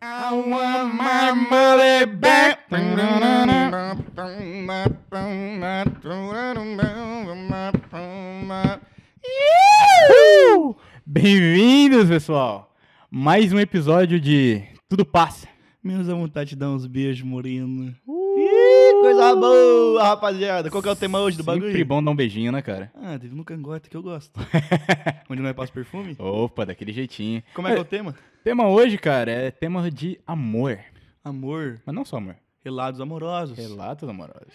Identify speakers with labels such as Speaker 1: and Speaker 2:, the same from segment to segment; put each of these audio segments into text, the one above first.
Speaker 1: I want my money back.
Speaker 2: Uh! Bem-vindos, pessoal! Mais um episódio de Tudo Passa.
Speaker 1: Menos a vontade de dar uns beijos, Morino.
Speaker 2: Uh!
Speaker 1: Coisa boa, rapaziada. Qual que é o tema hoje do
Speaker 2: Sempre
Speaker 1: bagulho?
Speaker 2: bom dar um beijinho, né, cara?
Speaker 1: Ah, teve no cangote que eu gosto. Onde não é passa perfume?
Speaker 2: Opa, daquele jeitinho.
Speaker 1: Como é que é o tema?
Speaker 2: Tema hoje, cara, é tema de amor.
Speaker 1: Amor,
Speaker 2: Mas não só amor.
Speaker 1: relatos amorosos.
Speaker 2: Relatos amorosos.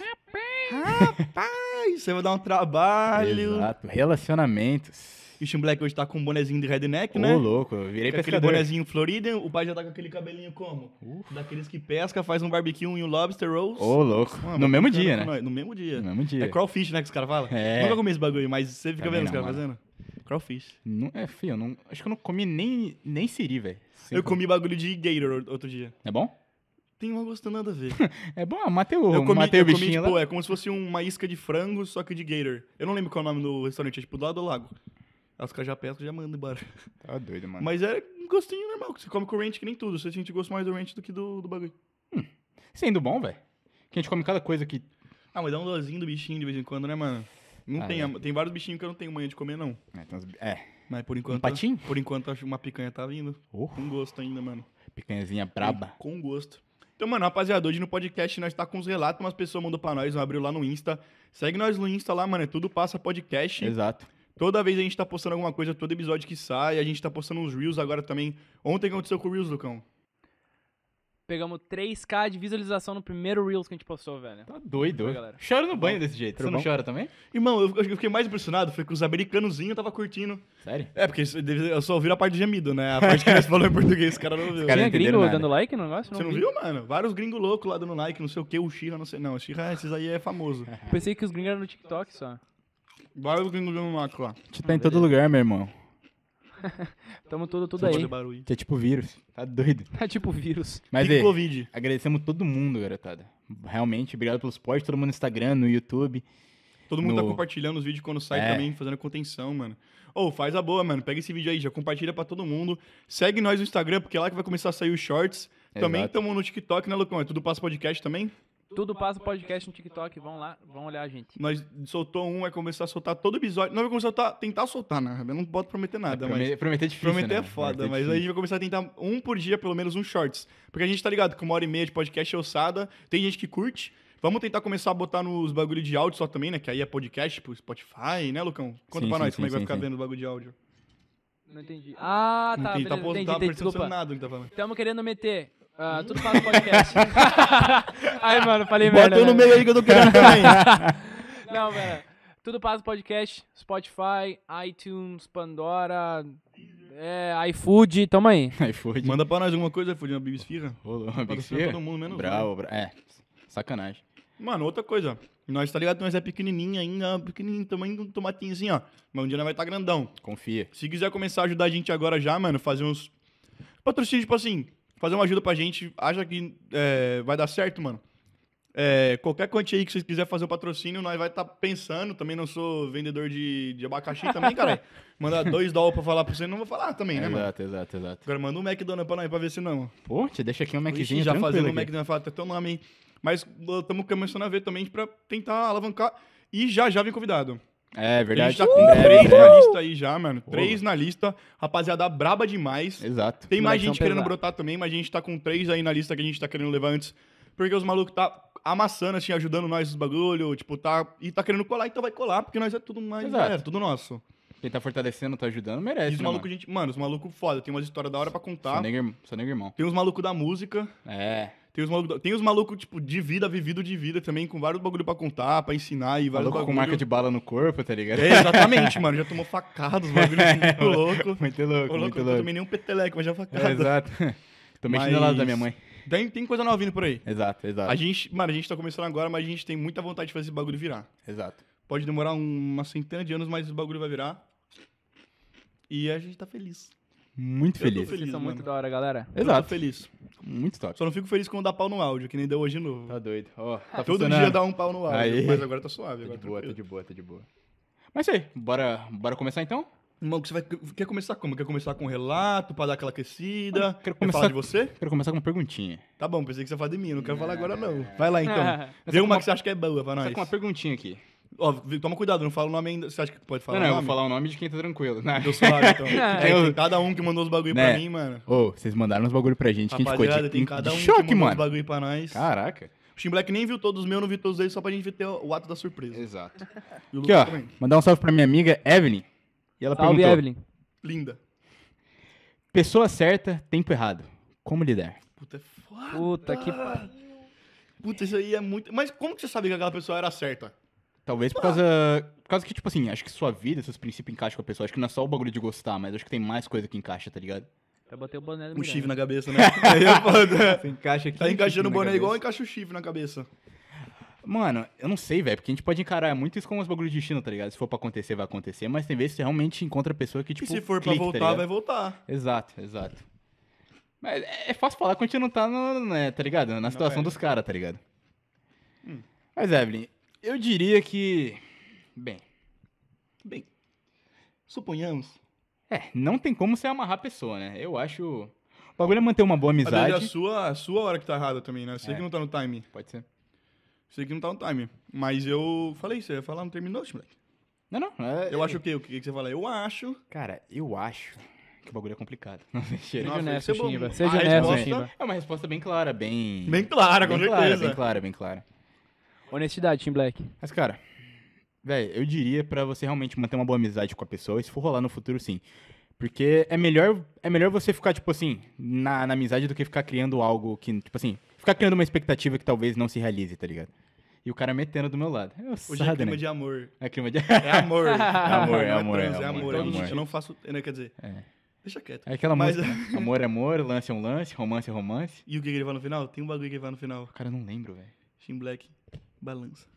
Speaker 1: Rapaz, você vai dar um trabalho.
Speaker 2: Exato. Relacionamentos.
Speaker 1: E o Tim Black hoje tá com um bonezinho de redneck,
Speaker 2: Ô,
Speaker 1: né?
Speaker 2: louco, eu virei
Speaker 1: Com aquele
Speaker 2: pescador.
Speaker 1: bonezinho florido, o pai já tá com aquele cabelinho como? Daqueles que pesca, faz um barbecue e um lobster rolls.
Speaker 2: Ô, louco.
Speaker 1: Mano,
Speaker 2: no mesmo
Speaker 1: bacana
Speaker 2: dia,
Speaker 1: pra
Speaker 2: né?
Speaker 1: nós, No mesmo dia.
Speaker 2: No mesmo dia.
Speaker 1: É crawfish, né, que os caras falam?
Speaker 2: É.
Speaker 1: Nunca comi esse bagulho, mas você fica
Speaker 2: Também
Speaker 1: vendo os
Speaker 2: não,
Speaker 1: caras fazendo? Crawfish.
Speaker 2: Não, é, filho, eu não, acho que eu não comi nem, nem siri, velho. Sim.
Speaker 1: Eu comi bagulho de gator outro dia.
Speaker 2: É bom?
Speaker 1: Tem uma gosto nada a ver.
Speaker 2: É bom, eu matei o,
Speaker 1: eu comi,
Speaker 2: matei
Speaker 1: eu
Speaker 2: o
Speaker 1: comi,
Speaker 2: bichinho
Speaker 1: tipo,
Speaker 2: lá.
Speaker 1: é como se fosse uma isca de frango, só que de gator. Eu não lembro qual é o nome do restaurante, é tipo do lado do lago. Aí Os caras já pescam e já mandam embora.
Speaker 2: Tá doido, mano.
Speaker 1: Mas é um gostinho normal, que você come com ranch que nem tudo. Você sente gosto mais do ranch do que do, do bagulho.
Speaker 2: Sendo é bom, velho. Que a gente come cada coisa que.
Speaker 1: Ah, mas dá um dozinho do bichinho de vez em quando, né, mano? Não
Speaker 2: Ah,
Speaker 1: tem,
Speaker 2: é.
Speaker 1: am- tem vários bichinhos que eu não tenho manha de comer, não.
Speaker 2: É, tem uns- é.
Speaker 1: Mas por enquanto.
Speaker 2: patinho?
Speaker 1: Por enquanto, acho que uma picanha tá vindo.
Speaker 2: Oh,
Speaker 1: Com gosto ainda, mano.
Speaker 2: picanhazinha braba.
Speaker 1: Com gosto. Então, mano, rapaziada, hoje no podcast nós tá com os relatos, umas pessoas mandam pra nós, abriu lá no Insta. Segue nós no Insta lá, mano, é tudo passa podcast.
Speaker 2: Exato.
Speaker 1: Toda vez a gente tá postando alguma coisa, todo episódio que sai, a gente tá postando uns Reels agora também. Ontem que aconteceu com o Reels, Lucão?
Speaker 3: Pegamos 3k de visualização no primeiro Reels que a gente postou, velho.
Speaker 2: Tá doido.
Speaker 3: Oi, galera.
Speaker 2: Chora
Speaker 1: Tá
Speaker 2: no banho desse jeito.
Speaker 3: Tudo
Speaker 2: Você não
Speaker 3: bom?
Speaker 2: chora também?
Speaker 1: Irmão, eu, eu fiquei mais impressionado, foi que os americanozinhos tava curtindo.
Speaker 2: Sério?
Speaker 1: É, porque isso- deve- eu só ouvi a parte de gemido, né? A parte que eles falaram em português, os caras não ouviu.
Speaker 2: Cara, não
Speaker 3: Tinha
Speaker 2: entenderam
Speaker 3: gringo
Speaker 2: nada.
Speaker 3: dando like no negócio?
Speaker 1: Você não
Speaker 3: vi.
Speaker 1: viu, mano? Vários gringos loucos lá dando like, não sei o que, o Xirra, não sei. Não, o Xirra, esses aí é famoso.
Speaker 3: Pensei que os gringos eram no TikTok só.
Speaker 1: Vários gringos dando like lá.
Speaker 2: A gente tá em todo lugar, meu irmão.
Speaker 3: Tamo todo, tudo
Speaker 1: Sem
Speaker 3: aí.
Speaker 1: fazer barulho.
Speaker 2: Você é tipo vírus. Tá doido.
Speaker 3: Tá tipo vírus.
Speaker 2: Mas
Speaker 1: Pique
Speaker 2: aí,
Speaker 1: Covid.
Speaker 2: agradecemos todo mundo, garotada. Realmente, obrigado pelo suporte, todo mundo no Instagram, no YouTube.
Speaker 1: Todo mundo tá
Speaker 2: No-
Speaker 1: compartilhando os vídeos quando sai
Speaker 2: É.
Speaker 1: também, fazendo contenção, mano. Ou faz a boa, mano. Pega esse vídeo aí, já compartilha pra todo mundo. Segue nós no Instagram, porque é lá que vai começar a sair os shorts. Também
Speaker 2: Exato.
Speaker 1: estamos no TikTok, né, Lucão? É tudo passa podcast também.
Speaker 3: Tudo passa podcast no TikTok. Vão lá, vão olhar a gente.
Speaker 1: Nós soltou um, vai começar a soltar todo episódio. Não vai começar a soltar- tentar soltar, né? Eu não posso prometer nada, mas.
Speaker 2: Prome- Prometer é difícil,
Speaker 1: Prometer
Speaker 2: né?
Speaker 1: é foda,
Speaker 2: Prometer
Speaker 1: mas aí a
Speaker 2: difícil.
Speaker 1: gente vai começar a tentar um por dia, pelo menos, um shorts. Porque a gente tá ligado que uma hora e meia de podcast é ossada, tem gente que curte. Vamos tentar começar a botar nos bagulho de áudio só também, né? Que aí é podcast, tipo Spotify, né, Lucão? Conta
Speaker 2: Sim,
Speaker 1: pra
Speaker 2: sim,
Speaker 1: nós
Speaker 2: sim,
Speaker 1: como é que vai
Speaker 2: sim,
Speaker 1: ficar
Speaker 2: sim.
Speaker 1: vendo o bagulho de áudio.
Speaker 3: Não entendi. Ah, tá.
Speaker 1: Entendi,
Speaker 3: beleza,
Speaker 1: tá, pô,
Speaker 3: entendi,
Speaker 1: tá
Speaker 3: entendi,
Speaker 1: prestando
Speaker 3: desculpa.
Speaker 1: nada no que tá falando.
Speaker 3: Tamo querendo meter. ah, tudo passa podcast. Ai, mano, falei merda.
Speaker 1: Bota eu
Speaker 3: né,
Speaker 1: no meio aí que eu tô querendo também.
Speaker 3: Não, velho. Tudo passa podcast, Spotify, iTunes, Pandora, é, iFood, tamo aí.
Speaker 2: Aí foi. de-
Speaker 1: Manda pra nós alguma coisa, fudindo a Bibisfirra.
Speaker 2: Rolou uma
Speaker 1: Patrocina
Speaker 2: bixeira.
Speaker 1: todo mundo, menos um.
Speaker 2: Bravo, bra- É, sacanagem.
Speaker 1: Mano, outra coisa. Nós, tá ligado? Nós é pequenininho ainda, pequenininho, tamanho de um tomatinho assim, ó. Mas um dia nós vai estar grandão.
Speaker 2: Confia.
Speaker 1: Se quiser começar a ajudar a gente agora já, mano, fazer uns patrocínio, tipo assim, fazer uma ajuda pra gente, acha que é, vai dar certo, mano? É, qualquer quantia aí que vocês quiserem fazer o patrocínio, nós vai estar pensando. Também não sou vendedor de, de abacaxi também, cara. Mandar dois dólares pra falar pra você, não vou falar também, né, mano?
Speaker 2: exato, exato, exato.
Speaker 1: Agora manda um McDonald's pra nós pra ver se não.
Speaker 2: Pô, te deixa aqui um
Speaker 1: Ixi,
Speaker 2: Maczinho
Speaker 1: já
Speaker 2: tranquilo
Speaker 1: fazendo o
Speaker 2: aqui.
Speaker 1: McDonald's, fala até teu nome, hein? Mas estamos começando a ver também pra tentar alavancar. E já já vem convidado.
Speaker 2: É,
Speaker 1: A
Speaker 2: verdade.
Speaker 1: gente tá com três na lista aí já, mano. Três
Speaker 2: Porra.
Speaker 1: na lista. Rapaziada, braba demais.
Speaker 2: Exato.
Speaker 1: Tem mais
Speaker 3: Moleque são
Speaker 1: gente querendo
Speaker 3: pesado.
Speaker 1: brotar também, mas a gente tá com três aí na lista que a gente tá querendo levar antes. Porque os malucos tá amassando, assim, ajudando nós os bagulho, tipo, tá. E tá querendo colar, então vai colar, porque nós é tudo mais.
Speaker 2: Exato.
Speaker 1: É, tudo nosso.
Speaker 2: Quem tá fortalecendo, tá ajudando,
Speaker 1: E
Speaker 2: merece.
Speaker 1: os
Speaker 2: né,
Speaker 1: malucos,
Speaker 2: mano?
Speaker 1: gente. Mano, os malucos foda, tem umas histórias da hora pra
Speaker 2: Sou
Speaker 1: contar.
Speaker 2: nego irmão- sou nego irmão.
Speaker 1: Tem os malucos da música,
Speaker 2: É.
Speaker 1: tem os malucos, tem os malucos, tipo, de vida, vivido de vida também, com vários bagulho pra contar, pra ensinar e vários
Speaker 2: Maluco com
Speaker 1: bagulho.
Speaker 2: marca de bala no corpo, tá ligado? É,
Speaker 1: É, exatamente, mano. Já tomou facadas, os bagulhos muito louco.
Speaker 2: Muito louco, muito
Speaker 1: Ô, louco, eu não
Speaker 2: louco.
Speaker 1: tomei nem um peteleco, mas já facada.
Speaker 2: É, exato. Tomei
Speaker 1: Mas-
Speaker 2: chinelada da minha mãe.
Speaker 1: Tem, tem coisa nova vindo por aí.
Speaker 2: Exato, exato.
Speaker 1: A gente, mano, a gente tá começando agora, mas a gente tem muita vontade de fazer esse bagulho virar.
Speaker 2: Exato.
Speaker 1: Pode demorar um- uma centena de anos, mas o bagulho vai virar. E a gente tá feliz.
Speaker 2: Muito
Speaker 1: Eu tô
Speaker 2: feliz.
Speaker 1: feliz.
Speaker 3: Vocês são
Speaker 1: mano.
Speaker 3: muito da hora, galera.
Speaker 1: Eu tô
Speaker 2: Exato.
Speaker 1: feliz.
Speaker 2: Muito top.
Speaker 1: Só não fico feliz quando dá pau no áudio, que nem deu hoje de novo.
Speaker 2: Tá doido. Ó, tá
Speaker 1: Todo
Speaker 2: funcionando.
Speaker 1: dia dá um pau no áudio,
Speaker 2: Aí.
Speaker 1: mas agora tá suave.
Speaker 2: Tá
Speaker 1: Agora
Speaker 2: de boa, tá
Speaker 1: tranquilo.
Speaker 2: de boa, tá de boa. Mas é isso aí, bora, bora começar então?
Speaker 1: Irmão, que você vai. Quer começar como? Quer começar com um relato pra dar aquela aquecida?
Speaker 2: Quero
Speaker 1: Quer falar
Speaker 2: começar-
Speaker 1: de você?
Speaker 2: Quero começar com uma perguntinha.
Speaker 1: Tá bom, pensei que você ia falar de mim, não quero falar agora não.
Speaker 2: É.
Speaker 1: Vai lá então. Vê
Speaker 3: Começar
Speaker 2: Ah, com
Speaker 1: uma
Speaker 2: uma-
Speaker 1: que você acha que é boa pra
Speaker 2: Começar
Speaker 1: nós.
Speaker 2: com uma perguntinha aqui.
Speaker 1: Ó, vi- toma cuidado, não fala o nome ainda. Você acha que pode falar
Speaker 2: não, não,
Speaker 1: o
Speaker 2: eu
Speaker 1: nome?
Speaker 2: vou falar o nome de quem tá tranquilo. Não.
Speaker 1: Deus sabe, então. É,
Speaker 2: Eu-
Speaker 1: tem cada um que mandou os bagulho pra
Speaker 2: Né.
Speaker 1: mim, mano.
Speaker 2: Ô, vocês mandaram uns bagulho pra gente que a gente
Speaker 1: Rapaziada,
Speaker 2: ficou de,
Speaker 1: tem cada um
Speaker 2: de
Speaker 1: que
Speaker 2: choque,
Speaker 1: mandou os
Speaker 2: mano.
Speaker 1: bagulho pra nós.
Speaker 2: Caraca.
Speaker 1: O Shin Black nem viu todos os meus, não viu todos eles, só pra gente ter o ato da surpresa.
Speaker 2: Exato.
Speaker 1: E
Speaker 2: Aqui,
Speaker 1: o Lucas
Speaker 2: ó.
Speaker 1: também.
Speaker 2: Mandar um salve pra minha amiga Evelyn. E
Speaker 1: Tá
Speaker 2: ela
Speaker 3: Salve,
Speaker 2: perguntou:
Speaker 3: Evelyn.
Speaker 1: Linda.
Speaker 2: Pessoa certa, tempo errado. Como lidar?
Speaker 1: Puta, é foda.
Speaker 3: Puta que pariu.
Speaker 1: Puta, isso aí é muito. Mas como que você sabia que aquela pessoa era certa?
Speaker 2: Talvez por causa. Por causa que, tipo assim, acho que sua vida, seus princípios encaixam com a pessoa. Acho que não é só o bagulho de gostar, mas acho que tem mais coisa que encaixa, tá ligado?
Speaker 3: Eu botei o boné do
Speaker 1: Um
Speaker 3: Miranda.
Speaker 1: chifre na cabeça, né? aí é foda.
Speaker 2: Você encaixa aqui.
Speaker 1: Tá encaixando o boné igual encaixa o chifre na cabeça.
Speaker 2: Mano, eu não sei, velho, porque a gente pode encarar muito isso como uns bagulhos de destino, tá ligado? Se for pra acontecer, vai acontecer, mas tem vezes que você realmente encontra a pessoa que,
Speaker 1: E
Speaker 2: tipo.
Speaker 1: se for pra
Speaker 2: clica, tá
Speaker 1: voltar,
Speaker 2: ligado?
Speaker 1: vai voltar.
Speaker 2: Exato, exato. Mas é é fácil falar quando a gente não tá, no, né, tá ligado? Na situação
Speaker 1: é. Hum.
Speaker 2: dos caras, tá ligado? Mas, Evelyn, eu diria que. Bem,
Speaker 1: Bem, suponhamos.
Speaker 2: é, não tem como você amarrar a pessoa, né? Eu acho. O bagulho é manter uma boa
Speaker 1: Às vezes é a
Speaker 2: amizade.
Speaker 1: sua, a sua hora que tá errada também, né? Sei
Speaker 2: É.
Speaker 1: que não tá no time.
Speaker 2: Pode ser.
Speaker 1: Sei que não tá no time. Mas eu falei, você ia falar, não terminou, Shin Black.
Speaker 2: Não, não. é-
Speaker 1: Eu acho o quê? O que que você fala? Eu acho.
Speaker 2: Cara, eu acho que o bagulho é complicado. Não deixa.
Speaker 3: Seja
Speaker 1: Nossa,
Speaker 3: honesto,
Speaker 1: esse é bom.
Speaker 3: Chimba.
Speaker 1: A
Speaker 3: Seja honesto,
Speaker 1: resposta-
Speaker 3: Chimba.
Speaker 2: É uma resposta bem clara, bem.
Speaker 1: Bem clara, com
Speaker 2: bem
Speaker 1: certeza.
Speaker 2: Clara, bem clara, bem clara.
Speaker 3: Honestidade, Team Black.
Speaker 2: Mas, cara, velho, eu diria pra você realmente manter uma boa amizade com a pessoa, e se for rolar no futuro, sim. Porque é melhor, é melhor você ficar, tipo assim, na, na amizade do que ficar criando algo que, tipo assim, ficar criando uma expectativa que talvez não se realize, tá ligado? E o cara metendo do meu lado. É
Speaker 1: Hoje é
Speaker 2: ossado,
Speaker 1: clima
Speaker 2: né?
Speaker 1: de amor.
Speaker 2: É clima de...
Speaker 1: É amor.
Speaker 2: amor,
Speaker 1: É
Speaker 2: é
Speaker 1: não
Speaker 2: amor, é
Speaker 1: trans, é
Speaker 2: amor,
Speaker 1: amor.
Speaker 2: é
Speaker 1: Eu não-
Speaker 2: amor.
Speaker 1: Eu não faço. né, Quer dizer. Deixa quieto.
Speaker 2: É aquela
Speaker 1: Mas-
Speaker 2: música. né? Amor é amor, lance é um lance, romance é romance.
Speaker 1: E o que que ele vai no final? Tem um bagulho que ele vai no final.
Speaker 2: Cara, eu não lembro, velho.
Speaker 1: Shin Black, balança.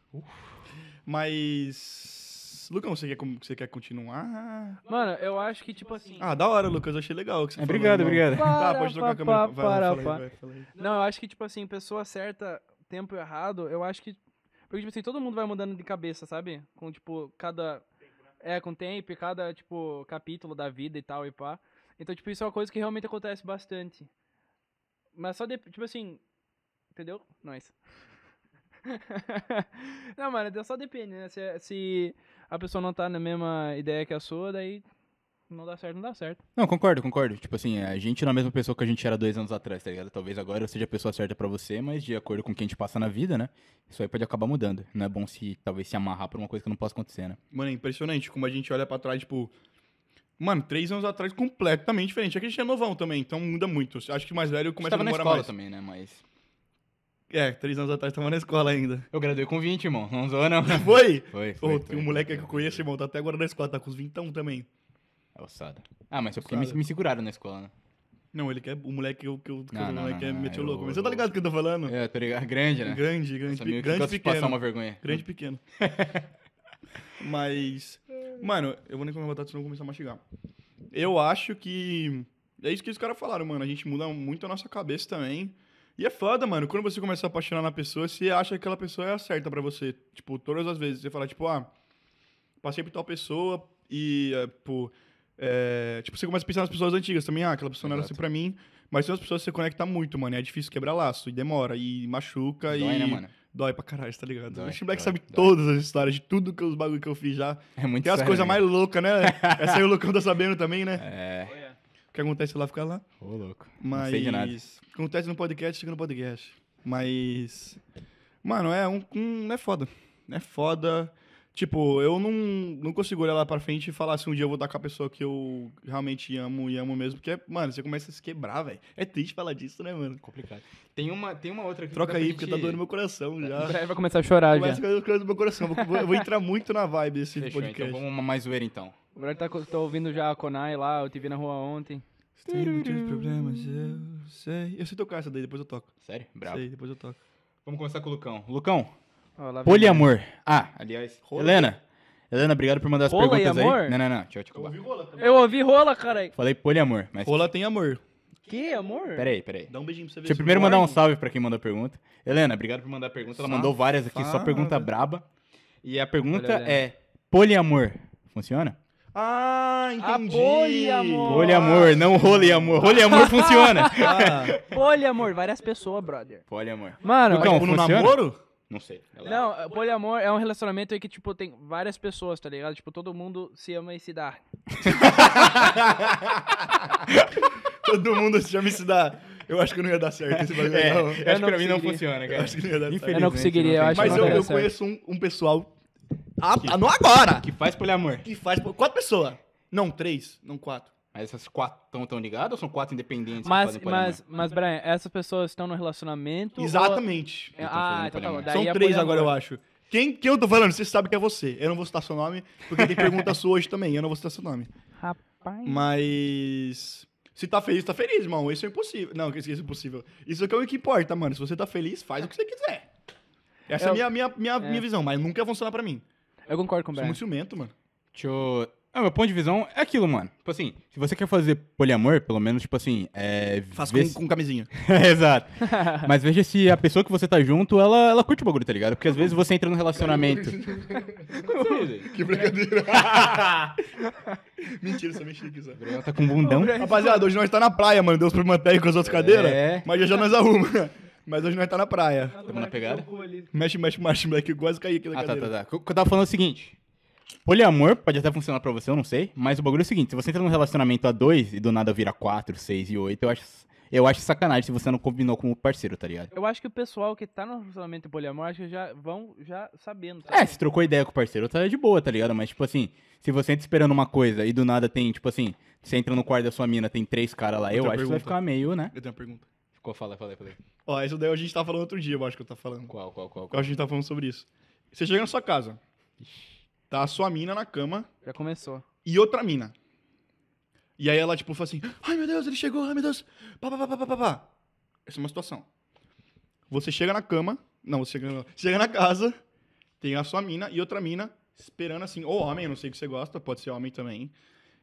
Speaker 1: Mas. Lucão, você quer, com- você quer continuar?
Speaker 3: Mano, eu acho que, tipo assim...
Speaker 1: Ah, da hora, Lucas. Eu achei legal o que você falou,
Speaker 2: É, Obrigado,
Speaker 1: irmão.
Speaker 2: obrigado.
Speaker 1: Tá, pode trocar a câmera. Vai lá, fala aí, vai, fala aí.
Speaker 3: Não, eu acho que, tipo assim, pessoa certa, tempo errado, eu acho que. Porque, tipo assim, todo mundo vai mudando de cabeça, sabe? Com, tipo, cada. É, com tempo, e cada, tipo, capítulo da vida e tal e pá. Então, tipo, isso é uma coisa que realmente acontece bastante. Mas só de. Tipo assim. Entendeu? Nós. não, mano, então só depende, né? Se, se a pessoa não tá na mesma ideia que a sua, daí. Não dá certo, não dá certo.
Speaker 2: Não, concordo, concordo. Tipo assim, a gente não é a mesma pessoa que a gente era dois anos atrás, tá ligado? Talvez agora eu seja a pessoa certa pra você, mas de acordo com o que a gente passa na vida, né? Isso aí pode acabar mudando. Não é bom se talvez se amarrar por uma coisa que não possa acontecer, né?
Speaker 1: Mano, é impressionante como a gente olha pra trás, tipo. Mano, três anos atrás, completamente diferente. É que a gente é novão também, então muda muito. Acho que mais velho
Speaker 2: Mas
Speaker 1: começa a
Speaker 2: tava na
Speaker 1: namorar
Speaker 2: escola
Speaker 1: mais.
Speaker 2: também, né? Mas.
Speaker 1: É, três anos atrás tava na escola ainda.
Speaker 2: Eu graduei com 20, irmão. Não zoa, não.
Speaker 1: Foi?
Speaker 2: Foi, foi.
Speaker 1: Ô,
Speaker 2: foi.
Speaker 1: tem um moleque que eu conheço, irmão, tá até agora na escola, tá com os vintão também.
Speaker 2: É ossada. Ah, mas é porque me,
Speaker 1: Ossada.
Speaker 2: me seguraram na escola, né?
Speaker 1: Não, ele quer. O moleque que eu. Que eu que
Speaker 2: Não,
Speaker 1: o
Speaker 2: não,
Speaker 1: moleque
Speaker 2: não,
Speaker 1: quer
Speaker 2: não,
Speaker 1: meter o
Speaker 2: eu-
Speaker 1: louco. Mas você tá ligado o que eu tô falando?
Speaker 2: É, tô ligado. Grande, né?
Speaker 1: Grande, grande,
Speaker 2: Essa menina que
Speaker 1: pe- grande
Speaker 2: gosta de passar
Speaker 1: pequeno.
Speaker 2: uma vergonha.
Speaker 1: Grande pequeno. Mas. Mano, eu vou nem comer batata, senão eu vou começar a mastigar. Eu acho que. É isso que os caras falaram, mano. A gente muda muito a nossa cabeça também. E é foda, mano. Quando você começa a apaixonar na pessoa, você acha que aquela pessoa é a certa pra você. Tipo, todas as vezes. Você fala, tipo, ah, passei por tal pessoa e, é, pô. é, tipo, você começa a pensar nas pessoas antigas também. Ah, aquela pessoa não era
Speaker 2: Exato.
Speaker 1: assim pra mim. Mas tem umas pessoas que você conecta muito, mano. E é difícil quebrar laço. E demora. E machuca.
Speaker 2: Dói,
Speaker 1: e...
Speaker 2: né, mano?
Speaker 1: Dói pra caralho, tá ligado?
Speaker 2: Dói,
Speaker 1: o Shin Black
Speaker 2: dói,
Speaker 1: sabe
Speaker 2: dói.
Speaker 1: todas as histórias de tudo que os bagulho que eu fiz já.
Speaker 2: É muito
Speaker 1: Tem as
Speaker 2: sério,
Speaker 1: coisas
Speaker 2: né?
Speaker 1: mais loucas, né? Essa aí o Lucão tá sabendo também, né?
Speaker 2: É.
Speaker 1: O que acontece lá fica lá.
Speaker 2: Ô, louco.
Speaker 1: Mas.
Speaker 2: Não sei de nada.
Speaker 1: Acontece no podcast, chega no podcast. Mas. Mano, é um. um é foda. É foda. Tipo, eu não, não consigo olhar lá pra frente e falar se um dia eu vou estar com a pessoa que eu realmente amo e amo mesmo. Porque, mano, você começa a se quebrar, velho. É triste falar disso, né, mano?
Speaker 2: Complicado. Tem uma, tem uma outra aqui. que
Speaker 1: Troca
Speaker 2: dá pra
Speaker 1: aí, porque tá
Speaker 2: gente-
Speaker 1: doendo meu coração já.
Speaker 2: É
Speaker 3: Em breve vai começar a chorar já.
Speaker 1: Começa com as coisas do meu coração. Eu vou, eu vou entrar muito na vibe desse
Speaker 2: Fechou,
Speaker 1: podcast.
Speaker 2: então vamos uma mais zoeira então.
Speaker 3: O Brad tá, co- tá ouvindo já a Konai lá, eu te vi na rua ontem.
Speaker 1: Você tem muitos problemas, eu sei. Eu sei tocar essa daí, depois eu toco.
Speaker 2: Sério? Bravo.
Speaker 1: Sei, depois eu toco.
Speaker 2: Vamos começar com o Lucão. Lucão,
Speaker 3: Ó, lá vem
Speaker 2: poliamor. Ah, aliás.
Speaker 1: Rola.
Speaker 2: Helena. Helena, obrigado por mandar as
Speaker 3: Rola e
Speaker 2: perguntas
Speaker 3: amor?
Speaker 2: aí. Não, não, não. Deixa eu te acabar.
Speaker 1: rola
Speaker 3: mais. Eu ouvi rola, caralho.
Speaker 2: Falei poliamor, mas.
Speaker 1: Rola tem amor.
Speaker 3: Que amor?
Speaker 2: Peraí, peraí.
Speaker 1: Dá um beijinho pra você ver.
Speaker 2: Deixa eu primeiro mandar um salve pra quem mandou a pergunta. Helena, obrigado por mandar a pergunta. Ela mandou várias aqui, só pergunta
Speaker 1: Safada.
Speaker 2: braba. E a pergunta
Speaker 3: Olha, Helena.
Speaker 2: é: poliamor funciona?
Speaker 1: Ah, entendi.
Speaker 3: poliamor.
Speaker 2: Poliamor, não roleamor. Roleamor funciona.
Speaker 1: Ah,
Speaker 3: Poliamor, várias pessoas, brother.
Speaker 2: Poliamor.
Speaker 3: Mano,
Speaker 2: Não,
Speaker 3: é,
Speaker 1: mas,
Speaker 2: Então,
Speaker 1: tipo, no
Speaker 2: funciona?
Speaker 1: namoro?
Speaker 2: Não sei. Ela-
Speaker 3: não, poliamor é um relacionamento em que, tipo, tem várias pessoas, tá ligado? Tipo, todo mundo se ama e se dá.
Speaker 1: Todo mundo já me se dá. Eu acho que não ia dar certo esse bagulho.
Speaker 2: É,
Speaker 1: não.
Speaker 2: eu acho que
Speaker 3: não
Speaker 2: pra mim não
Speaker 3: conseguiria.
Speaker 2: funciona,
Speaker 1: Eu
Speaker 2: cara.
Speaker 1: acho que não ia dar
Speaker 2: Infelizmente,
Speaker 1: certo.
Speaker 3: Eu não conseguiria, eu
Speaker 2: tem
Speaker 3: acho que
Speaker 1: Mas
Speaker 2: como.
Speaker 1: eu,
Speaker 3: não daria
Speaker 1: eu
Speaker 3: certo.
Speaker 1: conheço um, um pessoal. Ah, ah, não agora!
Speaker 2: Que faz poliamor.
Speaker 1: Que faz. pô, Quatro pessoas. Não, três. Não, quatro.
Speaker 2: Mas essas quatro estão tão ligadas ou são quatro independentes que
Speaker 3: Mas,
Speaker 2: fazem poliamor?
Speaker 3: mas, mas, Brian, essas pessoas estão no relacionamento. ou-
Speaker 1: Exatamente.
Speaker 2: Então
Speaker 3: Ah,
Speaker 2: fazendo
Speaker 3: então tá bom.
Speaker 2: poliamor.
Speaker 3: Daí
Speaker 1: São
Speaker 3: é
Speaker 1: três
Speaker 3: poliamor.
Speaker 1: agora, eu acho. Quem que eu tô falando? Você sabe que é você. Eu não vou citar seu nome, porque tem pergunta sua hoje também. Eu não vou citar seu nome.
Speaker 3: Rapaz.
Speaker 1: Mas. Se tá feliz, tá feliz, irmão. Isso é impossível. Não, que isso é impossível. Isso que é o que importa, mano. Se você tá feliz, faz o que você quiser. Essa é,
Speaker 3: Eu-
Speaker 1: a minha, minha, minha,
Speaker 2: É.
Speaker 1: minha visão, mas nunca ia funcionar pra mim.
Speaker 3: Eu concordo com o
Speaker 1: Sou
Speaker 3: Brian.
Speaker 1: muito ciumento, mano.
Speaker 2: Deixa eu... Ah, meu ponto de visão é aquilo, mano. Tipo assim, se você quer fazer poliamor, pelo menos, tipo assim, é...
Speaker 1: Faz
Speaker 2: vê
Speaker 1: com,
Speaker 2: se-
Speaker 1: com camisinha.
Speaker 2: Exato. Mas veja se a pessoa que você tá junto, ela, ela curte o bagulho, tá ligado? Porque às vezes você entra num relacionamento...
Speaker 1: Que brincadeira. Mentira, só mexi aqui, só.
Speaker 2: Ela tá com um bundão.
Speaker 1: Rapaziada, hoje nós tá na praia, mano. Deus por manter aí com as outras cadeiras.
Speaker 2: É.
Speaker 1: Mas já já nós arruma. Mas hoje nós tá na praia.
Speaker 2: Tamo na pegada?
Speaker 1: Mexe, mexe, mexe, moleque. Eu quase caí aqui na
Speaker 2: Ah, tá,
Speaker 1: cadeira.
Speaker 2: tá, tá. O que eu tava falando é o seguinte. Poliamor pode até funcionar pra você, eu não sei. Mas o bagulho é o seguinte, se você entra num relacionamento a dois e do nada vira quatro, seis e oito, eu acho, eu acho sacanagem se você não combinou com o parceiro, tá ligado?
Speaker 3: Eu acho que o pessoal que tá no relacionamento poliamor, acho que já vão já sabendo. Tá?
Speaker 2: É, se trocou ideia com o parceiro, tá de boa, tá ligado? Mas, tipo assim, se você entra esperando uma coisa e do nada tem, tipo assim, você entra no quarto da sua mina, tem três caras lá, eu acho
Speaker 1: Outra
Speaker 2: que você vai
Speaker 1: pergunta.
Speaker 2: ficar meio, né?
Speaker 1: Eu tenho uma pergunta.
Speaker 2: Ficou, fala, fala, fala.
Speaker 1: Ó, isso daí a gente tava falando outro dia, eu acho que eu tava falando.
Speaker 2: Qual, qual, qual?
Speaker 1: Eu acho que a gente tava falando sobre isso. Você chega na sua casa, tá a sua mina na cama
Speaker 3: Já começou.
Speaker 1: e outra mina. E aí ela, tipo, fala assim, ai meu Deus, ele chegou, ai meu Deus, pá, pá, pá, pá, pá, pá, pá. Essa é uma situação. Você chega na cama, não, você chega, não. chega na casa, tem a sua mina e outra mina esperando assim, ou homem, eu não sei o que você gosta, pode ser homem também.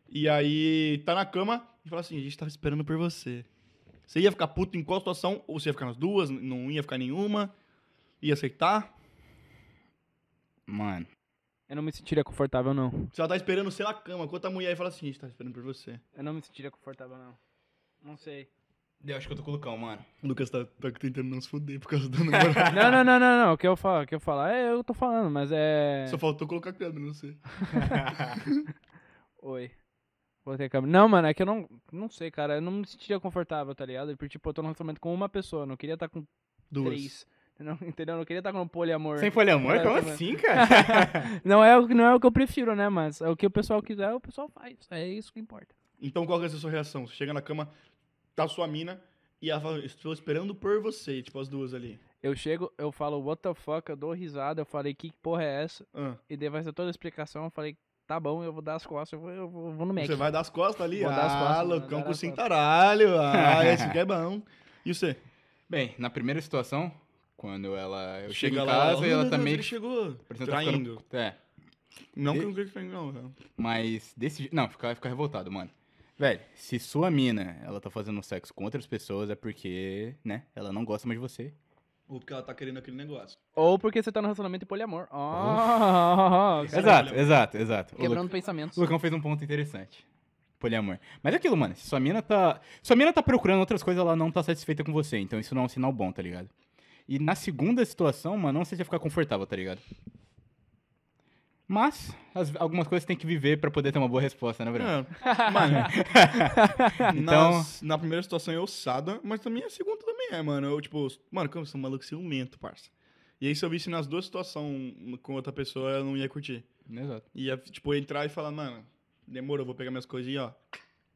Speaker 1: E aí tá na cama e fala assim, a gente tava esperando por você. Você ia ficar puto em qual situação? Ou você ia ficar nas duas, não ia ficar nenhuma, ia aceitar?
Speaker 2: Mano,
Speaker 3: Eu não me sentiria confortável, não.
Speaker 1: Se ela tá esperando você na cama, quanta mulher aí fala assim, a gente tá esperando por você.
Speaker 3: Eu não me sentiria confortável, não. Não sei.
Speaker 2: eu acho que eu tô com o Lucão, mano.
Speaker 1: O Lucas tá, tá tentando não se fuder por causa da namorada.
Speaker 3: Não, não, não, não, não. O que eu falo, o que eu falar, é, eu tô falando, mas é.
Speaker 1: Só faltou colocar a câmera, não sei.
Speaker 3: Oi. Voltei a câmera. Não, mano, é que eu não. Não sei, cara. Eu não me sentiria confortável, tá ligado? Porque, tipo, eu tô num relacionamento com uma pessoa. eu Não queria estar com
Speaker 1: Duas.
Speaker 3: três. Entendeu? Entendeu? Eu não queria estar com um poliamor.
Speaker 2: Sem poliamor?
Speaker 3: É,
Speaker 2: Como
Speaker 3: também.
Speaker 2: assim, cara?
Speaker 3: Não, é, o que- não é o que eu prefiro, né? Mas é o que o pessoal quiser, o pessoal faz. É isso que importa.
Speaker 1: Então qual que é a sua reação? Você chega na cama, tá sua mina e ela fala, estou esperando por você, tipo as duas ali.
Speaker 3: Eu chego, eu falo, what the fuck, eu dou risada, eu falei, que porra é essa?
Speaker 1: Ah,
Speaker 3: E daí vai ser toda a explicação, eu falei, tá bom, eu vou dar as costas, eu vou, eu vou, eu vou no Mac.
Speaker 1: você vai dar as costas ali?
Speaker 3: é Vou dar as
Speaker 1: ah,
Speaker 3: costas, vou dar
Speaker 1: loucão
Speaker 3: as
Speaker 1: com o
Speaker 3: costas.
Speaker 1: cintaralho. Ah, esse que é bom. E você?
Speaker 2: Bem, na primeira situação, quando ela... Eu chego
Speaker 1: Chega
Speaker 2: em
Speaker 1: lá,
Speaker 2: casa
Speaker 1: oh,
Speaker 2: e ela tá
Speaker 1: meu Deus,
Speaker 2: também...
Speaker 1: Ele chegou.
Speaker 2: parecendo tá ficando-
Speaker 1: Traindo.
Speaker 2: É,
Speaker 1: Não que eu não creio que traindo, não. cara.
Speaker 2: Mas desse jeito. Não, ficar fica revoltado, mano. Velho, se sua mina ela tá fazendo sexo com outras pessoas, é porque, né, ela não gosta mais de você.
Speaker 1: Ou porque ela tá querendo aquele negócio.
Speaker 3: Ou porque você tá no relacionamento de poliamor. Oh,
Speaker 1: é
Speaker 3: cara,
Speaker 2: Exato, exato, exato. O,
Speaker 3: Quebrando
Speaker 2: Lu-
Speaker 3: pensamentos.
Speaker 2: o Lucão fez um ponto interessante. Poliamor. Mas é aquilo, mano. Se sua mina tá. Sua mina tá procurando outras coisas, ela não tá satisfeita com você. Então isso não é um sinal bom, tá ligado? E na segunda situação, mano, não sei se vai ficar confortável, tá ligado? Mas, as- algumas coisas tem que viver pra poder ter uma boa resposta, né, Bruno?
Speaker 1: É, mano.
Speaker 2: Então-
Speaker 1: nas- na primeira situação é ossada, mas também a segunda também é, mano. Eu, tipo, mano, como eu sou um maluco ciumento, parça. E aí, se eu visse nas duas situações com outra pessoa, eu não ia curtir.
Speaker 2: Exato.
Speaker 1: Ia, tipo, entrar e falar, mano, demora, eu vou pegar minhas coisinhas, ó.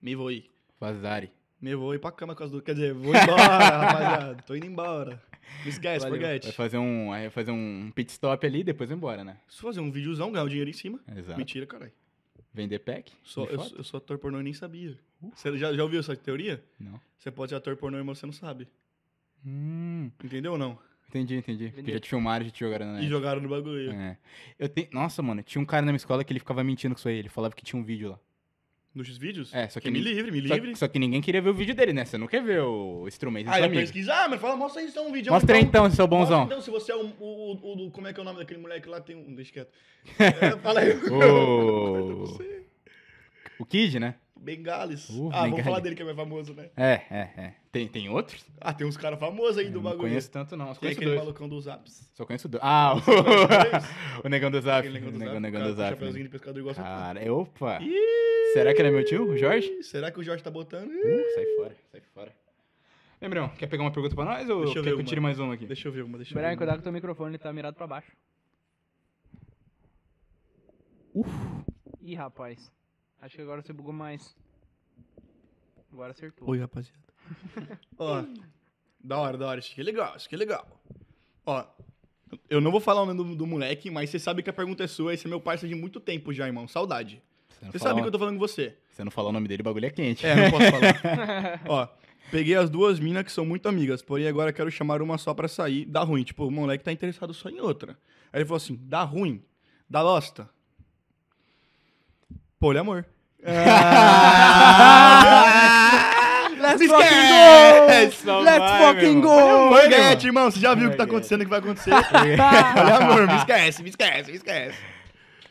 Speaker 1: Me vou ir.
Speaker 2: Vazare.
Speaker 1: Me vou ir pra cama com as duas. Quer dizer, vou embora, rapaziada. Tô indo embora. Me esquece,
Speaker 3: Valeu.
Speaker 1: forget.
Speaker 2: Vai fazer um, aí vai fazer um pit stop ali e depois vai embora, né?
Speaker 1: Se fazer um videozão, ganhar o dinheiro em cima.
Speaker 2: Exato.
Speaker 1: Mentira, caralho.
Speaker 2: Vender pack?
Speaker 1: Só,
Speaker 2: de
Speaker 1: eu,
Speaker 2: foto?
Speaker 1: eu sou ator pornô e nem sabia. Você já, já ouviu essa teoria?
Speaker 2: Não.
Speaker 1: Você pode ser ator pornô e você não sabe.
Speaker 2: Hum,
Speaker 1: Entendeu ou não?
Speaker 2: entendi, entendi. Porque
Speaker 3: Vender.
Speaker 2: já te filmaram, já te jogaram na
Speaker 1: E
Speaker 2: net.
Speaker 1: jogaram no bagulho.
Speaker 2: É. Eu tenho... Nossa, mano, tinha um cara na minha escola que ele ficava mentindo com isso aí. Ele falava que tinha um vídeo lá.
Speaker 1: Nos vídeos?
Speaker 2: É, só que
Speaker 1: me
Speaker 2: ele-
Speaker 1: livre, me
Speaker 2: Só,
Speaker 1: livre.
Speaker 2: só que ninguém queria ver o vídeo dele, né? Você não quer ver o instrumento do
Speaker 1: Aí
Speaker 2: seu
Speaker 1: eu
Speaker 2: amigo.
Speaker 1: pesquisar, mas fala, mostra aí então um vídeo.
Speaker 2: Mostra aí então, seu bonzão.
Speaker 1: Então, se você é um- o, o- o- Como é que é o nome daquele moleque lá? Tem um. Deixa quieto. É, fala aí.
Speaker 2: Ô. O Kid, né?
Speaker 1: Bengales.
Speaker 2: Uh,
Speaker 1: ah, vamos
Speaker 2: Bengales.
Speaker 1: falar dele que é mais famoso, né?
Speaker 2: É, é, é. Tem, tem outros?
Speaker 1: Ah, tem uns caras famosos aí
Speaker 2: Eu
Speaker 1: do
Speaker 2: não
Speaker 1: bagulho.
Speaker 2: conheço tanto, não. Só
Speaker 1: Tem
Speaker 2: conheço
Speaker 1: aquele
Speaker 2: dois.
Speaker 1: malucão dos apps.
Speaker 2: Só conheço dois. Ah, o... o Negão do Zap.
Speaker 1: Aquele
Speaker 2: O
Speaker 1: negão do
Speaker 2: Negão, negão
Speaker 1: zap. o cara
Speaker 2: do né? Ah.
Speaker 1: com o
Speaker 2: Zap.
Speaker 1: Chapeuzinho de pescador igual a
Speaker 2: Cara, opa.
Speaker 1: Ih,
Speaker 2: Será que ele é meu tio, o Jorge?
Speaker 1: Será que o Jorge tá botando?
Speaker 2: Uh, sai fora, sai fora. Lembrão, quer pegar uma pergunta pra nós ou
Speaker 1: Deixa
Speaker 2: quer
Speaker 1: eu ver
Speaker 2: que eu
Speaker 1: uma.
Speaker 2: tire mais uma aqui?
Speaker 1: Deixa eu ver uma, deixa eu ver.
Speaker 3: Brian,
Speaker 1: uma.
Speaker 3: cuidado com o teu microfone, ele tá mirado pra baixo.
Speaker 2: Uf.
Speaker 3: Ih, rapaz. Acho que agora você bugou mais. Agora acertou.
Speaker 1: Oi, rapaziada. Ó, da hora, da hora. Isso aqui é legal, isso aqui é legal. Ó, eu não vou falar o nome do, do moleque, mas você sabe que a pergunta é sua. Esse é meu parceiro de muito tempo já, irmão. Saudade.
Speaker 2: Você não,
Speaker 1: Você
Speaker 2: falar,
Speaker 1: sabe que eu tô falando com você.
Speaker 2: você não falar o nome dele, o bagulho é quente.
Speaker 1: É, não posso falar. Ó, peguei as duas minas que são muito amigas, porém agora quero chamar uma só pra sair. Dá ruim. Tipo, o moleque tá interessado só em outra. Aí ele falou assim: dá ruim, dá losta. Poliamor.
Speaker 2: Ah. Let's
Speaker 1: Esquece!
Speaker 2: go!
Speaker 3: Let's fucking
Speaker 1: Ô,
Speaker 2: go!
Speaker 1: Forget, irmão, você já viu o que tá
Speaker 2: Forget.
Speaker 1: acontecendo, o que vai acontecer. Olha, amor, me esquece, me esquece, me esquece.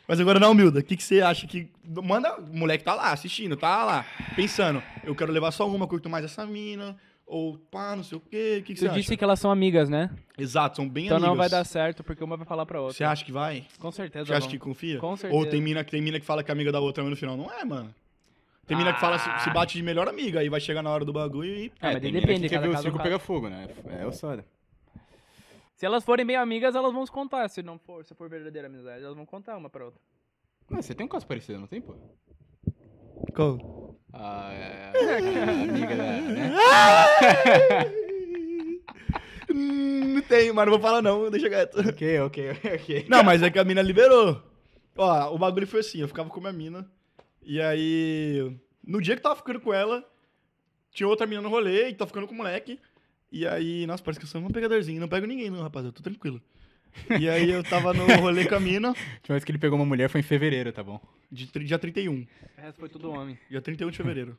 Speaker 1: Mas agora na humilda, o que, que você acha que. Manda. O moleque tá lá assistindo, tá lá, pensando. Eu quero levar só uma, curto mais essa mina. Ou pá, não sei o quê. O que, que você
Speaker 3: Tu disse
Speaker 1: acha?
Speaker 3: que elas são amigas, né?
Speaker 1: Exato, são bem
Speaker 3: Então
Speaker 1: amigas.
Speaker 3: não vai dar certo, porque uma vai falar pra outra.
Speaker 1: Você acha que vai?
Speaker 3: Com certeza
Speaker 1: Você acha
Speaker 3: vão.
Speaker 1: que confia?
Speaker 3: Com
Speaker 1: Ou
Speaker 3: certeza.
Speaker 1: tem mina, tem mina que fala que é amiga da outra, mas no final não é, mano. Tem mina que fala se, se bate de melhor amiga, aí vai chegar na hora do bagulho e.
Speaker 3: Ah, mas
Speaker 2: tem
Speaker 3: daí
Speaker 2: mina
Speaker 3: depende,
Speaker 2: que quer
Speaker 3: cada
Speaker 2: ver o
Speaker 3: caso é um
Speaker 2: circo
Speaker 3: caso.
Speaker 2: pega fogo, né? É o Soda.
Speaker 3: Se elas forem bem amigas, elas vão se contar. Se não for, se for verdadeira amizade, elas vão contar uma pra outra.
Speaker 2: Mas você tem um caso parecido, não tem, pô?
Speaker 1: Qual?
Speaker 2: Ah, é, a amiga da, né?
Speaker 1: Hum, Não tem, mas não vou falar não, deixa quieto.
Speaker 2: Ok, ok, ok.
Speaker 1: Não, mas é que a mina liberou. Ó, o bagulho foi assim, eu ficava com a minha mina. E aí, no dia que eu tava ficando com ela, tinha outra mina no rolê e tava ficando com o moleque. E aí, nossa, parece que eu sou um pegadorzinho. Não pego ninguém, não, rapaz, eu tô tranquilo. E aí eu tava no rolê com a mina,
Speaker 2: A última vez que ele pegou uma mulher foi em fevereiro, tá bom?
Speaker 1: de, tri- dia 31.
Speaker 3: O resto foi tudo homem.
Speaker 1: Dia 31 de fevereiro.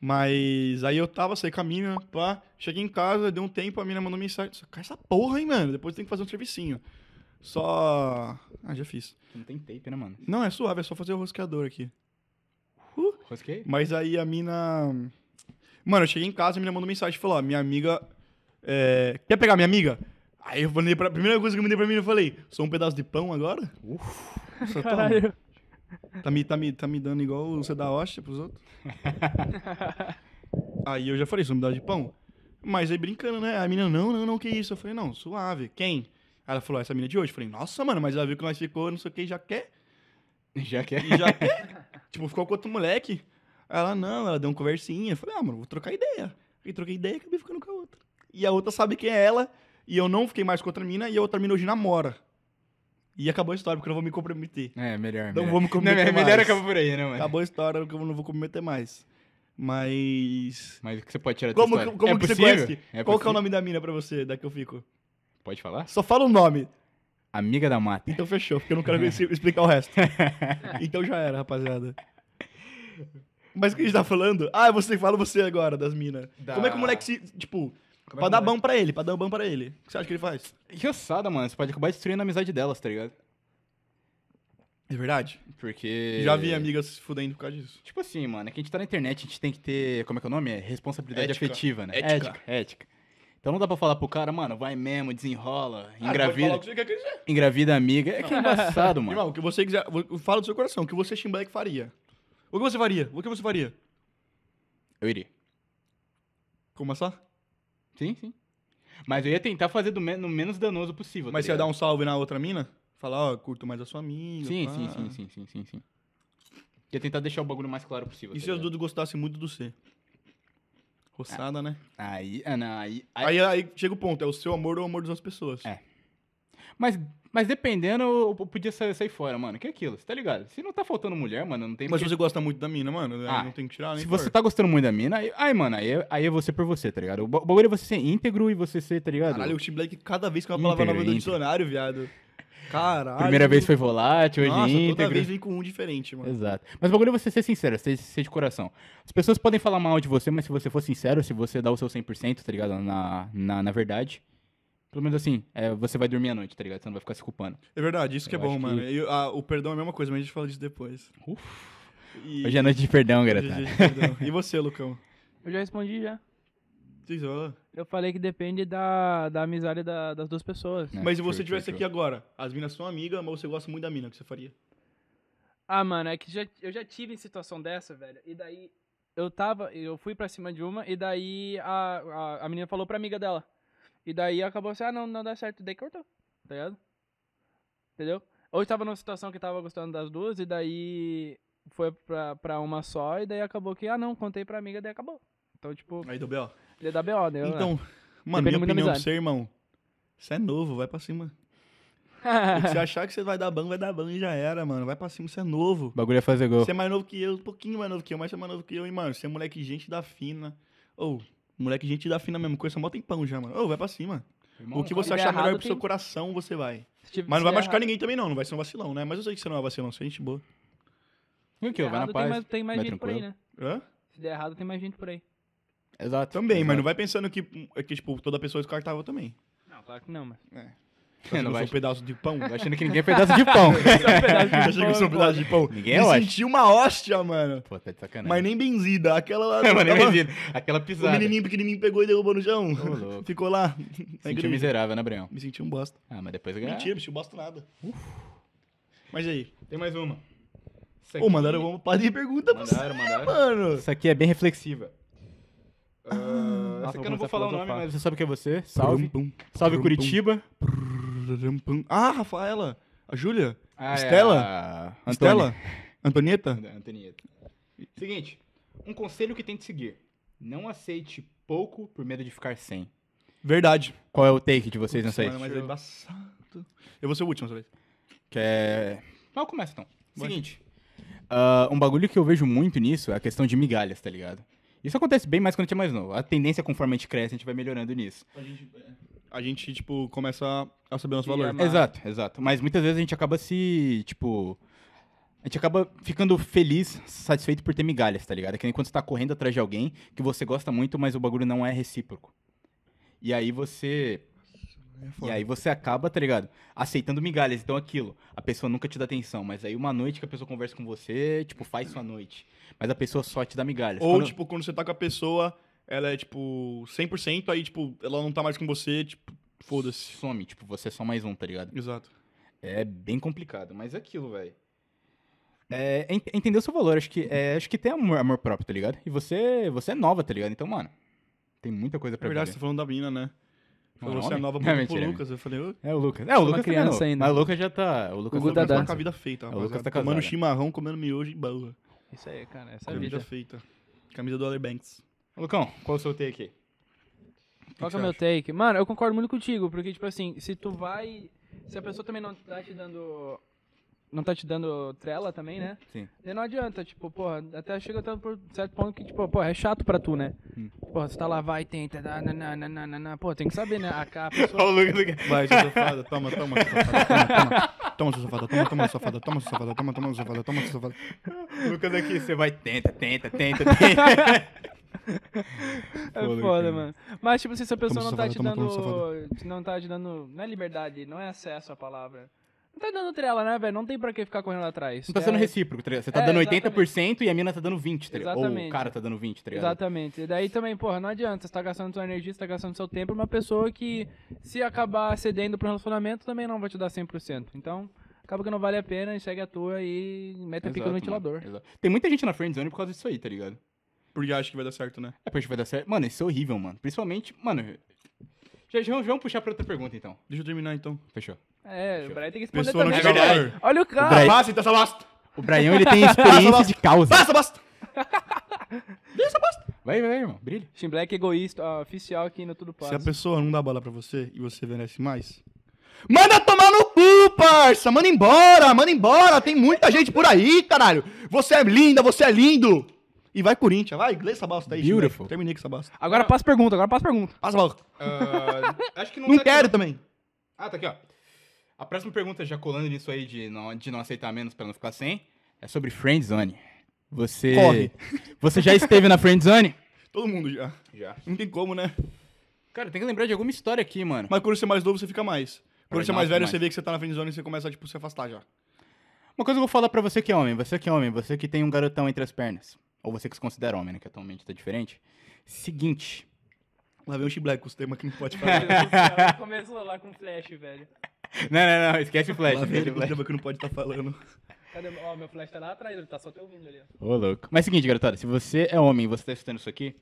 Speaker 1: Mas aí eu tava, saí com a mina, pá. Cheguei em casa, deu um tempo, a mina mandou mensagem. Só cai essa porra, hein, mano. Depois tem que fazer um servicinho. Só. Ah, já fiz.
Speaker 2: Não tem tape, né, mano?
Speaker 1: Não, é suave, é só fazer o rosqueador aqui.
Speaker 2: Rosquei?
Speaker 1: Mas aí a mina. Mano, eu cheguei em casa, a mina mandou mensagem e falou: Ó, minha amiga. é, Quer pegar minha amiga? Aí eu falei pra. A primeira coisa que eu mandei pra mim, eu falei: Sou um pedaço de pão agora? Só toma.
Speaker 3: Caralho.
Speaker 1: Tá me, tá, me, tá me dando igual você dá hóstia pros outros? aí eu já falei, isso me dá de pão. Mas aí brincando, né? A menina, não, não, não, que isso? Eu falei, não, suave. Quem? Aí ela falou, essa menina de hoje. Eu falei, nossa, mano, mas ela viu que nós ficou, não sei o que, já quer?
Speaker 2: Já que é.
Speaker 1: E já quer? tipo, ficou com outro moleque. Aí Ela, não, ela deu uma conversinha. Eu falei, ah, mano, vou trocar ideia. Aí troquei ideia e acabei ficando com a outra. E a outra sabe quem é ela. E eu não fiquei mais com a outra mina. E a outra mina hoje namora. E acabou a história, porque eu não vou me comprometer.
Speaker 2: É, melhor.
Speaker 1: Não
Speaker 2: melhor.
Speaker 1: vamos
Speaker 2: Não,
Speaker 1: comprometer
Speaker 2: é
Speaker 1: mais.
Speaker 2: melhor acaba por aí, né, mano?
Speaker 1: Acabou a história, que eu não vou comprometer mais. Mas.
Speaker 2: Mas o que você pode tirar dessa
Speaker 1: Como,
Speaker 2: história?
Speaker 1: como
Speaker 2: é
Speaker 1: que
Speaker 2: possível?
Speaker 1: você conhece?
Speaker 2: É
Speaker 1: Qual que é
Speaker 2: possível?
Speaker 1: o nome da mina pra você, da que eu fico?
Speaker 2: Pode falar?
Speaker 1: Só fala o nome.
Speaker 2: Amiga da Mata.
Speaker 1: Então fechou, porque eu não quero ex- explicar o resto. Então já era, rapaziada. Mas o que a gente tá falando? Ah, você fala você agora, das minas.
Speaker 2: Da-
Speaker 1: Como é que o moleque se. Tipo,
Speaker 2: Como é
Speaker 1: pra
Speaker 2: que
Speaker 1: dar
Speaker 2: o moleque-
Speaker 1: bom pra ele, pra dar bom pra ele. O que você acha que ele faz?
Speaker 2: Que ossada, mano. Você pode acabar destruindo a amizade delas, tá ligado?
Speaker 1: É verdade. É.
Speaker 2: Porque...
Speaker 1: Já vi amigas se fudendo por causa disso.
Speaker 2: Tipo assim, mano. É que a gente tá na internet, a gente tem que ter... Como é que é o nome? É responsabilidade
Speaker 1: Ética.
Speaker 2: afetiva, né?
Speaker 1: Ética.
Speaker 2: Ética. ética. Então não dá pra falar pro cara, mano, vai mesmo, desenrola,
Speaker 1: Ah,
Speaker 2: engravida,
Speaker 1: pode falar o que você quer que ele seja.
Speaker 2: engravida amiga. É que é embaçado, mano.
Speaker 1: Irmão, o que você quiser. vo- Fala do seu coração, o que você, Shin Black, faria? O que você faria? O que você faria?
Speaker 2: Eu iria.
Speaker 1: Começar?
Speaker 2: Sim, sim. Mas eu ia tentar fazer do men- no menos danoso possível.
Speaker 1: Mas
Speaker 2: tá
Speaker 1: você ia dar
Speaker 2: ligado?
Speaker 1: um salve na outra mina? Falar, ó, curto mais a sua mina.
Speaker 2: Sim,
Speaker 1: pá.
Speaker 2: sim, sim, sim, sim, sim, sim. Ia tentar deixar o bagulho mais claro possível.
Speaker 1: E
Speaker 2: tá
Speaker 1: se as
Speaker 2: ligado?
Speaker 1: duas gostassem muito do C? Roçada, né?
Speaker 2: Aí, ah, não, aí, aí-
Speaker 1: Aí, aí chega o ponto, é o seu amor ou o amor das outras pessoas.
Speaker 2: É. Mas, mas dependendo, eu eu podia sair, sair fora, mano. Que é aquilo, você tá ligado? Se não tá faltando mulher, mano, não tem
Speaker 1: Mas se
Speaker 2: porque-
Speaker 1: você gosta muito da mina, mano, aí
Speaker 2: Ah,
Speaker 1: não tem que tirar nem
Speaker 2: Se você
Speaker 1: pôr.
Speaker 2: tá gostando muito da mina, aí, aí, mano, aí, é- aí é você por você, tá ligado? O ba- o bagulho é você ser íntegro e você ser, tá ligado?
Speaker 1: Caralho, o Tim Black cada vez que é uma palavra
Speaker 2: Íntegro,
Speaker 1: nova do
Speaker 2: íntegro.
Speaker 1: dicionário, viado. Caralho.
Speaker 2: Primeira vez foi volátil, hoje é
Speaker 1: Nossa, toda
Speaker 2: íntegro.
Speaker 1: vez vem com um diferente, mano.
Speaker 2: Exato. Mas o bagulho é você ser sincero, ser, ser de coração. As pessoas podem falar mal de você, mas se você for sincero, se você dá o seu 100%, tá ligado? Na, na, na verdade, pelo menos assim, é, você vai dormir à noite, tá ligado? Você não vai ficar se culpando.
Speaker 1: É verdade, isso que
Speaker 2: Eu
Speaker 1: é bom,
Speaker 2: acho que-
Speaker 1: mano. E, ah, o perdão é a mesma coisa, mas a gente fala disso depois. E...
Speaker 2: Hoje é noite de perdão,
Speaker 1: Hoje é
Speaker 2: garota.
Speaker 1: dia de perdão. E você, Lucão?
Speaker 3: Eu já respondi já.
Speaker 1: O que você falou?
Speaker 2: É,
Speaker 3: Eu falei que depende da, da amizade da- das duas pessoas.
Speaker 2: É,
Speaker 1: Mas se
Speaker 2: true,
Speaker 1: você estivesse
Speaker 2: true,
Speaker 1: aqui
Speaker 2: true.
Speaker 1: agora, as minas são amigas, mas você gosta muito da mina, o que você faria?
Speaker 3: Ah, mano, é que já- eu já tive em situação dessa, velho. E daí eu tava, eu fui pra cima de uma, e daí a, a, a menina falou pra amiga dela. E daí acabou assim, ah, não, não dá certo. Daí cortou, tá ligado? Entendeu? Ou eu tava numa situação que eu tava gostando das duas, e daí foi pra, pra uma só, e daí acabou que, ah, não, contei pra amiga, daí acabou. Então, tipo,
Speaker 1: Aí do B.O.
Speaker 3: ele dá B.O., né?
Speaker 1: Então, mano,
Speaker 3: Depende
Speaker 1: minha
Speaker 3: muito da
Speaker 1: opinião pra
Speaker 3: amizade.
Speaker 1: você, irmão. Você é novo, vai pra cima. Se você achar que você vai dar ban, vai dar ban e já era, mano. Vai pra cima, você é novo.
Speaker 2: O bagulho é fazer gol.
Speaker 1: Você é mais novo que eu, um pouquinho mais novo que eu, mas você é mais novo que eu, hein, mano. Você é moleque gente da fina. Ou, moleque gente da fina mesmo, coisa mó tempão já, mano. Ô, vai pra cima. é o que
Speaker 3: cara,
Speaker 1: você
Speaker 3: se der
Speaker 1: achar melhor
Speaker 3: errado,
Speaker 1: pro seu
Speaker 3: tem-
Speaker 1: coração, você vai.
Speaker 3: Se tiver-
Speaker 1: Mas
Speaker 3: se
Speaker 1: não vai
Speaker 3: der
Speaker 1: machucar
Speaker 3: errado-
Speaker 1: ninguém também, não. Não vai ser um vacilão, né? Mas eu sei que você não é um vacilão, você é gente boa.
Speaker 2: E o que? Vai
Speaker 3: errado,
Speaker 2: na paz.
Speaker 3: Tem mais, tem mais
Speaker 2: vai
Speaker 3: gente por aí,
Speaker 2: tranquilo.
Speaker 3: né?
Speaker 1: Hã?
Speaker 3: Se der errado, tem mais gente por aí.
Speaker 2: Exato.
Speaker 1: Também, mas
Speaker 2: exato.
Speaker 1: não vai pensando que, que tipo, toda pessoa é descartável também.
Speaker 3: Não, claro que não, mas...
Speaker 1: Você
Speaker 2: Não
Speaker 1: não
Speaker 2: vai-
Speaker 1: um pedaço de pão.
Speaker 2: Tô achando que ninguém é pedaço de pão.
Speaker 1: Você que eu sou um pedaço de pão.
Speaker 2: Ninguém é
Speaker 1: Me
Speaker 2: ótimo.
Speaker 1: senti uma hóstia, mano.
Speaker 2: Pô, tá de sacanagem.
Speaker 1: Mas nem benzida. Aquela lá.
Speaker 2: Mas nem
Speaker 1: aquela-
Speaker 2: imagina. Aquela
Speaker 1: O
Speaker 2: pisada.
Speaker 1: menininho pequenininho pegou e derrubou no chão.
Speaker 2: Ô, louco.
Speaker 1: Ficou lá. na
Speaker 2: Sentiu
Speaker 1: igreja.
Speaker 2: miserável, né, Brião?
Speaker 1: Me senti um bosta.
Speaker 2: Ah, mas depois eu ganhei.
Speaker 1: Mentira, me senti um bosta nada. Mas e aí?
Speaker 2: Tem mais uma. Isso
Speaker 1: Ô, mandaram uma parada de pergunta pra você,
Speaker 2: Mandaram, mandaram.
Speaker 1: mano.
Speaker 2: Essa aqui é bem reflexiva. Ah,
Speaker 3: Nossa,
Speaker 2: essa aqui
Speaker 3: vou
Speaker 2: eu não vou
Speaker 3: começar a
Speaker 2: falar o nome,
Speaker 3: filosofar.
Speaker 2: mas você sabe que é você. Salve.
Speaker 1: Pum, pum,
Speaker 2: Salve
Speaker 1: pum,
Speaker 2: Curitiba.
Speaker 1: pum, pum. Ah, Rafaela. A Júlia.
Speaker 2: Ah, é
Speaker 1: Estela?
Speaker 2: a
Speaker 1: Estela. Antonieta.
Speaker 2: Antônia. Antonieta. Seguinte, um conselho que tem de seguir. Não aceite pouco por medo de ficar sem.
Speaker 1: Verdade.
Speaker 2: Qual é o take de vocês nessa aí?
Speaker 1: Mano, mas é embaçado. Eu vou ser o último essa vez.
Speaker 2: Que é... Mal começa então.
Speaker 1: Vai.
Speaker 2: Seguinte. ah, um bagulho que eu vejo muito nisso é a questão de migalhas, tá ligado? Isso acontece bem mais quando a gente é mais novo. A tendência, conforme a gente cresce, a gente vai melhorando nisso.
Speaker 1: A gente, tipo, começa a saber nosso
Speaker 3: E
Speaker 1: valor.
Speaker 3: a Mas-
Speaker 2: Exato, exato. Mas muitas vezes a gente acaba se, tipo... A gente acaba ficando feliz, satisfeito por ter migalhas, tá ligado? É que nem quando você tá correndo atrás de alguém que você gosta muito, mas o bagulho não é recíproco. E aí você
Speaker 1: É
Speaker 2: E
Speaker 1: foda.
Speaker 2: aí você acaba, tá ligado? Aceitando migalhas. Então aquilo, a pessoa nunca te dá atenção, mas aí uma noite que a pessoa conversa com você, tipo, faz sua noite. Mas a pessoa só te dá migalhas.
Speaker 1: Ou,
Speaker 2: Quando-
Speaker 1: tipo, quando você tá com a pessoa, ela é, tipo, 100%, aí, tipo, ela não tá mais com você, tipo, foda-se.
Speaker 2: some, tipo, você é só mais um, tá ligado?
Speaker 1: Exato.
Speaker 2: É bem complicado, mas é aquilo, velho. É, ent- entender o seu valor, acho que é, acho que tem amor, amor próprio, tá ligado? E você, você é nova, tá ligado? Então, mano, tem muita coisa
Speaker 1: É
Speaker 2: pra
Speaker 1: verdade, você
Speaker 2: viver.
Speaker 1: tá falando da mina, né? Falou,
Speaker 2: Não,
Speaker 1: você é
Speaker 2: homem?
Speaker 1: nova
Speaker 2: Não,
Speaker 1: muito pro
Speaker 2: mentira,
Speaker 1: Lucas. Eu falei, ô,
Speaker 2: É o Lucas. É, o
Speaker 3: uma
Speaker 2: Lucas também é
Speaker 3: criança
Speaker 2: novo,
Speaker 3: ainda.
Speaker 2: Mas o Lucas já tá, o Lucas
Speaker 1: o
Speaker 3: Guda
Speaker 2: tá
Speaker 1: Lucas tá
Speaker 3: dança.
Speaker 1: com a vida feita,
Speaker 2: É, o Lucas
Speaker 1: rapaziada.
Speaker 2: tá casado.
Speaker 1: Tomando chimarrão, comendo miojo e baú.
Speaker 3: Isso aí, cara. Essa é a
Speaker 1: Com a vida
Speaker 3: vida.
Speaker 1: feita. Camisa do Aller Banks.
Speaker 2: Lucão, qual é o seu take aí?
Speaker 3: Qual que
Speaker 1: você
Speaker 3: é o meu
Speaker 1: acha?
Speaker 3: take? Mano, eu concordo muito contigo, porque, tipo assim, se tu vai. Se a pessoa também não tá te dando. Não tá te dando trela também, né?
Speaker 2: Sim.
Speaker 3: Daí não adianta, tipo, porra, até chega até um por certo ponto que, tipo, porra, é chato pra tu, né? Porra, você tá lá, vai, tenta, na, na, na, na, na, na, na. Pô, tem que saber, né? A cá, a pessoa.
Speaker 2: Olha o Lucas aqui.
Speaker 1: Vai, sua safada, toma, toma, sua safada, toma, toma. Toma, sua safada, toma, toma, sua safada, toma, sua safada, toma, toma, sua safada, toma, sua safada.
Speaker 2: Lucas aqui, você vai, tenta, tenta, tenta, tenta.
Speaker 3: É
Speaker 2: cara.
Speaker 3: foda, mano. Mas, tipo, assim, se a pessoa não tá
Speaker 1: safada,
Speaker 3: te
Speaker 1: toma,
Speaker 3: dando.
Speaker 1: toma,
Speaker 3: Não tá te dando. Não é liberdade, não é acesso à palavra. Não tá dando trela, né, velho? Não tem pra que ficar correndo atrás.
Speaker 2: Não tá sendo
Speaker 3: É-
Speaker 2: recíproco, tá ligado? Você tá
Speaker 3: É,
Speaker 2: dando 80%
Speaker 3: exatamente.
Speaker 2: e a mina tá dando 20, tá ligado? Ou o
Speaker 3: Exatamente.
Speaker 2: cara tá dando 20, tá ligado?
Speaker 3: Exatamente. E daí também, porra, não adianta. Você tá gastando sua energia, você tá gastando seu tempo pra uma pessoa que, se acabar cedendo pro relacionamento, também não vai te dar 100%. Então, acaba que não vale a pena, e segue a tua e mete a
Speaker 2: Exato,
Speaker 3: pica no
Speaker 2: mano.
Speaker 3: ventilador.
Speaker 2: Exato. Tem muita gente na friendzone por causa disso aí, tá ligado?
Speaker 1: Porque acho que vai dar certo, né?
Speaker 2: É, porque a gente vai dar certo. Mano, isso é horrível, mano. Principalmente, mano... Já, já, já vamos puxar pra outra pergunta, então.
Speaker 1: Deixa eu terminar, então.
Speaker 2: Fechou.
Speaker 3: É, o Brian tem que responder
Speaker 1: Pessoa não
Speaker 3: também.
Speaker 1: te dá
Speaker 3: né,
Speaker 1: valor.
Speaker 3: velho? Olha o cara.
Speaker 2: Brian-
Speaker 1: Passa, então, essa bosta!
Speaker 2: O Brian, ele tem experiência de causa.
Speaker 1: Passa, bosta!
Speaker 2: Vai, vai, vai, irmão. Brilha.
Speaker 3: Shin Black é egoísta, ó, oficial aqui no Tudo
Speaker 1: Se
Speaker 3: Passa.
Speaker 1: a pessoa não dá bola pra você e você merece mais, manda tomar no cu, parça! Manda embora, manda embora! Tem muita gente por aí, caralho! Você é linda, você é lindo! E vai Corinthians, vai, lê essa bosta aí.
Speaker 2: Beautiful.
Speaker 1: Chico. Terminei com essa bosta.
Speaker 3: Agora passa pergunta, agora passa pergunta.
Speaker 1: Passa a bola.
Speaker 2: acho que tá
Speaker 1: Não quero também.
Speaker 2: Ah, tá aqui, ó. A próxima pergunta, já colando nisso aí de não, de não aceitar menos pra não ficar sem, é sobre friendzone. Você...
Speaker 1: Corre.
Speaker 2: Você já esteve na friendzone?
Speaker 1: Todo mundo já.
Speaker 2: Já.
Speaker 1: Não tem como, né?
Speaker 2: Cara, tem que lembrar de alguma história aqui, mano.
Speaker 1: Mas quando você é mais novo, você fica mais. Quando
Speaker 2: Mas
Speaker 1: você é mais
Speaker 2: nossa,
Speaker 1: velho,
Speaker 2: mais.
Speaker 1: você vê que você tá na friendzone e você começa a, tipo, se afastar já.
Speaker 2: Uma coisa que eu vou falar pra você que é homem, você que é homem, você que tem um garotão entre as pernas, ou você que se considera homem, né, que atualmente tá diferente. Seguinte,
Speaker 1: Lá vem o Chibleco, os temas que não pode
Speaker 3: Meu
Speaker 1: falar.
Speaker 3: Deus do céu, Começou lá com flash, velho.
Speaker 2: não, não, não, esquece o flash,
Speaker 1: Lá vem
Speaker 2: esquece o
Speaker 1: ele com o
Speaker 2: flash.
Speaker 1: tema que não pode estar falando.
Speaker 3: Cadê? Ó, meu flash tá lá atrás, ele tá só te ouvindo ali. ó.
Speaker 2: Ô, louco. Mas seguinte, garotada, se você é homem e você tá escutando isso aqui,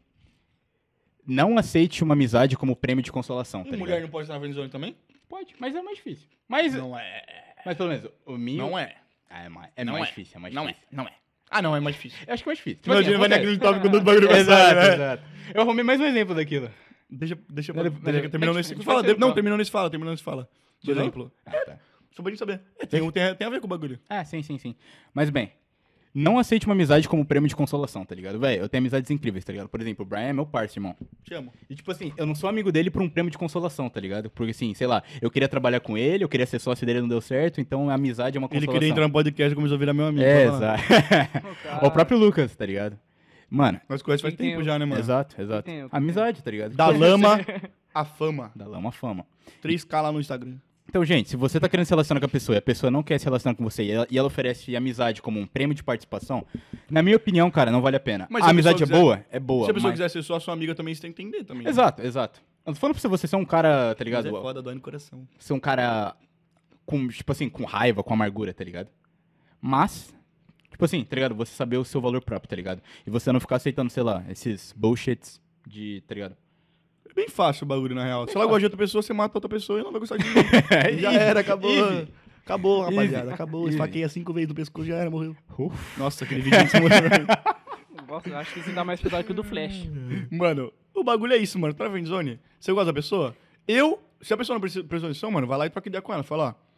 Speaker 2: não aceite uma amizade como prêmio de consolação, tá ligado?
Speaker 1: não pode estar vendo zone também?
Speaker 2: Pode, mas é mais difícil. Mas,
Speaker 1: Não é.
Speaker 2: mas pelo menos, o meu...
Speaker 1: é.
Speaker 2: Ah, é mais, é
Speaker 1: Não
Speaker 2: mais
Speaker 1: é.
Speaker 2: difícil, é mais
Speaker 1: Não é.
Speaker 2: difícil.
Speaker 1: Não é. Ah, não, é mais difícil.
Speaker 2: Eu acho que é mais difícil. Tipo
Speaker 1: Meu
Speaker 2: assim,
Speaker 1: Deus, vai
Speaker 2: acontece.
Speaker 1: naquele tópico do bagulho passado,
Speaker 2: Exato,
Speaker 1: né?
Speaker 2: exato. Eu arrumei mais um exemplo daquilo.
Speaker 1: Deixa, deixa,
Speaker 2: Não,
Speaker 1: pra-
Speaker 2: não,
Speaker 1: deixa
Speaker 2: não,
Speaker 1: que terminou
Speaker 2: não,
Speaker 1: nesse.
Speaker 2: não,
Speaker 1: Fala,
Speaker 2: não,
Speaker 1: de- não,
Speaker 2: não.
Speaker 1: terminou nesse fala, terminou nesse fala. Por
Speaker 2: Tirou?
Speaker 1: exemplo.
Speaker 2: Ah, tá.
Speaker 1: Só pra gente saber. É, tem, um- tem, tem a ver com o bagulho.
Speaker 2: Ah, sim, sim, sim. Mas bem, não aceite uma amizade como prêmio de consolação, tá ligado? Véi, eu tenho amizades incríveis, tá ligado? Por exemplo, o Brian é meu parceiro, irmão.
Speaker 1: Te amo.
Speaker 2: E tipo assim, eu não sou amigo dele por um prêmio de consolação, tá ligado? Porque assim, sei lá, eu queria trabalhar com ele, eu queria ser sócio dele, não deu certo, então a amizade é uma
Speaker 1: Ele
Speaker 2: consolação.
Speaker 1: queria entrar no podcast e começou a virar meu amigo.
Speaker 2: É,
Speaker 1: pode falar.
Speaker 2: exato.
Speaker 3: cara.
Speaker 2: o próprio Lucas, tá ligado? Mano,
Speaker 1: Nós conhecemos faz
Speaker 3: Quem tem
Speaker 1: tempo
Speaker 3: o-
Speaker 1: já, né, mano?
Speaker 2: exato, exato.
Speaker 3: tem, É. eu tenho.
Speaker 2: Amizade, tá ligado?
Speaker 1: Da
Speaker 2: Tipo,
Speaker 1: lama à fama.
Speaker 2: Da lama à fama.
Speaker 1: 3K lá no Instagram.
Speaker 2: Então, gente, se você tá querendo se relacionar com a pessoa e a pessoa não quer se relacionar com você e ela, e ela oferece amizade como um prêmio de participação, na minha opinião, cara, não vale a pena.
Speaker 1: Mas se
Speaker 2: a
Speaker 1: a pessoa
Speaker 2: amizade
Speaker 1: quiser-
Speaker 2: é boa? É boa.
Speaker 1: Se a pessoa
Speaker 2: mas-
Speaker 1: quiser ser só sua amiga também, você tem que entender também. né?
Speaker 2: Exato, exato. Eu tô falando pra você, você ser um cara, tá
Speaker 1: Mas
Speaker 2: ligado?
Speaker 1: é foda, dói no coração.
Speaker 2: Ser um cara com, tipo assim, com raiva, com amargura, tá ligado? Mas, tipo assim, tá ligado? Você saber o seu valor próprio, tá ligado? E você não ficar aceitando, sei lá, esses bullshits de, tá ligado?
Speaker 1: É bem fácil o bagulho, na real. Se ela gosta de outra pessoa, você mata outra pessoa e ela vai gostar de mim. já
Speaker 2: Easy,
Speaker 1: era, acabou.
Speaker 2: easy.
Speaker 1: Acabou,
Speaker 2: Easy.
Speaker 1: rapaziada. Acabou.
Speaker 2: Easy.
Speaker 1: Esfaqueia cinco vezes no pescoço, já era, morreu.
Speaker 2: Uf.
Speaker 1: Nossa, aquele vídeo antes morreu. né?
Speaker 3: Nossa, eu acho que isso dá mais pesado que o do flash.
Speaker 1: Mano, o bagulho é isso, mano. Tá na friendzone? Você gosta da pessoa? Eu, se a pessoa não precisa precisa de atenção, mano, vai lá e troca ideia com ela. Fala, ó.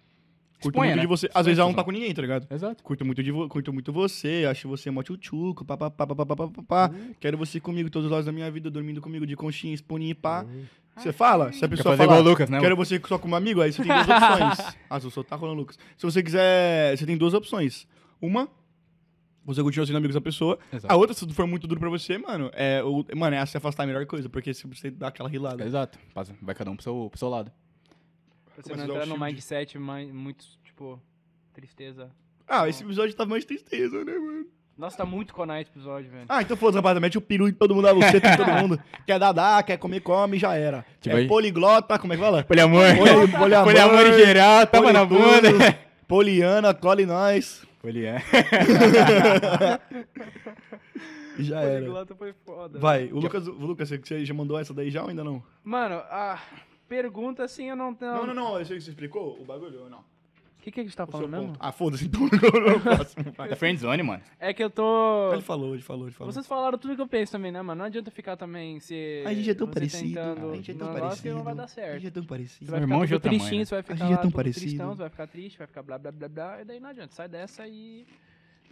Speaker 1: Curto
Speaker 2: Exponha,
Speaker 1: muito
Speaker 2: né?
Speaker 1: de você.
Speaker 2: Exponha
Speaker 1: Às vezes ela não
Speaker 2: sua
Speaker 1: tá com ninguém, tá ligado?
Speaker 2: Exato.
Speaker 1: Curto muito, de vo- curto muito você, acho você mó tchutchuco, pá, pá, pá, pá, pá, pá, pá, pá, pá. Quero você comigo todos os lados da minha vida, dormindo comigo de conchinha, esponinha e pá. Você fala, se a
Speaker 2: Quer
Speaker 1: pessoa
Speaker 2: fazer
Speaker 1: fala,
Speaker 2: igual o Lucas, né?
Speaker 1: quero você só como amigo, aí você tem duas opções. Ah, você só tá rolando Lucas. Se você quiser, você tem duas opções. Uma, você continua sendo amigo da pessoa.
Speaker 2: Exato.
Speaker 1: A outra, se for muito duro pra você, mano, é, o, mano, é se afastar a melhor coisa, porque se você dá aquela rilada.
Speaker 2: Exato. Passa- Vai cada um pro seu, pro seu lado.
Speaker 3: Pra você
Speaker 1: Começa a usar
Speaker 3: não
Speaker 1: o
Speaker 3: entrar num
Speaker 1: shield.
Speaker 3: mindset mai- muito, tipo, tristeza.
Speaker 1: Ah, esse episódio tá mais tristeza, né, mano?
Speaker 3: Nossa, tá muito conai esse episódio, velho.
Speaker 1: Ah, então foda-se, rapaz, mete o peru em todo mundo, a você em todo mundo. Quer dar, dá, quer comer, come, já era.
Speaker 2: Tipo
Speaker 1: é
Speaker 2: aí.
Speaker 1: poliglota, como é que fala?
Speaker 2: Poliamor.
Speaker 1: Poli- poliamor.
Speaker 2: Poliamor em geral, tá tava
Speaker 1: Poli
Speaker 2: na
Speaker 1: tudo,
Speaker 2: bunda.
Speaker 1: Poliana, cole nós.
Speaker 2: Poliam.
Speaker 1: Já
Speaker 3: O
Speaker 1: era.
Speaker 3: Poliglota foi foda.
Speaker 1: Vai, o Lucas, o Lucas, você- você já mandou essa daí já ou ainda não?
Speaker 3: Mano, a pergunta assim eu não tenho.
Speaker 1: Não, não, não, eu sei que você explicou o bagulho ou não?
Speaker 3: O que, que a gente tá
Speaker 1: O seu
Speaker 3: falando mesmo?
Speaker 1: ponto. Ah, foda-se, então não próximo.
Speaker 2: Tá friendzone, mano.
Speaker 3: É que eu tô.
Speaker 1: Ele falou, ele falou, ele falou.
Speaker 3: Vocês falaram tudo que eu penso também, né, mano? Não adianta ficar também se.
Speaker 1: A gente é tão
Speaker 3: você
Speaker 1: parecido.
Speaker 3: tentando
Speaker 1: A gente é
Speaker 3: um
Speaker 1: tão
Speaker 3: negócio
Speaker 1: parecido.
Speaker 3: que não vai dar
Speaker 1: A
Speaker 3: certo.
Speaker 1: gente é tão
Speaker 3: Você
Speaker 1: parecido.
Speaker 3: vai
Speaker 2: Meu
Speaker 3: ficar
Speaker 2: irmão já é
Speaker 3: todo
Speaker 2: outro tamanho,
Speaker 3: tristinho,
Speaker 2: né?
Speaker 3: você vai ficar
Speaker 1: gente é
Speaker 3: lá
Speaker 1: tão
Speaker 3: todo
Speaker 1: parecido.
Speaker 3: tristão, você vai ficar triste, vai ficar blá blá blá blá, e daí não adianta, sai dessa e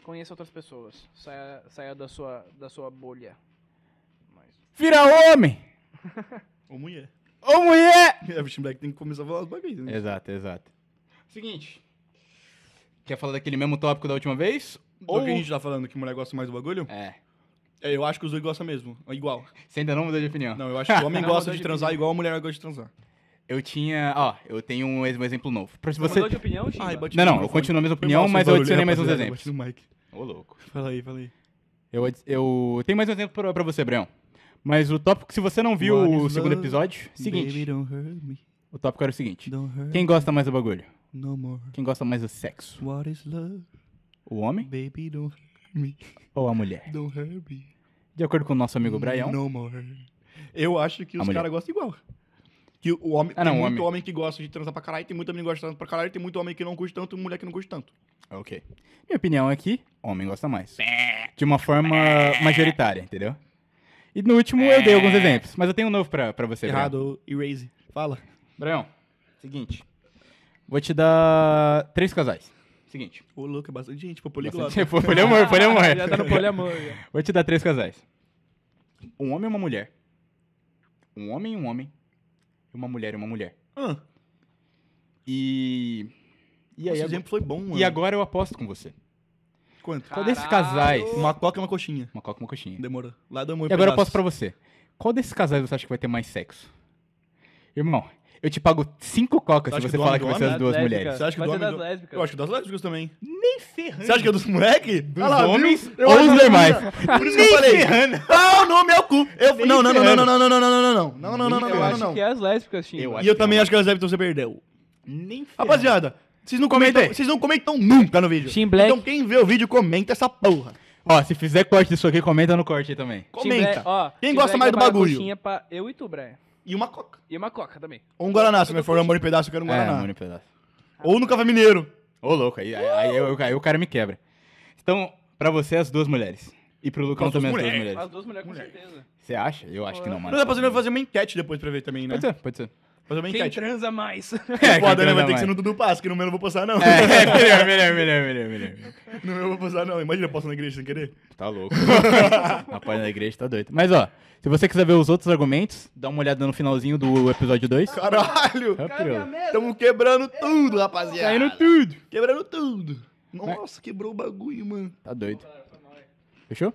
Speaker 3: conheça outras pessoas. Saia, saia da, sua, da sua bolha. Mas...
Speaker 2: Vira homem!
Speaker 1: Ou mulher.
Speaker 2: Ô mulher!
Speaker 1: É, o Tim Black tem que começar a falar os bagulhos. Né?
Speaker 2: Exato, exato. Seguinte. Quer falar daquele mesmo tópico da última vez?
Speaker 1: Do que a gente tá falando, que mulher gosta mais do bagulho?
Speaker 2: É.
Speaker 1: É, eu acho que os dois gostam mesmo. É Igual.
Speaker 2: Você ainda não mudou de opinião?
Speaker 1: Não, eu acho que o homem
Speaker 3: Não,
Speaker 1: gosta
Speaker 3: mudou
Speaker 1: de
Speaker 3: de
Speaker 1: transar igual a mulher gosta de transar.
Speaker 2: Eu tinha. Ó, eu tenho um, ex- um exemplo novo. Pra se você.
Speaker 3: Mudou de opinião, Chico?
Speaker 1: bati
Speaker 2: Não,
Speaker 1: no
Speaker 2: não, eu
Speaker 1: microfone.
Speaker 2: continuo a mesma
Speaker 1: Foi
Speaker 2: opinião,
Speaker 1: mal seu
Speaker 2: mas eu
Speaker 1: barulho,
Speaker 2: adicionei mais uns
Speaker 1: rapaziada, eu bati
Speaker 2: exemplos.
Speaker 1: no mic.
Speaker 2: Ô, louco.
Speaker 1: Fala aí, fala aí.
Speaker 2: Eu, adi- eu tenho mais um exemplo pra, pra você, Breão. Mas o tópico, se você não viu
Speaker 1: What
Speaker 2: o
Speaker 1: is
Speaker 2: segundo
Speaker 1: love?
Speaker 2: episódio,
Speaker 1: Baby,
Speaker 2: seguinte.
Speaker 1: don't hurt me,
Speaker 2: O tópico era o seguinte.
Speaker 1: don't hurt
Speaker 2: Quem gosta mais do bagulho?
Speaker 1: no more.
Speaker 2: Quem gosta mais do sexo?
Speaker 1: What is love?
Speaker 2: O homem
Speaker 1: Baby, don't hurt me,
Speaker 2: ou a mulher?
Speaker 1: don't hurt me.
Speaker 2: De acordo com o nosso amigo Braião.
Speaker 1: No more. Eu acho que
Speaker 2: A
Speaker 1: os
Speaker 2: mulher.
Speaker 1: caras gostam igual. Que o homem,
Speaker 2: Ah,
Speaker 1: tem
Speaker 2: não, o
Speaker 1: muito
Speaker 2: homem.
Speaker 1: homem. que gosta de transar pra caralho, tem muito homem que gosta de transar pra caralho, tem muito homem que não curte tanto, mulher que não curte tanto.
Speaker 2: Ok. Minha opinião é que homem gosta mais. De uma forma majoritária, entendeu? E no último eu dei alguns exemplos, mas eu tenho um novo pra, pra você,
Speaker 1: Errado, erase. Fala.
Speaker 2: Brão. Seguinte. Vou te dar três casais. Seguinte.
Speaker 1: Ô, louco, é bastante gente, pô, poliglota.
Speaker 2: Bastante- Pô, Poliamor, poliamor.
Speaker 3: Já tá no poliamor. já.
Speaker 2: Vou te dar três casais. Um homem e uma mulher. Um homem e um homem. E uma mulher e uma mulher.
Speaker 1: Ah,
Speaker 2: E... E aí,
Speaker 1: esse
Speaker 2: agora...
Speaker 1: exemplo foi bom, mano.
Speaker 2: E agora eu aposto com você.
Speaker 1: Quanto?
Speaker 2: Qual desses casais...
Speaker 3: Caralho.
Speaker 1: Uma coca e uma coxinha.
Speaker 2: Uma coca e uma coxinha.
Speaker 1: Demorou. Lá do amor
Speaker 2: E agora eu posso
Speaker 1: pedaços.
Speaker 2: pra você. Qual desses casais você acha que vai ter mais sexo? Irmão, eu te pago cinco cocas
Speaker 1: Acho
Speaker 2: se
Speaker 1: que
Speaker 2: você
Speaker 1: do
Speaker 2: falar
Speaker 1: homem
Speaker 2: que
Speaker 1: do
Speaker 2: você é as
Speaker 1: homem,
Speaker 2: duas
Speaker 3: lésbica.
Speaker 2: mulheres.
Speaker 1: Você acha que
Speaker 3: Mas
Speaker 1: do
Speaker 3: é
Speaker 1: homem
Speaker 3: das
Speaker 1: do-
Speaker 3: lésbicas.
Speaker 1: Eu acho que das lésbicas também.
Speaker 2: Nem ferrando.
Speaker 1: Você acha que é dos moleque?
Speaker 2: Hum. Dos
Speaker 1: Ah lá, viu?
Speaker 2: homens
Speaker 1: Eu
Speaker 2: ou
Speaker 1: acho
Speaker 2: os
Speaker 1: que é
Speaker 2: normais.
Speaker 1: mina. Por isso que eu falei. Ah, no meu cu. Eu,
Speaker 2: Nem
Speaker 1: não, não,
Speaker 2: ferrando.
Speaker 1: não, não, não, não, não, não, não, não, não, não, não, não, não,
Speaker 2: Eu
Speaker 1: não,
Speaker 2: acho
Speaker 1: não, não.
Speaker 3: que é as lésbicas, Tim.
Speaker 2: Eu
Speaker 1: E eu também
Speaker 2: não.
Speaker 1: acho que as lésbicas você perdeu.
Speaker 2: Nem ferrando.
Speaker 1: Rapaziada, vocês não comentam,
Speaker 2: Comentei.
Speaker 1: vocês não comentam nunca no vídeo.
Speaker 3: Team Black.
Speaker 1: Então quem vê o vídeo, comenta essa porra.
Speaker 2: Ó, se fizer corte disso aqui, comenta no corte aí também.
Speaker 1: Comenta. Quem gosta
Speaker 2: é
Speaker 1: mais do bagulho?
Speaker 3: Pra eu e tu, Brian.
Speaker 1: E uma coca.
Speaker 3: E uma coca também.
Speaker 1: Ou um Guaraná, se
Speaker 3: Eu
Speaker 1: me
Speaker 3: tô
Speaker 1: for um amor em pedaço, eu quero um
Speaker 2: É,
Speaker 1: Guaraná.
Speaker 2: mano, um pedaço.
Speaker 1: Ou no Café Mineiro.
Speaker 2: Ô, louco, aí, aí, aí, eu- aí o cara me quebra. Então, pra você, as duas mulheres. E pro Lucão
Speaker 1: As duas
Speaker 2: também as duas
Speaker 1: mulheres.
Speaker 2: mulheres.
Speaker 3: As duas mulheres, com certeza.
Speaker 2: Você acha? Eu acho que não,
Speaker 1: Não
Speaker 2: mano.
Speaker 1: dá pra fazer- fazer uma enquete depois pra ver também, né?
Speaker 2: Pode ser, pode ser.
Speaker 1: Fazer uma
Speaker 3: Quem
Speaker 1: enquete.
Speaker 3: transa mais?
Speaker 2: É, quem
Speaker 1: Foda, né?
Speaker 2: transa
Speaker 1: Vai ter que
Speaker 2: mais.
Speaker 1: ser no Dudu Paz, que no meu eu não vou passar, não.
Speaker 2: É, melhor, melhor, melhor, melhor, melhor.
Speaker 1: No meu eu vou passar, não. Imagina, eu passo na igreja sem querer.
Speaker 2: Tá louco. Rapaz da igreja tá doido. Mas ó, se você quiser ver os outros argumentos, dá uma olhada no finalzinho do episódio Tá 2.
Speaker 1: Caralho! Tamo quebrando tudo, rapaziada.
Speaker 2: Caindo tudo.
Speaker 1: Quebrando tudo. Nossa, quebrou o bagulho, mano.
Speaker 2: Tá doido. Fechou?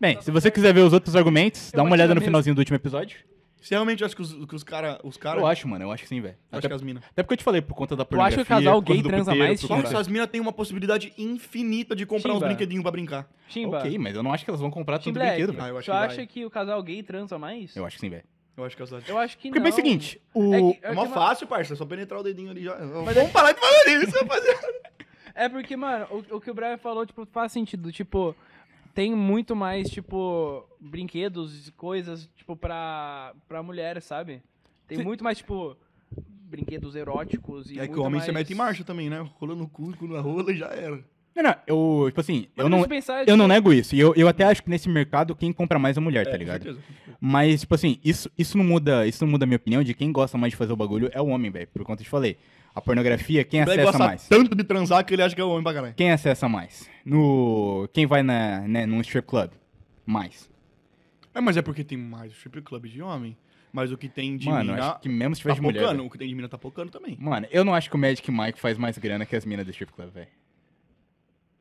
Speaker 2: Bem, se você quiser ver os outros argumentos, dá uma
Speaker 3: bati
Speaker 2: olhada
Speaker 3: na
Speaker 2: no
Speaker 3: mesa.
Speaker 2: finalzinho do último episódio.
Speaker 1: Você realmente acha que os, que os caras. Os cara,
Speaker 2: Eu acho, mano, eu acho que sim, velho.
Speaker 1: acho
Speaker 2: Até,
Speaker 1: que as minas.
Speaker 2: até porque eu te falei, por conta da
Speaker 3: acha que
Speaker 2: pornografia...
Speaker 3: o casal
Speaker 2: por conta
Speaker 3: gay
Speaker 2: do
Speaker 3: transa
Speaker 2: puteiro,
Speaker 3: mais,
Speaker 2: por
Speaker 3: Chico?
Speaker 2: conta-
Speaker 1: Nossa, as minas têm uma possibilidade infinita de comprar uns
Speaker 3: Chimba.
Speaker 1: brinquedinhos pra brincar.
Speaker 3: Chimba.
Speaker 2: Ok, mas eu não acho que elas vão comprar
Speaker 3: Tim
Speaker 2: tudo
Speaker 3: Black,
Speaker 2: brinquedo, velho.
Speaker 1: Ah, eu acho
Speaker 3: tu
Speaker 1: que vai.
Speaker 3: acha que o casal gay transa mais?
Speaker 2: Eu acho que sim, velho.
Speaker 1: Eu acho que elas.
Speaker 3: Eu acho que
Speaker 2: Porque
Speaker 3: não.
Speaker 2: pensa o seguinte,
Speaker 3: É,
Speaker 2: o...
Speaker 3: que-
Speaker 1: É mó
Speaker 3: que,
Speaker 1: fácil, parça. É só penetrar o dedinho ali já. Vamos parar de falar isso, rapaziada.
Speaker 3: É porque, mano, o, o que o Brian falou, tipo, faz sentido. Tipo, tem muito mais, tipo, brinquedos, coisas, tipo, pra, pra mulher, sabe? Tem muito mais, tipo, brinquedos eróticos e
Speaker 1: É que
Speaker 3: muito
Speaker 1: o homem
Speaker 3: mais...
Speaker 1: se mete em marcha também, né? Rolando no cu, cu na rola e já era.
Speaker 2: Não, não, eu... Tipo assim,
Speaker 3: Mas
Speaker 2: eu não...
Speaker 3: se é assim. Pensar, tipo,
Speaker 2: Eu não nego isso. E eu, eu até acho que nesse mercado quem compra mais é a mulher,
Speaker 1: É,
Speaker 2: tá
Speaker 1: com
Speaker 2: ligado?
Speaker 1: certeza.
Speaker 2: Mas, tipo assim, isso, isso não muda, isso não muda a minha opinião de quem gosta mais de fazer o bagulho é o homem, velho. Por conta que eu te falei. A pornografia, quem
Speaker 1: O moleque
Speaker 2: acessa
Speaker 1: gosta
Speaker 2: mais?
Speaker 1: tanto de transar que ele acha que é o homem pra caralho.
Speaker 2: Quem acessa mais? No. Quem vai na, né, num strip club? Mais.
Speaker 1: É, mas é porque tem mais strip club de homem. Mas o que tem de
Speaker 2: Mano,
Speaker 1: mina
Speaker 2: acho que mesmo se tiver
Speaker 1: tá
Speaker 2: de
Speaker 1: pocando.
Speaker 2: mulher.
Speaker 1: o que tem de mina tá pocando também.
Speaker 2: velho. Mano, eu não acho que o Magic Mike faz mais grana que as minas do strip club, velho.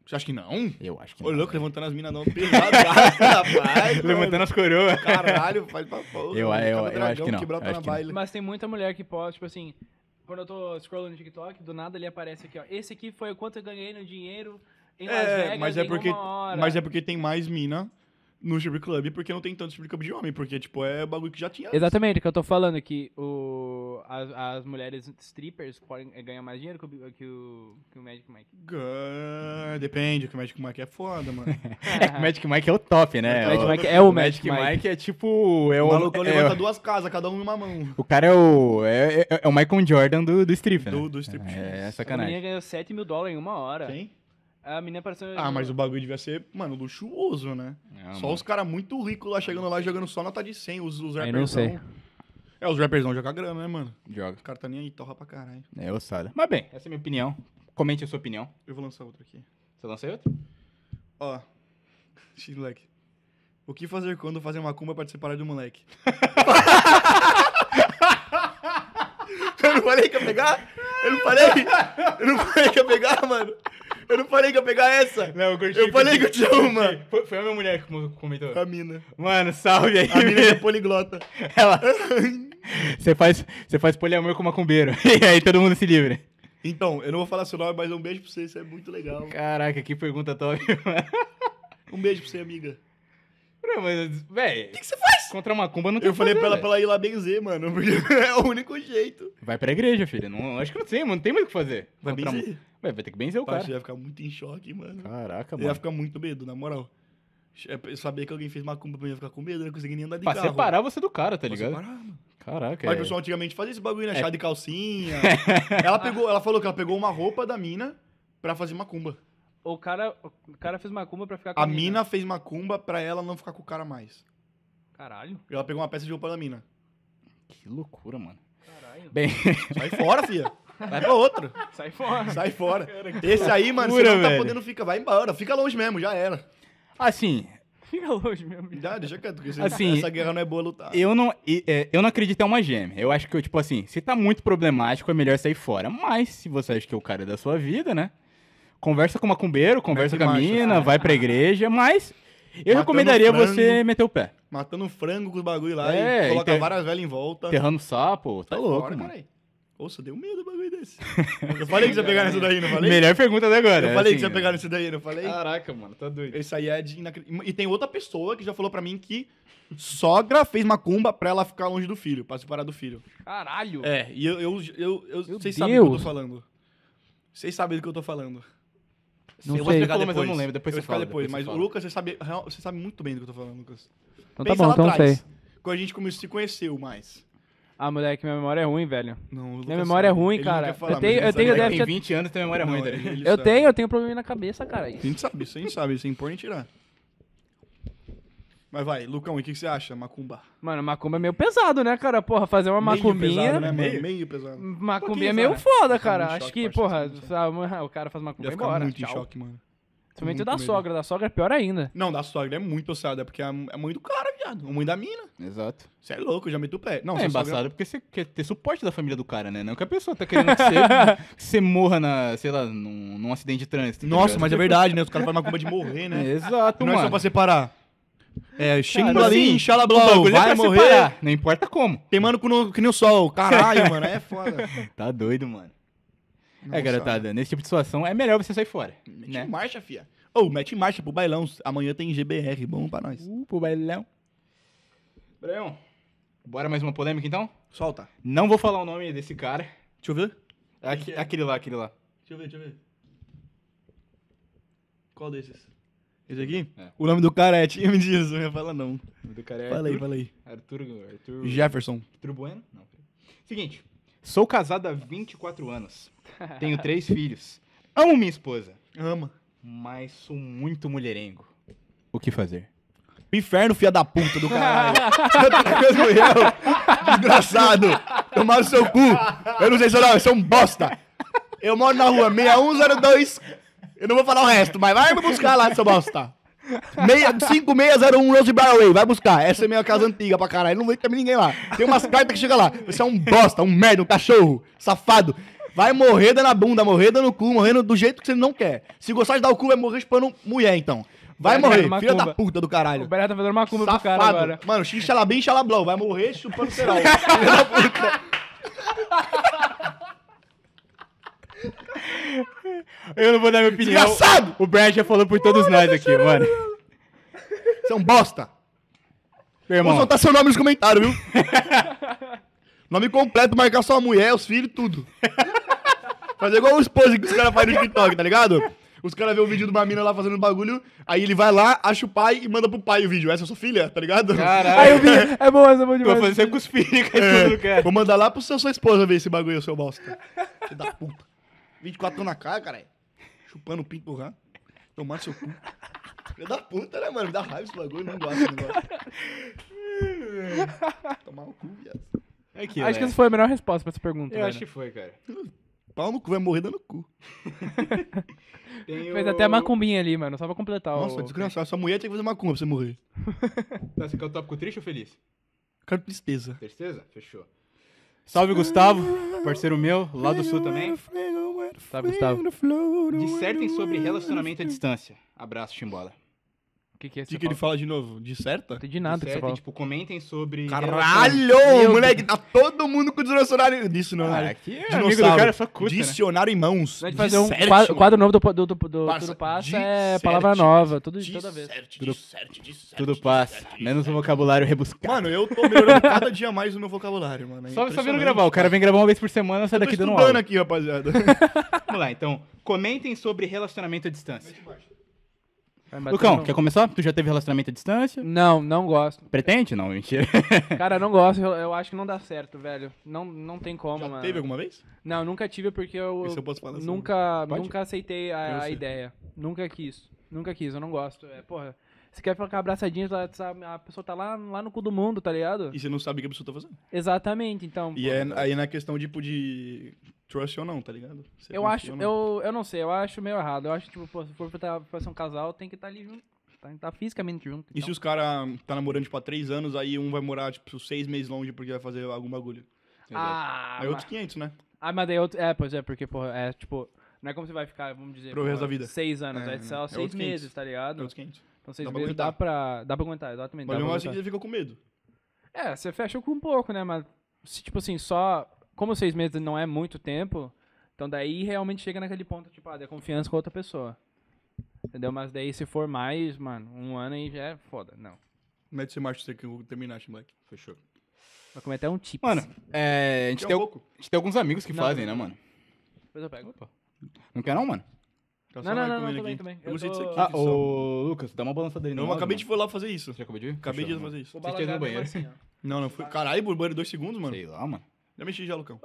Speaker 1: Você acha que não?
Speaker 2: Eu acho que
Speaker 1: Ô,
Speaker 2: não.
Speaker 1: louco, levantando as minas não pesado, rapaz.
Speaker 2: Levantando as coroas.
Speaker 1: mano. Caralho, faz pra porra.
Speaker 2: Eu-
Speaker 1: mano.
Speaker 2: eu-
Speaker 1: Cada
Speaker 2: eu
Speaker 1: dragão
Speaker 2: acho que não,
Speaker 1: Que brota
Speaker 2: eu acho
Speaker 1: na
Speaker 2: que não.
Speaker 1: baila.
Speaker 3: Mas tem muita mulher que posta, tipo assim, quando eu tô scrollando no TikTok, do nada ele aparece aqui, ó. Esse aqui foi o quanto eu ganhei no dinheiro em Las
Speaker 1: É,
Speaker 3: Vegas
Speaker 1: mas é,
Speaker 3: em
Speaker 1: porque,
Speaker 3: uma hora.
Speaker 1: mas é porque tem mais mina no strip club, porque não tem tanto strip club de homem, porque, tipo, é bagulho que já tinha. antes.
Speaker 3: Exatamente, o que eu tô falando, que o, as, as mulheres strippers podem eh, ganhar mais dinheiro que o, que o, que o Magic Mike.
Speaker 1: Gã, Depende, que o Magic Mike é foda, mano.
Speaker 2: É que o Magic Mike é o top, né?
Speaker 3: O Magic Mike é o Magic Mike.
Speaker 2: é tipo. É
Speaker 1: O
Speaker 2: o,
Speaker 1: malucão
Speaker 2: é,
Speaker 1: levanta
Speaker 2: o-
Speaker 1: duas casas, cada um em uma mão.
Speaker 2: o cara é o. É, é- é o Michael Jordan do, do strip, né?
Speaker 1: Do, do strip
Speaker 2: É, é
Speaker 3: A menina
Speaker 2: sacanagem.
Speaker 3: ganhou 7 mil dólares em uma hora.
Speaker 1: Quem?
Speaker 3: A menina apareceu...
Speaker 1: Ah, mas o bagulho devia ser, mano, luxuoso, né?
Speaker 3: É,
Speaker 2: Não,
Speaker 1: só
Speaker 2: mano.
Speaker 1: os caras muito ricos lá chegando lá e jogando só nota de 100. Os, os
Speaker 3: Aí
Speaker 1: rappers.
Speaker 3: não sei.
Speaker 1: É, os rappers não jogam grana, né, mano?
Speaker 2: Joga.
Speaker 1: Os caras tá nem aí, torra pra caralho.
Speaker 2: É ossada. Mas bem, essa é a minha opinião. Comente a sua opinião.
Speaker 1: Eu vou lançar outra aqui.
Speaker 2: Você lança aí outro?
Speaker 1: Ó. X, moleque. O que fazer quando fazer uma cumba pra te separar do moleque? eu não falei que ia pegar? Eu não falei? Eu não falei que ia pegar, mano? Eu não falei que ia pegar essa?
Speaker 2: Não, eu curti.
Speaker 1: Eu falei que eu tinha uma.
Speaker 2: Foi, foi a minha mulher que mo- comentou.
Speaker 1: A mina.
Speaker 2: Mano, salve aí.
Speaker 1: A mina é poliglota.
Speaker 2: Ela. Você faz, você faz poliamor com macumbeiro. E aí todo mundo se livra.
Speaker 1: Então, eu não vou falar seu nome, mas um beijo pra você, isso é muito legal.
Speaker 2: Caraca, que pergunta top, mano.
Speaker 1: Um beijo pra você, amiga.
Speaker 2: Não, mas, véi. O que, você faz? Contra macumba não tem
Speaker 1: Eu
Speaker 2: o que
Speaker 1: falei pra
Speaker 2: fazer,
Speaker 1: ela,
Speaker 2: véi.
Speaker 1: pra ela ir lá benzer, mano, porque é o único jeito.
Speaker 2: Vai pra igreja, filha. Não, acho que não sei, mano. Não tem mais o que fazer.
Speaker 1: Vai
Speaker 2: Contra-
Speaker 1: benzer.
Speaker 2: Véi, vai ter que benzer o
Speaker 1: Cara, você
Speaker 2: cara.
Speaker 1: ia ficar muito em choque, mano.
Speaker 2: Caraca,
Speaker 1: Eu ia
Speaker 2: mano.
Speaker 1: ficar muito medo, na moral. É, Eu Sabia que alguém fez macumba pra mim, eu ia ficar com medo, eu não conseguia nem andar de
Speaker 2: Pra
Speaker 1: carro.
Speaker 2: separar você do cara, tá
Speaker 1: Pra
Speaker 2: ligado?
Speaker 1: separar, mano.
Speaker 2: Caraca.
Speaker 1: Mas o
Speaker 2: é.
Speaker 1: pessoal antigamente fazia esse bagulho, né? Chá de calcinha. ela, pegou, ela falou que ela pegou uma roupa da mina pra fazer macumba.
Speaker 3: O cara, o cara fez macumba pra ficar com
Speaker 1: A
Speaker 2: né?
Speaker 1: mina fez macumba pra ela não ficar com o cara mais.
Speaker 3: Caralho,
Speaker 1: Ela pegou uma peça de roupa da mina.
Speaker 2: Que loucura, mano.
Speaker 3: caralho.
Speaker 2: Bem,
Speaker 1: Sai fora, filha. Vai pra outra.
Speaker 3: Sai fora.
Speaker 1: Sai fora. Esse aí, mano,
Speaker 2: loucura,
Speaker 1: você não tá
Speaker 2: velho.
Speaker 1: podendo ficar. Vai embora. Fica longe mesmo, já era.
Speaker 2: assim,
Speaker 3: Fica longe, meu amigo.
Speaker 1: Já, deixa quieto. porque esse-
Speaker 2: Assim,
Speaker 1: essa guerra não é boa lutar.
Speaker 2: Eu não, e- é, eu não acredito em uma gêmea. Eu acho que, tipo assim, se tá muito problemático, é melhor sair fora. Mas, se você acha que é o cara da sua vida, né? Conversa com o macumbeiro, conversa
Speaker 1: Mete
Speaker 2: com a
Speaker 1: marcha.
Speaker 2: mina, vai pra igreja, mas eu
Speaker 1: Matando
Speaker 2: recomendaria
Speaker 1: frango.
Speaker 2: você meter o pé.
Speaker 1: Matando frango com os bagulho lá
Speaker 2: É,
Speaker 1: e coloca
Speaker 2: então-
Speaker 1: várias velhas em volta.
Speaker 2: Enterrando sapo, tá
Speaker 1: Sai
Speaker 2: louco,
Speaker 1: fora,
Speaker 2: mano.
Speaker 1: caralho. Ouça, deu medo o bagulho desse. Eu falei que você ia pegar nessa daí, não falei?
Speaker 2: Melhor pergunta até agora.
Speaker 1: Eu falei que
Speaker 2: assim,
Speaker 1: você ia pegar nesse daí, não
Speaker 3: Ah.
Speaker 1: falei?
Speaker 4: Caraca, mano, tá doido.
Speaker 1: Isso aí é de inacreditável. E tem outra pessoa que já falou pra mim que sogra fez macumba pra ela ficar longe do filho, pra separar do filho.
Speaker 3: Caralho!
Speaker 1: É, e eu. eu, eu, eu
Speaker 3: Meu
Speaker 1: vocês sabem do que eu tô
Speaker 3: Deus.
Speaker 1: falando. Vocês sabem do que eu tô falando.
Speaker 2: Não
Speaker 1: eu
Speaker 2: sei.
Speaker 1: explicar
Speaker 2: Falou, mas eu não lembro, depois
Speaker 1: eu
Speaker 2: você
Speaker 1: vou explicar
Speaker 2: fala,
Speaker 1: depois,
Speaker 2: depois
Speaker 1: mas
Speaker 2: você
Speaker 1: o
Speaker 2: fala.
Speaker 1: Lucas, você sabe, real- você sabe muito bem do que eu tô falando, Lucas.
Speaker 3: Então tá
Speaker 1: Pensa
Speaker 3: bom,
Speaker 1: lá
Speaker 3: então
Speaker 1: atrás,
Speaker 3: sei.
Speaker 1: Quando a gente come- se conheceu mais.
Speaker 3: Ah, moleque, minha memória é ruim, velho.
Speaker 1: Não, o Lucas
Speaker 3: Minha memória é
Speaker 1: sabe.
Speaker 3: ruim,
Speaker 1: Ele não
Speaker 3: cara.
Speaker 1: quer falar,
Speaker 3: eu tenho,
Speaker 1: mas ele
Speaker 3: eu tenho
Speaker 1: sabe.
Speaker 2: Moleque,
Speaker 3: déficit.
Speaker 2: Tem 20 anos, tem memória ruim,
Speaker 1: né? Não, é
Speaker 2: tá
Speaker 1: ele-
Speaker 2: ligado?
Speaker 1: ele
Speaker 3: Eu
Speaker 1: sabe.
Speaker 3: tenho, eu tenho problema na cabeça, cara.
Speaker 1: A gente sabe, isso a gente sabe, sem pôr nem tirar. Mas vai, Lucão, e o que, que você acha, Macumba?
Speaker 3: Mano, macumba é meio pesado, né, cara? Porra, fazer uma
Speaker 1: Meio
Speaker 3: macumbinha.
Speaker 1: pesado, né, mano?
Speaker 2: Meio?
Speaker 1: Meio pesado.
Speaker 3: Macumbinha
Speaker 1: Pouquinho
Speaker 3: é meio
Speaker 1: só, né?
Speaker 3: foda,
Speaker 1: Fica
Speaker 3: cara.
Speaker 1: muito em
Speaker 3: Acho
Speaker 1: choque,
Speaker 3: que,
Speaker 1: parça,
Speaker 3: porra,
Speaker 1: fica muito em
Speaker 3: sabe, o cara faz macumba
Speaker 1: Ia
Speaker 3: e vai
Speaker 1: ficar
Speaker 3: embora.
Speaker 1: muito em
Speaker 3: Tchau.
Speaker 1: choque, mano.
Speaker 3: Principalmente o
Speaker 1: muito
Speaker 3: da
Speaker 1: medo.
Speaker 3: sogra. Da sogra é pior ainda.
Speaker 1: Não, da sogra é muito pesado, é porque é a é a mãe do cara, viado. A mãe da mina.
Speaker 2: Exato.
Speaker 1: Você é louco, eu já meto o pé. Não,
Speaker 2: é
Speaker 1: se a sogra-
Speaker 2: embaçado porque você quer ter suporte da família do cara, né? Não que a pessoa tá querendo que você, que você morra na, sei lá, num, num acidente de trânsito. tá
Speaker 1: Nossa,
Speaker 2: ligado?
Speaker 1: mas é verdade, né? Os caras fazem macumba de morrer, né?
Speaker 2: Exato,
Speaker 1: Não é
Speaker 2: mano.
Speaker 1: só pra separar. É,
Speaker 2: Cara,
Speaker 1: xinglalim,
Speaker 2: assim,
Speaker 1: xalablá,
Speaker 2: o
Speaker 1: bagulho é
Speaker 2: vai
Speaker 1: pra
Speaker 2: morrer.
Speaker 1: separar.
Speaker 2: Não importa como.
Speaker 1: Tem mano que não- que nem o sol. Caralho, mano, é foda.
Speaker 2: Tá doido, mano.
Speaker 1: Nossa.
Speaker 2: é, garotada, nesse tipo de situação é melhor você sair fora.
Speaker 1: Mete
Speaker 2: né?
Speaker 1: em marcha, fia. Ô, mete em marcha pro bailão. Amanhã tem GBR, bom pra nós.
Speaker 2: Uh, pro bailão. Brião, bora mais uma polêmica então?
Speaker 1: Solta.
Speaker 2: Não vou falar o nome desse cara.
Speaker 1: Deixa eu ver.
Speaker 2: Aque- aquele lá, aquele lá.
Speaker 1: Deixa eu ver, deixa eu ver. Qual desses? Esse aqui?
Speaker 2: É.
Speaker 1: O nome do cara é Tim Dias, não ia falar não.
Speaker 2: O nome do cara é
Speaker 1: Fala aí,
Speaker 2: Arthur.
Speaker 1: fala aí.
Speaker 2: Arthur, Arthur,
Speaker 1: Jefferson.
Speaker 2: Arthur Bueno? Não. peraí. Seguinte, sou casado há 24 anos. Tenho três filhos. Amo minha esposa,
Speaker 1: Ama.
Speaker 2: mas sou muito mulherengo. O que fazer?
Speaker 1: Inferno, filha da puta do caralho. Tanta coisa que eu. Desgraçado. Tomar no seu cu. Eu não sei seu nome, você é um bosta. Eu moro na rua 6102. Eu não vou falar o resto, mas vai me buscar lá, seu bosta. Meia- 5601 Rose Broadway, vai buscar. Essa é minha casa antiga pra caralho. Não vem também ninguém lá. Tem umas cartas que chegam lá. Você é um bosta, um merda, um cachorro, safado. Vai morrer dando a bunda, morrer dando o cu, morrendo do jeito que você não quer. Se gostar de dar o cu, vai morrer chupando mulher, então. Vai
Speaker 3: Vai dar
Speaker 1: morrer,
Speaker 3: uma
Speaker 1: filha da
Speaker 3: cumba.
Speaker 1: puta do
Speaker 3: O
Speaker 1: caralho.
Speaker 3: Beto tá fazendo macumba pro cara
Speaker 1: Safado.
Speaker 3: agora.
Speaker 1: Mano, xixi, xalabim, xalablau. Vai morrer chupando cerol.
Speaker 2: Eu não vou dar minha opinião.
Speaker 1: Desgraçado!
Speaker 2: O Brad já falou por todos nós aqui, mano.
Speaker 1: Você é um bosta.
Speaker 2: Meu
Speaker 1: Vou
Speaker 2: irmão,
Speaker 1: soltar seu nome nos comentários, viu? nome completo, marcar sua mulher, os filhos, tudo. Fazer igual os poses que os caras fazem no TikTok, tá ligado? Os caras vê o vídeo de uma mina lá fazendo bagulho, aí ele vai lá, acha o pai e manda pro pai o vídeo. Essa é sua filha, tá ligado?
Speaker 2: caralho.
Speaker 3: Aí eu vi. É bom, essa é bom
Speaker 2: Tu vai
Speaker 3: demais.
Speaker 2: fazer com os filhos com a esposa do
Speaker 1: É,
Speaker 2: cara.
Speaker 1: vou mandar lá pro seu, sua esposa ver esse bagulho, seu bosta. Filho da puta. 24 anos na cara, caralho. Chupando o pinto do rã. Tomando seu cu. Filho da puta, né, mano? Me dá raiva esse bagulho, não gosto desse negócio. Tomar o cu, viado.
Speaker 2: Aqui,
Speaker 3: Acho que
Speaker 2: velho.
Speaker 3: essa foi a melhor resposta pra essa pergunta.
Speaker 2: Eu
Speaker 3: velho.
Speaker 2: acho que foi, cara.
Speaker 1: Pau no cu, vai morrer dando cu.
Speaker 2: Tem
Speaker 3: Fez
Speaker 2: o-
Speaker 3: até a macumbinha ali, mano, só pra completar
Speaker 1: Nossa,
Speaker 3: o...
Speaker 1: desgraçado. Sua mulher tem que fazer uma cumba pra você morrer.
Speaker 2: Tá, você quer o tópico triste ou feliz?
Speaker 1: Cara, tristeza.
Speaker 2: Tristeza? Fechou. Salve, Gustavo, parceiro meu, lá do sul também.
Speaker 3: Tá, Gustavo?
Speaker 2: Dissertem sobre relacionamento à distância. Abraço, Chimbola.
Speaker 3: O que que
Speaker 1: O
Speaker 3: é isso?
Speaker 1: que, que ele fala de novo? De certa?
Speaker 3: Não entendi nada que você
Speaker 2: Dissertem,
Speaker 3: falou.
Speaker 2: tipo, comentem sobre... relacionamento.
Speaker 1: Caralho, moleque, tá todo mundo com dicionário. Dicionário.
Speaker 2: Ah, aqui é
Speaker 1: Dinossauro.
Speaker 2: amigo do cara, só curta, né?
Speaker 1: Dicionário em mãos.
Speaker 3: A gente fazer um
Speaker 1: Disserte,
Speaker 3: quadro,
Speaker 1: mano.
Speaker 3: quadro novo do, do, do, do
Speaker 1: Parça,
Speaker 3: Tudo Passa é
Speaker 1: disserte.
Speaker 3: palavra nova, tudo, toda vez.
Speaker 1: Disserte, disserte, disserte,
Speaker 2: Tudo passa,
Speaker 1: disserte.
Speaker 2: menos o vocabulário rebuscado.
Speaker 1: Mano, eu tô melhorando cada dia mais o meu vocabulário, mano. É
Speaker 2: só, só vindo
Speaker 1: impressionante.
Speaker 2: gravar, o cara vem gravar uma vez por semana, sai
Speaker 1: Eu tô
Speaker 2: daqui dando
Speaker 1: estudando
Speaker 2: aula.
Speaker 1: aqui, rapaziada.
Speaker 2: Vamos lá, então. Comentem sobre relacionamento à distância.
Speaker 3: Vai bater
Speaker 2: Lucão,
Speaker 3: no-
Speaker 2: quer começar? Tu já teve relacionamento à distância?
Speaker 3: Não, não gosto.
Speaker 2: Pretende? Não, mentira.
Speaker 3: Cara, não gosto, eu, eu acho que não dá certo, velho. Não, não tem como,
Speaker 1: Já
Speaker 3: mano.
Speaker 1: teve alguma vez?
Speaker 3: Não, nunca tive porque eu,
Speaker 1: Isso eu posso falar assim? sobre.
Speaker 3: nunca,
Speaker 2: Pode?
Speaker 3: nunca aceitei a,
Speaker 1: Eu
Speaker 3: a
Speaker 1: sei.
Speaker 3: ideia. Nunca quis. Nunca quis, eu não gosto. É, porra, você quer ficar abraçadinho, tá- tá- a pessoa tá lá, lá no cu do mundo, tá ligado?
Speaker 1: E você não sabe o que a pessoa tá fazendo.
Speaker 3: Exatamente, então.
Speaker 1: E
Speaker 3: pô,
Speaker 1: é, aí é na questão, tipo, de trust ou não, tá ligado? Você
Speaker 3: Eu
Speaker 1: confia
Speaker 3: acho,
Speaker 1: ou não.
Speaker 3: eu, eu não sei, eu acho meio errado. Eu acho, tipo, pô, se for pra, tá- pra ser um casal, tem que estar ali junto. Tem que estar fisicamente junto.
Speaker 1: E se
Speaker 3: então.
Speaker 1: os caras tá namorando, tipo, há três anos, aí um vai morar, tipo, seis meses longe porque vai fazer algum bagulho.
Speaker 3: Ah,
Speaker 1: é aí outros
Speaker 3: mas-
Speaker 1: 500, né?
Speaker 3: ah, mas daí outro. É, pois é, porque, porra, é tipo. Não é como você vai ficar, vamos dizer.
Speaker 1: Pro resto
Speaker 3: porra,
Speaker 1: da vida.
Speaker 3: Seis anos,
Speaker 1: É,
Speaker 3: é,
Speaker 1: né?
Speaker 3: sei lá,
Speaker 1: É
Speaker 3: seis
Speaker 1: outros
Speaker 3: meses,
Speaker 1: 500.
Speaker 3: tá
Speaker 1: Aí
Speaker 3: ligado?
Speaker 1: outros 500.
Speaker 3: Então seis
Speaker 1: Dá pra
Speaker 3: meses dá
Speaker 1: aguentar.
Speaker 3: pra, dá pra aguentar, exatamente.
Speaker 1: Mas
Speaker 3: Dá pra
Speaker 1: mesmo assim
Speaker 3: aguentar.
Speaker 1: você fica com medo.
Speaker 3: É, você fecha o cu um pouco, né? Mas, se, tipo assim, só como seis meses não é muito tempo, então daí realmente chega naquele ponto, tipo, ah, da confiança com outra pessoa. Entendeu? Mas daí se for mais, mano, um ano aí já é foda. Não.
Speaker 1: Mete esse macho que eu terminaste, moleque.
Speaker 2: Fechou.
Speaker 3: Vai comer até um tipo.
Speaker 2: Mano, é, a, gente
Speaker 1: Daqui a
Speaker 2: tem, al-
Speaker 1: um pouco.
Speaker 2: a gente tem alguns amigos que
Speaker 3: Não,
Speaker 2: fazem,
Speaker 3: não,
Speaker 2: né, mano?
Speaker 3: Depois eu pego.
Speaker 2: Não quer não, mano?
Speaker 1: Tá só
Speaker 3: Não, não,
Speaker 1: nós
Speaker 3: não,
Speaker 1: comendo
Speaker 3: tudo bem,
Speaker 1: aqui.
Speaker 3: tudo bem.
Speaker 1: Eu
Speaker 3: Eu
Speaker 1: gostei
Speaker 3: tô-
Speaker 1: disso aqui.
Speaker 2: Ah,
Speaker 1: Fissão.
Speaker 2: ô, Lucas, dá uma balançada ali.
Speaker 1: Eu
Speaker 2: no
Speaker 1: acabei de
Speaker 2: mouse,
Speaker 1: foi lá fazer isso.
Speaker 2: mano. Você acabou de ir?
Speaker 1: Acabei de
Speaker 2: Fechou,
Speaker 1: fazer isso.
Speaker 3: Vou
Speaker 2: Vocês querem ir no
Speaker 3: balagar mesmo
Speaker 2: banheiro?
Speaker 3: assim, ó.
Speaker 1: Não, não foi. Caralho, burburinho, dois segundos,
Speaker 2: mano.
Speaker 1: mano.
Speaker 2: Sei lá, mano.
Speaker 1: Já mexi já, Lucão.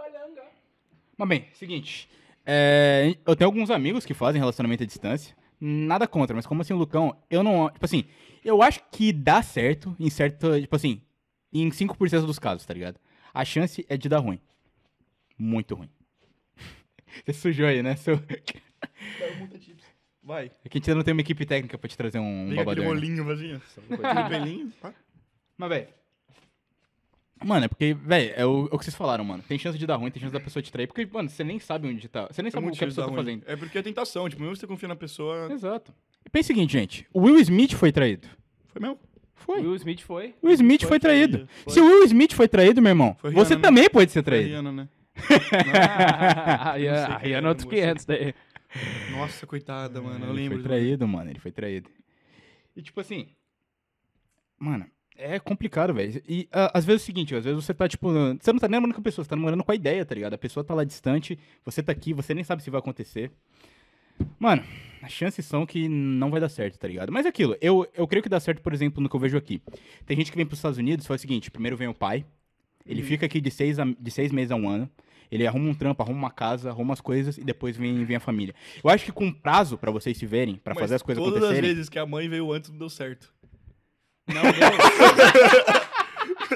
Speaker 2: Mas bem, seguinte. é, eu tenho alguns amigos que fazem relacionamento à distância. Nada contra, mas como assim, o Lucão, eu não. Tipo assim, eu acho que dá certo em certo. Tipo assim, em 5% dos casos, tá ligado? A chance é de dar ruim. Muito ruim. Você sujou aí, né? Seu... É
Speaker 1: Vai.
Speaker 2: que a gente ainda não tem uma equipe técnica pra te trazer um
Speaker 1: Liga aquele
Speaker 2: babador. né?
Speaker 1: molinho vazio. Aquele pelinho. pá.
Speaker 2: Mas, velho. Mano, é porque, velho, é o, é o que vocês falaram, mano. Tem chance de dar ruim, tem chance da pessoa te trair. Porque, mano, você nem sabe onde tá. Você nem
Speaker 1: É
Speaker 2: sabe o
Speaker 1: muito
Speaker 2: que a
Speaker 1: difícil
Speaker 2: pessoa
Speaker 1: dar
Speaker 2: tá
Speaker 1: ruim.
Speaker 2: fazendo.
Speaker 1: É porque é tentação. Tipo, mesmo que você confia na pessoa...
Speaker 2: Exato. Pensa o seguinte, gente. O Will Smith foi traído.
Speaker 1: Foi mesmo.
Speaker 2: Foi.
Speaker 3: Will Smith foi?
Speaker 2: O Will Smith
Speaker 1: foi
Speaker 2: foi traído.
Speaker 1: traído. Foi.
Speaker 2: Se o Will Smith foi traído, meu irmão,
Speaker 1: Foi
Speaker 2: você
Speaker 1: Rihanna, né?
Speaker 2: também pode ser
Speaker 1: Foi a
Speaker 2: traído.
Speaker 1: Rihanna, né? Eu não
Speaker 3: Ah,
Speaker 1: sei
Speaker 3: yeah,
Speaker 1: quem
Speaker 3: yeah,
Speaker 1: era,
Speaker 3: outros
Speaker 1: moça.
Speaker 3: 500 daí.
Speaker 1: Nossa, coitada, mano. Eu
Speaker 2: É, Ele
Speaker 1: lembro.
Speaker 2: foi traído, mano. Ele foi traído. E tipo assim. Mano, é complicado, velho. E ah, às vezes é o seguinte, às vezes você tá, tipo. na- Você não tá nem namorando com a pessoa, você tá namorando com a ideia, tá ligado? A pessoa tá lá distante, você tá aqui, você nem sabe se vai acontecer. Mano, as chances são que não vai dar certo, tá ligado? Mas é aquilo, eu, eu creio que dá certo, por exemplo, no que eu vejo aqui. Tem gente que vem pros Estados Unidos, faz o seguinte: primeiro vem o pai, ele
Speaker 1: Uhum.
Speaker 2: fica aqui de seis, a- de seis meses a um ano. Ele arruma um trampo, arruma uma casa, arruma as coisas e depois vem, vem a família. Eu acho que com prazo pra vocês se verem, pra
Speaker 1: Mas
Speaker 2: fazer as coisas
Speaker 1: todas
Speaker 2: acontecerem.
Speaker 1: as vezes que a mãe veio antes, não deu certo.
Speaker 3: Não deu.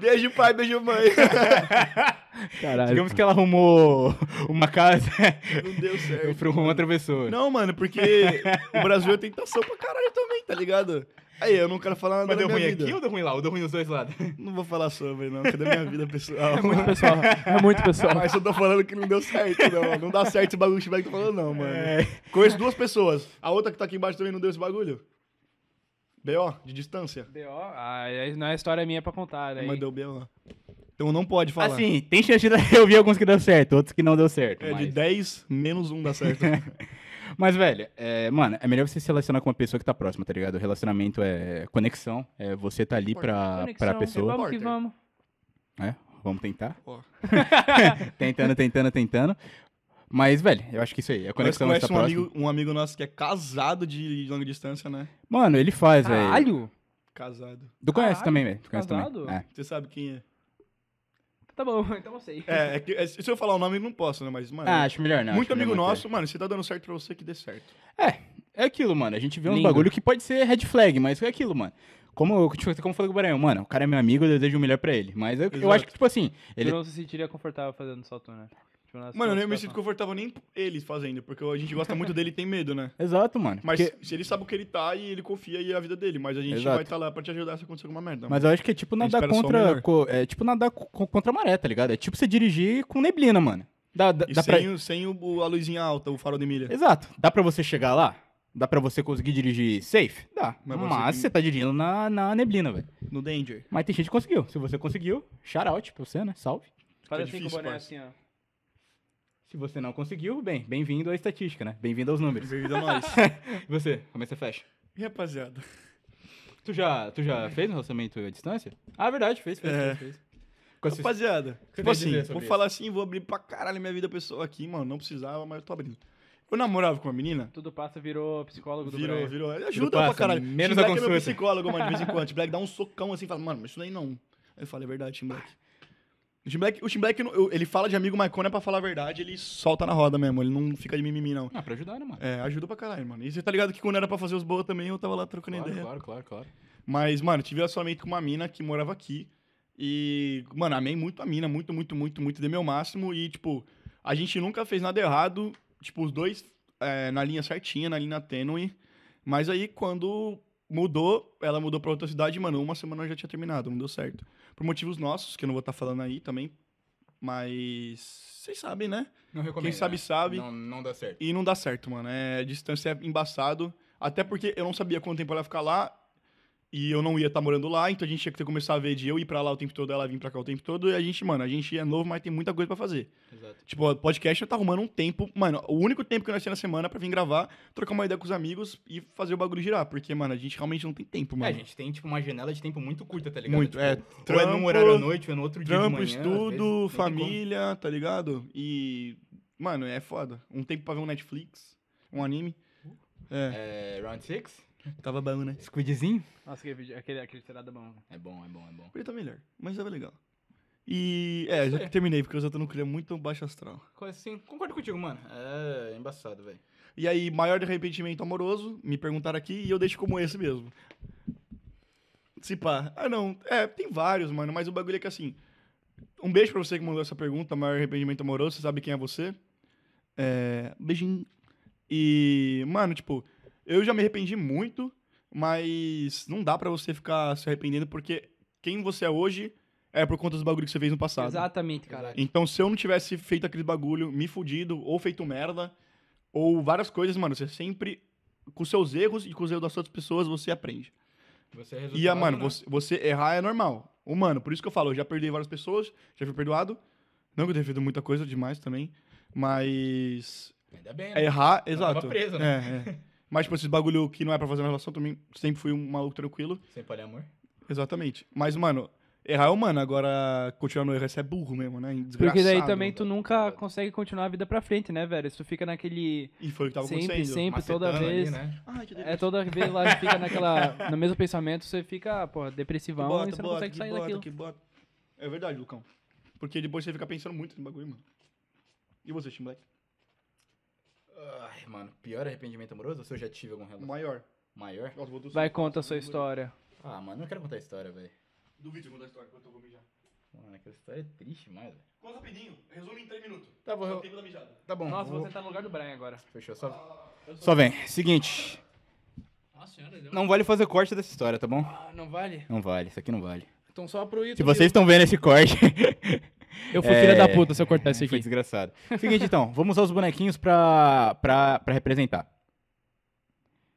Speaker 1: Beijo, pai. Beijo, mãe.
Speaker 3: Caralho.
Speaker 2: Digamos que ela arrumou uma casa
Speaker 1: não deu certo.
Speaker 2: pra uma outra pessoa.
Speaker 1: Não, mano, porque o Brasil é tentação pra caralho também, tá ligado? Aí, eu não quero falar nada
Speaker 2: Mas
Speaker 1: da
Speaker 2: deu
Speaker 1: minha
Speaker 2: ruim
Speaker 1: vida.
Speaker 2: aqui ou deu ruim lá? Ou deu ruim nos dois lados?
Speaker 1: Não vou falar sobre, não, que é da minha vida pessoal. Ah,
Speaker 3: É muito pessoal. É muito pessoal.
Speaker 1: Mas eu tô falando que não deu certo, não. Não dá certo esse bagulho que o Chibac tá falando, não, mano.
Speaker 2: É.
Speaker 1: Conheço duas pessoas. A outra que tá aqui embaixo também não deu esse bagulho. B.O., de distância.
Speaker 3: B.O. Ah, aí não é história minha pra contar. né? Aí.
Speaker 1: Mas deu B.O. Então não pode falar.
Speaker 2: Assim, tem chance de eu vi alguns que deu certo, outros que não deu certo.
Speaker 1: é, de
Speaker 2: mas...
Speaker 1: 10, menos 1 dá certo.
Speaker 2: Mas, velho, é, mano, é melhor você se relacionar com uma pessoa que tá próxima, tá ligado? O relacionamento é conexão, é você tá ali pra,
Speaker 3: é Conexão,
Speaker 2: pra pessoa.
Speaker 3: Vamos que
Speaker 1: Porter.
Speaker 3: vamos.
Speaker 2: né? Vamos tentar.
Speaker 1: Ó.
Speaker 2: tentando, tentando, tentando. Mas, velho, eu acho que isso aí. A
Speaker 1: Nós
Speaker 2: conexão é
Speaker 1: conhece
Speaker 2: essa
Speaker 1: um
Speaker 2: próxima.
Speaker 1: amigo, um amigo nosso que é casado de longa distância, né?
Speaker 2: Mano, ele faz, velho.
Speaker 3: Caralho.
Speaker 1: Casado.
Speaker 2: Tu conhece
Speaker 3: Caralho,
Speaker 2: também, velho. Tu conhece
Speaker 3: casado?
Speaker 2: também. É.
Speaker 1: Você sabe quem é?
Speaker 3: Tá bom, então eu sei.
Speaker 1: É, é que, é, se eu falar o nome, eu não posso, né? Mas, mano.
Speaker 2: Ah, acho melhor não.
Speaker 1: muito
Speaker 2: acho melhor
Speaker 1: amigo
Speaker 2: manter.
Speaker 1: nosso, mano, se tá dando certo pra você, que dê certo.
Speaker 2: É aquilo, mano. A gente vê uns
Speaker 3: Lindo.
Speaker 2: bagulho que pode ser red flag, mas é aquilo, mano. Como, eu- tipo, como eu falei com o Baranhão, mano, o cara é meu amigo, eu desejo o melhor pra ele. Mas eu, eu
Speaker 1: Exato.
Speaker 2: acho que, tipo assim,
Speaker 3: Ele...
Speaker 2: ele
Speaker 3: Tu não se sentiria confortável fazendo só tu, né? Tipo,
Speaker 2: Tá
Speaker 3: na
Speaker 1: Mano, eu nem me sinto
Speaker 3: situação.
Speaker 1: confortável nem ele fazendo, porque a gente gosta muito dele e tem medo, né?
Speaker 2: Exato, mano.
Speaker 1: Mas
Speaker 2: Porque-
Speaker 1: se ele sabe o que ele tá e ele confia e é a vida dele, mas a gente
Speaker 2: Exato.
Speaker 1: vai estar lá pra te ajudar se acontecer alguma merda.
Speaker 2: Mas eu acho que é tipo nadar
Speaker 1: Então, espera só o
Speaker 2: contra.
Speaker 1: melhor.
Speaker 2: co- é tipo nadar co- co- contra a maré, tá ligado? É tipo você dirigir com neblina, mano. Dá, dá,
Speaker 1: e
Speaker 2: dá
Speaker 1: sem,
Speaker 2: pra...
Speaker 1: o- sem o, o- a luzinha alta, o farol de milha.
Speaker 2: Exato. Dá pra você chegar lá? Dá pra você conseguir dirigir safe? Dá.
Speaker 1: Mas
Speaker 2: Mas,
Speaker 1: você tem-
Speaker 2: você tá dirigindo na, na neblina, velho.
Speaker 1: No danger.
Speaker 2: Mas tem gente que conseguiu. Se você conseguiu, shout out pra você, né? Salve.
Speaker 3: Faz
Speaker 1: É
Speaker 3: assim com
Speaker 1: difícil,
Speaker 3: o boné,
Speaker 1: parça.
Speaker 3: assim, ó.
Speaker 2: Se você não conseguiu, bem, bem-vindo à estatística, né? Bem-vindo aos números.
Speaker 1: Bem-vindo a nós.
Speaker 2: E você, como é que você fecha?
Speaker 1: E, rapaziada.
Speaker 2: Tu já, tu já fez um relacionamento à distância? Ah, verdade, fez, fez,
Speaker 1: É.
Speaker 2: fez, fez. Com a sua-
Speaker 1: Rapaziada,
Speaker 2: tem
Speaker 1: tipo
Speaker 2: a
Speaker 1: assim,
Speaker 2: dizer
Speaker 1: vou
Speaker 2: sobre
Speaker 1: falar assim, vou abrir pra caralho minha vida pessoal aqui, mano. Não precisava, mas eu tô abrindo. Eu namorava com uma menina.
Speaker 3: Tudo passa, virou psicólogo do
Speaker 1: Virou,
Speaker 3: Brian.
Speaker 1: virou. Ajuda
Speaker 2: passa,
Speaker 1: pra caralho.
Speaker 2: menos
Speaker 1: Tim
Speaker 2: a
Speaker 1: Black é meu
Speaker 2: consulta.
Speaker 1: psicólogo, mano, de vez em quando. Tim Black dá um socão assim e fala, mano, mas isso daí não. Aí eu falo, é verdade, Tim Black. O Tim Black, o Tim Black não- eu- ele fala de amigo, mas quando é pra falar a verdade, ele solta na roda mesmo. Ele não fica de mimimi, não.
Speaker 2: Ah, pra ajudar, né, mano?
Speaker 1: É, ajuda pra caralho, mano. E você tá ligado que quando era pra fazer os boas também, eu tava lá trocando
Speaker 2: Claro,
Speaker 1: ideia.
Speaker 2: claro, claro, claro.
Speaker 1: Mas, mano, tive relacionamento com uma mina que morava aqui. E, mano, amei muito a mina, muito, muito, muito, muito. Dei meu máximo. E, tipo, a gente nunca fez nada errado. Tipo, os dois é, na linha certinha, na linha tênue. Mas aí, quando mudou, ela mudou pra outra cidade, mano, uma semana eu já tinha terminado, não deu certo. Por motivos nossos, que eu não vou estar falando aí também. Mas, vocês sabem, né?
Speaker 2: Não recomendo.
Speaker 1: Quem sabe, sabe.
Speaker 2: Não, não dá certo.
Speaker 1: E não dá certo, mano. É, a distância é embaçado. Até porque eu não sabia quanto tempo ela ia ficar lá. E eu não ia estar morando lá, então a gente tinha que ter começado a ver de eu ir pra lá o tempo todo, ela vir pra cá o tempo todo. E a gente, mano, a gente é novo, mas tem muita coisa pra fazer.
Speaker 2: Exato.
Speaker 1: Tipo, o podcast tá arrumando um tempo. Mano, o único tempo que nós temos na semana é pra vir gravar, trocar uma ideia com os amigos e fazer o bagulho girar. Porque, mano, a gente realmente não tem tempo,
Speaker 2: É, a
Speaker 1: mano.
Speaker 2: gente tem, tipo, uma janela de tempo muito curta, tá ligado?
Speaker 1: Muito,
Speaker 2: Tipo,
Speaker 1: é.
Speaker 2: Ou é num
Speaker 1: Trampo,
Speaker 2: horário à noite, ou é no outro dia de
Speaker 1: Trampo,
Speaker 2: manhã. às
Speaker 1: estudo,
Speaker 2: vezes, nem tem como.
Speaker 1: família, tá ligado? E. Mano, é foda. Um tempo pra ver um Netflix, um anime. É.
Speaker 2: É, round 6?
Speaker 1: Tava bom, né?
Speaker 2: Squidzinho?
Speaker 3: Nossa, aquele, vídeo- aquele, aquele tirado é bom.
Speaker 2: É bom, é bom, é bom.
Speaker 1: Ele tá melhor, mas tava legal. E. É, já terminei, porque eu já tô num clima muito baixo astral.
Speaker 2: Coisa assim, concordo contigo, mano. É embaçado, velho.
Speaker 1: E aí, maior arrependimento amoroso, me perguntaram aqui e eu deixo como esse mesmo. Se pá. Ah, não. É, tem vários, mano, mas o bagulho é que assim. Um beijo pra você que mandou essa pergunta, maior arrependimento amoroso, você sabe quem é você. É. Beijinho. E, mano, tipo, eu já me arrependi muito, mas não dá pra você ficar se arrependendo porque quem você é hoje é por conta dos bagulhos que você fez no passado.
Speaker 3: Exatamente, cara.
Speaker 1: Então, se eu não tivesse feito aquele bagulho, me fudido, ou feito merda, ou várias coisas, mano, você sempre. Com seus erros e com os erros das outras pessoas, você aprende.
Speaker 2: Você é
Speaker 1: E, ah,
Speaker 2: resultado,
Speaker 1: mano,
Speaker 2: né?
Speaker 1: você, você errar é normal. Humano, por isso que eu falo, eu já perdoei várias pessoas, já fui perdoado. Não que eu tenha feito muita coisa demais também, mas.
Speaker 2: Ainda bem, né?
Speaker 1: Errar,
Speaker 2: Eu tava
Speaker 1: exato.
Speaker 2: preso,
Speaker 1: É, é. Mas, tipo, esses bagulho que não é pra fazer na relação, também sempre fui um maluco tranquilo.
Speaker 2: Sem poliamor.
Speaker 1: Exatamente. Mas, mano, errar é humano. Agora, continuar no erro, isso é burro mesmo, né? Desgraçado.
Speaker 3: Porque daí também tu nunca
Speaker 2: Desgraçado.
Speaker 3: consegue continuar a vida pra frente, né, velho? Se tu fica naquele.
Speaker 1: E foi o que tava
Speaker 3: Sempre,
Speaker 1: acontecendo.
Speaker 3: sempre, toda
Speaker 2: Macetando ali,
Speaker 3: vez.
Speaker 2: né?
Speaker 1: Ai, que
Speaker 3: É toda vez lá que fica naquela. No mesmo pensamento, você fica, porra, depressivão e você não consegue sair daquilo.
Speaker 1: É verdade, Lucão. Porque depois você fica pensando muito no bagulho, mano. E você, Tim Black?
Speaker 2: Ai, mano, pior arrependimento amoroso ou se eu já tive algum relacionamento
Speaker 1: Maior.
Speaker 2: maior?
Speaker 1: Nossa, vou tossir.
Speaker 3: Vai, conta a sua história.
Speaker 2: Ah, mano, eu não quero contar a história, velho.
Speaker 1: Duvido de contar a história, enquanto eu vou mijar.
Speaker 2: Mano, aquela história é triste demais, velho.
Speaker 1: Conta rapidinho, resume em 3 minutos.
Speaker 2: Tá bom,
Speaker 1: É o
Speaker 2: eu-
Speaker 1: tempo da mijada.
Speaker 2: tá bom.
Speaker 3: Nossa,
Speaker 2: vou-
Speaker 1: Uhum.
Speaker 3: você tá no lugar do Brian agora.
Speaker 2: Fechou, só... Só vem. Seguinte,
Speaker 3: Nossa senhora, deu.
Speaker 2: não vale fazer corte dessa história, tá bom?
Speaker 3: Ah, não vale?
Speaker 2: Não vale, isso aqui não vale.
Speaker 3: Então só pro YouTube.
Speaker 2: Se vocês estão vendo esse corte,
Speaker 3: Eu
Speaker 2: fui filha da puta
Speaker 3: se eu cortar
Speaker 2: foi desgraçado. Seguinte, então, vamos usar os bonequinhos pra, pra, pra representar.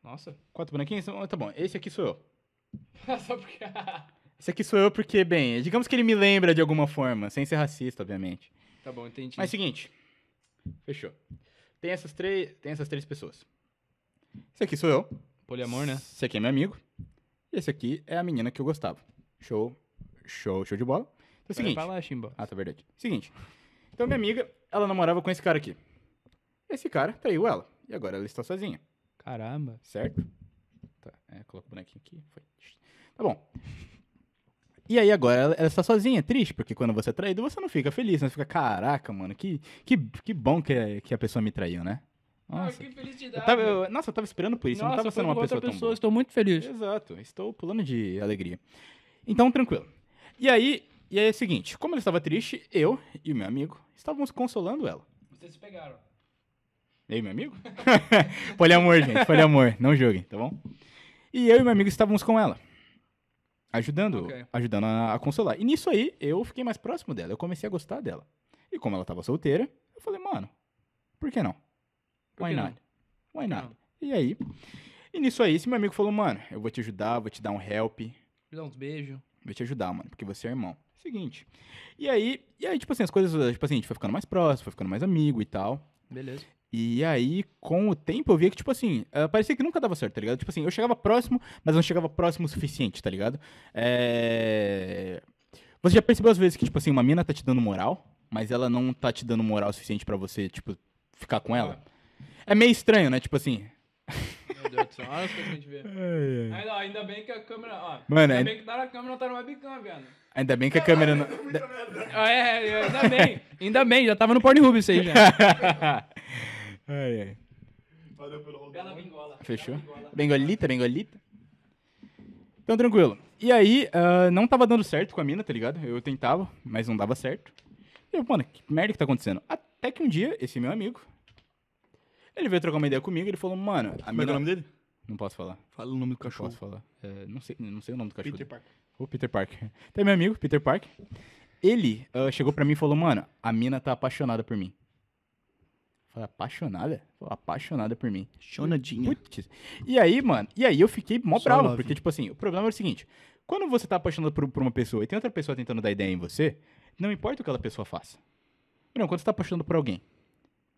Speaker 3: Nossa.
Speaker 2: Quatro bonequinhos? Então, Tá bom, esse aqui sou eu.
Speaker 3: só porque.
Speaker 2: Esse aqui sou eu porque, bem, digamos que ele me lembra de alguma forma, sem ser racista, obviamente.
Speaker 3: tá bom, entendi.
Speaker 2: Mas seguinte. Fechou. Tem essas três, tem essas três pessoas. Esse aqui sou eu.
Speaker 3: Poliamor, né?
Speaker 2: Esse aqui é meu amigo. E esse aqui é a menina que eu gostava. Show. Show, show de bola. Então é o seguinte.
Speaker 3: Vai pra lá, Chimba.
Speaker 2: Ah, tá verdade. Seguinte. Então minha amiga, ela namorava com esse cara aqui. Esse cara traiu ela. E agora ela está sozinha.
Speaker 3: Caramba.
Speaker 2: Certo? Tá, é, coloca o bonequinho aqui. Foi. Tá bom. E aí agora ela, ela está sozinha, triste, porque quando você é traído, você não fica feliz, né? Você fica, caraca, mano, que, que, que bom que, é, que a pessoa me traiu, né? Nossa, eu
Speaker 3: felicidade.
Speaker 2: tava, eu- nossa, eu tava esperando por isso, eu
Speaker 3: Ah, Nossa,
Speaker 2: não tava
Speaker 3: eu fui
Speaker 2: sendo uma
Speaker 3: com outra
Speaker 2: pessoa, tão boa.
Speaker 3: Estou muito feliz.
Speaker 2: Exato, estou pulando de alegria. Então, tranquilo. E aí, e aí é o seguinte, como ela estava triste, eu e o meu amigo estávamos consolando ela.
Speaker 3: Vocês se pegaram.
Speaker 2: E aí, meu amigo? poliamor, gente, poliamor. Não joguem, tá bom? E eu e meu amigo estávamos com ela. Ajudando,
Speaker 3: Ok.
Speaker 2: ajudando a, a consolar. E nisso aí, eu fiquei mais próximo dela. Eu comecei a gostar dela. E como ela estava solteira, eu falei, mano, por que não?
Speaker 3: Por
Speaker 2: Why
Speaker 3: que
Speaker 2: not? Why
Speaker 3: que
Speaker 2: not?
Speaker 3: não?
Speaker 2: E aí? E nisso aí, esse meu amigo falou, mano, eu vou te ajudar, vou te dar um help.
Speaker 3: Me dá uns beijos.
Speaker 2: Vou te ajudar, mano, porque você é irmão. Seguinte. E aí, e aí, tipo assim, as coisas, tipo assim, a gente foi ficando mais próximo, foi ficando mais amigo e tal.
Speaker 3: Beleza.
Speaker 2: E aí, com o tempo, eu via que, tipo assim, eh, parecia que nunca dava certo, tá ligado? Tipo assim, eu chegava próximo, mas não chegava próximo o suficiente, tá ligado? É... Você já percebeu às vezes que, tipo assim, uma mina tá te dando moral, mas ela não tá te dando moral o suficiente pra você, tipo, ficar com ela? É meio estranho, né? Tipo assim.
Speaker 3: Meu Deus do céu. Olha as coisas que a gente vê. Ainda, ainda bem que a câmera. Ó,
Speaker 2: Mano, é-
Speaker 3: ainda
Speaker 2: ainda-
Speaker 3: bem que tá- a câmera não tá no webcam, viado.
Speaker 2: Ainda bem que a câmera não.
Speaker 3: Ah, é, é, ainda bem. Ainda bem, já tava no Pornhub isso aí já.
Speaker 2: Ai, ai.
Speaker 1: Valeu pelo rolê.
Speaker 3: Bela bingola.
Speaker 2: Fechou? Bengolita, bengolita. Então, tranquilo. E aí, ah, não tava dando certo com a mina, tá ligado? Eu tentava, mas não dava certo. E eu, mano, que merda que tá acontecendo? Até que um dia, esse meu amigo, ele veio trocar uma ideia comigo, ele falou, mano, a
Speaker 1: Como é que é o
Speaker 2: mina...
Speaker 1: nome dele?
Speaker 2: Não posso falar,
Speaker 1: Fala o nome do
Speaker 2: não
Speaker 1: cachorro.
Speaker 2: posso falar. É, não, sei, não sei o nome do cachorro.
Speaker 1: Peter Parker.
Speaker 2: O Peter Parker. Tem meu amigo, Peter Parker. Ele ah, chegou pra mim e falou, mano, a mina tá apaixonada por mim. Falei, apaixonada? Falei, apaixonada por mim.
Speaker 1: Chonadinha.
Speaker 2: Putz. E aí, mano, e aí eu fiquei mó
Speaker 1: Só
Speaker 2: bravo,
Speaker 1: love.
Speaker 2: porque, tipo assim, o problema é o seguinte: quando você tá apaixonado por, por uma pessoa e tem outra pessoa tentando dar ideia em você, não importa o que aquela pessoa faça. Não, quando você tá apaixonado por alguém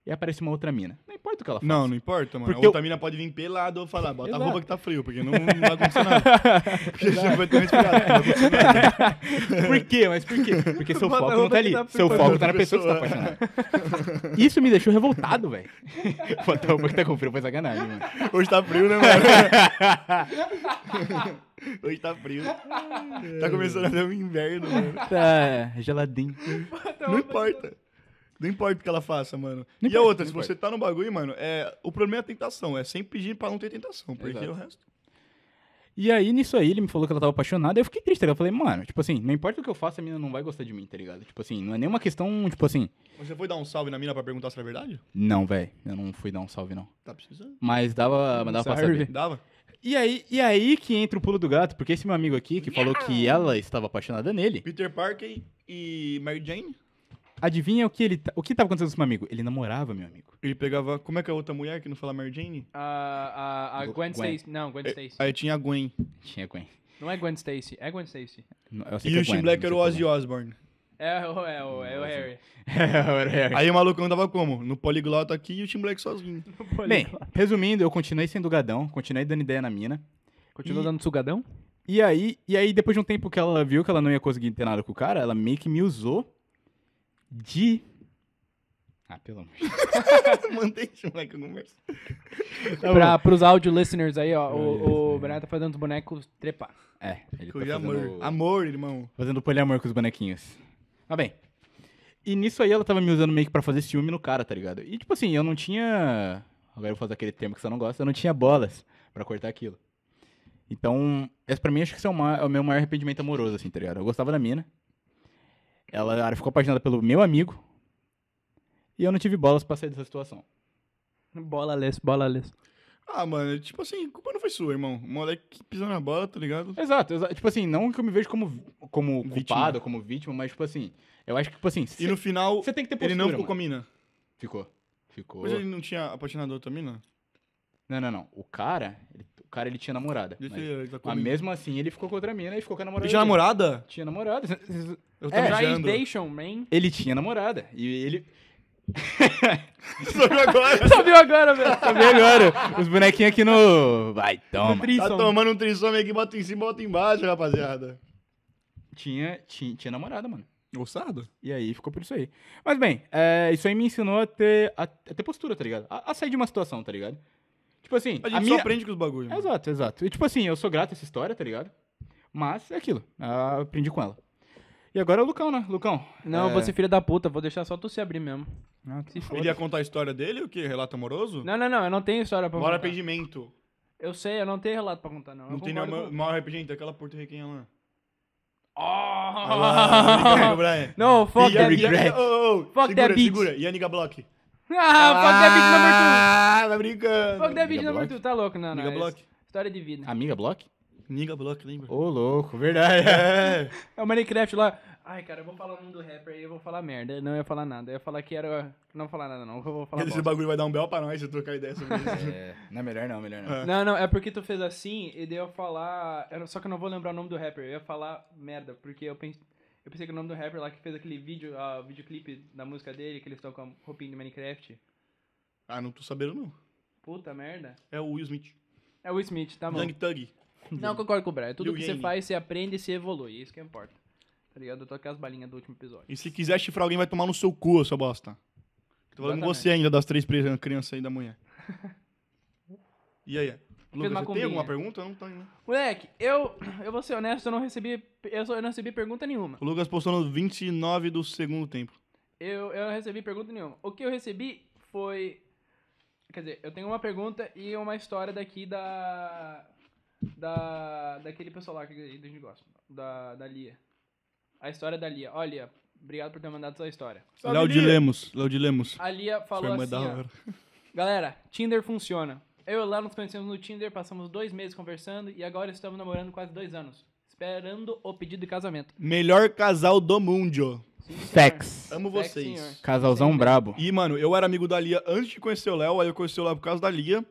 Speaker 2: e aparece uma outra mina, não importa o que ela faça.
Speaker 1: Não, não importa, mano.
Speaker 2: Porque
Speaker 1: a outra mina pode vir pelado ou falar, bota a
Speaker 2: Exato.
Speaker 1: roupa que tá frio, porque não, não vai acontecer nada. Porque você vai ter um resfriado, não vai acontecer nada.
Speaker 2: Por quê? Mas por quê? Porque seu
Speaker 3: Bota a
Speaker 2: foco não
Speaker 3: roupa
Speaker 2: tá
Speaker 3: que
Speaker 2: ali.
Speaker 3: tá
Speaker 2: Seu
Speaker 3: frio.
Speaker 2: foco tá na pessoa que você tá apaixonado. Isso me deixou revoltado, velho. Botar roupa que tá com frio foi sacanagem, mano.
Speaker 1: Hoje tá frio, né, mano? Hoje tá frio.
Speaker 2: É.
Speaker 1: Tá começando a ter um inverno, mano.
Speaker 2: Tá geladinho.
Speaker 1: Não importa. Não importa o que ela faça, mano.
Speaker 2: Então, Não
Speaker 1: e a
Speaker 2: importa,
Speaker 1: outra,
Speaker 2: não
Speaker 1: se você tá no bagulho, mano, é... o problema é a tentação. É sempre pedir pra não ter tentação, porque
Speaker 2: Exato.
Speaker 1: o resto...
Speaker 2: E aí, nisso aí, ele me falou que ela tava apaixonada, eu fiquei triste, tá ligado? Eu falei, mano, tipo assim, não importa o que eu faça, a mina não vai gostar de mim, tá ligado? Tipo assim, não é nenhuma questão, tipo assim,
Speaker 1: Você foi dar um salve na mina pra perguntar se era verdade?
Speaker 2: não, velho, eu não fui dar um salve, não.
Speaker 1: Tá precisando.
Speaker 2: Mas dava, mas dava pra
Speaker 3: Sorry.
Speaker 2: saber.
Speaker 1: Dava?
Speaker 2: E aí, e aí que entra o pulo do gato, porque esse meu amigo aqui, que falou que ela estava apaixonada nele,
Speaker 1: Peter Parker e Mary Jane?
Speaker 2: adivinha o que ele, ta- o que tava acontecendo com esse meu amigo? Ele namorava meu amigo.
Speaker 1: Ele pegava... Como é que é a outra mulher que não fala Mary Jane?
Speaker 3: A, a, a
Speaker 2: Gwen. É,
Speaker 3: Gwen Stacy. Não, Gwen Stacy.
Speaker 1: Aí tinha a Gwen.
Speaker 2: Tinha Gwen.
Speaker 3: Não é Gwen Stacy, é Gwen Stacy.
Speaker 2: Não, eu sei
Speaker 1: E
Speaker 2: que é
Speaker 1: o Shin
Speaker 2: Gwen,
Speaker 1: Black
Speaker 2: não
Speaker 1: era o
Speaker 2: sei
Speaker 1: Ozzy Osbourne.
Speaker 3: É, o- é, o- é o Harry.
Speaker 2: que é Gwen. Era o Harry.
Speaker 1: Aí o malucão tava como? No poliglota aqui e o Tim Black sozinho.
Speaker 2: Bem, resumindo, eu continuei sendo gadão, continuei dando ideia na mina.
Speaker 3: Continua
Speaker 2: e-
Speaker 3: dando sugadão?
Speaker 2: E aí, e aí, depois de um tempo que ela viu que ela não ia conseguir ter nada com o cara, ela meio que me usou de. Ah, pelo amor de Deus.
Speaker 1: Mantém o Tim Black conversa.
Speaker 3: pra, pros audio listeners aí, ó,
Speaker 2: Audio
Speaker 3: o, o
Speaker 2: listener.
Speaker 3: Bernardo tá fazendo os bonecos trepar.
Speaker 2: É, ele tá
Speaker 1: Coisa de
Speaker 2: fazendo,
Speaker 1: amor. Amor, irmão.
Speaker 2: fazendo poliamor com os bonequinhos. Mas bem. E nisso aí ela tava me usando meio que pra fazer ciúme no cara, tá ligado? E tipo assim, eu não tinha. Agora eu vou fazer aquele termo que você não gosta, eu não tinha bolas pra cortar aquilo. Então, esse pra mim acho que esse é o, ma- é o meu maior arrependimento amoroso, assim, tá ligado? Eu gostava da mina. Ela, ela ficou apaixonada pelo meu amigo. E eu não tive bolas pra sair dessa situação.
Speaker 3: Bola less, bola less.
Speaker 1: Ah, mano, tipo assim, culpa não foi sua, irmão. O moleque pisou na bola, tá ligado?
Speaker 2: Exato, exa- tipo assim, não que eu me vejo como, como
Speaker 1: Vítima.
Speaker 2: culpado, como vítima, mas tipo assim, eu acho que, tipo assim,
Speaker 1: E no final,
Speaker 2: você tem que ter postura,
Speaker 1: ele não ficou com a
Speaker 2: mano.
Speaker 1: mina.
Speaker 2: Ficou. Ficou.
Speaker 1: Mas ele não tinha apaixonado outra mina?
Speaker 2: Não, não, não. O cara, ele, o cara ele tinha namorada.
Speaker 1: Deixa
Speaker 2: mas-
Speaker 1: ele tá com
Speaker 2: mas mesmo assim, ele ficou com outra mina e ficou com a namorada.
Speaker 1: Ele tinha
Speaker 2: dele.
Speaker 1: namorada?
Speaker 2: Tinha namorada. Cês- cês-
Speaker 1: Eu tô
Speaker 2: É.
Speaker 1: Tá mijando.
Speaker 3: Traitation, man.
Speaker 2: Ele tinha namorada. E ele.
Speaker 1: Só que agora.
Speaker 3: Só viu agora, velho.
Speaker 2: Tá vendo agora? Os bonequinhos aqui no. Vai, toma.
Speaker 1: Tá tomando um trissome aqui, bota em cima, bota embaixo, rapaziada.
Speaker 2: Tinha, tinha, tinha namorada, mano.
Speaker 1: Ousado?
Speaker 2: E aí ficou por isso aí. Mas bem, é, isso aí me ensinou a ter, a, a ter postura, tá ligado? A, a sair de uma situação, tá ligado? Tipo assim,
Speaker 1: A gente só
Speaker 2: minha-
Speaker 1: aprende né? com os bagulhos. mano.
Speaker 2: Exato, exato. E tipo assim, eu sou grato a essa história, tá ligado? Mas é aquilo. ah, aprendi com ela. E agora é o Lucão, né? Lucão.
Speaker 3: Não,
Speaker 2: é...
Speaker 3: você filho da puta, vou deixar só tu se abrir mesmo.
Speaker 2: Ah, tá.
Speaker 3: Se foda.
Speaker 1: Ele ia contar a história dele, o quê? Relato amoroso?
Speaker 3: Não, não, não, eu não tenho história pra
Speaker 1: Maior
Speaker 3: contar.
Speaker 1: arrependimento.
Speaker 3: Eu sei, eu não tenho relato pra contar, não.
Speaker 1: Não
Speaker 3: eu
Speaker 1: tem
Speaker 3: concordo
Speaker 1: nenhuma-
Speaker 3: com-
Speaker 1: maior arrependimento, aquela porto-riquenha lá.
Speaker 3: Oh!
Speaker 1: Brian.
Speaker 3: No, fuck
Speaker 1: Yannick-
Speaker 3: that bitch.
Speaker 2: regret.
Speaker 1: Oh, oh, oh.
Speaker 3: Fuck
Speaker 1: segura,
Speaker 3: that bitch.
Speaker 1: Segura, Yannick Block.
Speaker 3: Ah,
Speaker 1: Ah, vai brincando.
Speaker 3: fuck that bitch number two. Fuck that bitch
Speaker 2: Niga Block?
Speaker 3: number two, tá louco, não, não.
Speaker 1: Niga
Speaker 3: é
Speaker 1: Block.
Speaker 3: isso. História de vida.
Speaker 2: Amiga Block?
Speaker 1: Niga Block, lembra?
Speaker 2: Ô, louco, verdade.
Speaker 1: É.
Speaker 3: É o Minecraft lá. Ai, cara, eu vou falar o nome do rapper e eu vou falar merda. Eu não ia falar nada. Eu ia falar que era. Não falar nada, não. Eu vou falar
Speaker 1: Esse
Speaker 3: bosta.
Speaker 1: bagulho vai dar um bel pra nós se eu trocar ideia sobre isso.
Speaker 2: É, não é melhor não, melhor não.
Speaker 1: É.
Speaker 3: Não, não, é porque tu fez assim e daí eu ia falar. eu não- Só que eu não vou lembrar o nome do rapper. Eu ia falar merda, porque eu pensei. Eu pensei que o nome do rapper lá que fez aquele vídeo, ah, videoclipe da música dele, que eles estão com a roupinha de Minecraft.
Speaker 1: Ah, não tô sabendo, não.
Speaker 3: Puta merda.
Speaker 1: É o Will Smith.
Speaker 3: É o Smith, tá bom.
Speaker 1: Young Thug.
Speaker 3: Não, eu concordo com o Brian. Tudo
Speaker 1: Liu
Speaker 3: que
Speaker 1: Yang.
Speaker 3: você faz, você aprende e você evolui. Isso que importa. Tá ligado? Eu tô com as balinhas do último episódio.
Speaker 1: E se quiser chifrar alguém, vai tomar no seu cu, sua bosta. Tô falando com
Speaker 3: Exatamente.
Speaker 1: você ainda, das três pre- crianças aí da manhã. E aí? é? Lucas,
Speaker 3: uma
Speaker 1: você tem
Speaker 3: combinha.
Speaker 1: alguma pergunta? Eu Não tenho, né?
Speaker 3: Moleque, eu, eu vou ser honesto, eu não recebi. Eu, só- eu não recebi pergunta nenhuma.
Speaker 1: O Lucas postou no 29 do segundo tempo.
Speaker 3: Eu, eu não recebi pergunta nenhuma. O que eu recebi foi. Quer dizer, eu tenho uma pergunta e uma história daqui da. Da. Daquele pessoal lá que a gente gosta. Da, da Lia. A história da Lia. Ó, Lia, obrigado por ter mandado sua história.
Speaker 1: Léo de Lemos. Léo de Lemos.
Speaker 3: A Lia falou
Speaker 1: Sua irmã é
Speaker 3: assim.
Speaker 1: da
Speaker 3: ó,
Speaker 1: hora.
Speaker 3: Galera, Tinder funciona. Eu e o Léo nos conhecemos no Tinder, passamos dois meses conversando e agora estamos namorando quase dois anos. Esperando o pedido de casamento.
Speaker 1: Melhor casal do mundo.
Speaker 3: Sim, senhor.
Speaker 2: Facts.
Speaker 1: Amo
Speaker 3: Facts,
Speaker 1: vocês.
Speaker 3: senhor.
Speaker 2: Casalzão brabo.
Speaker 1: E, mano, eu era amigo da Lia antes de conhecer o Léo, aí eu conheci o Léo por causa da Lia.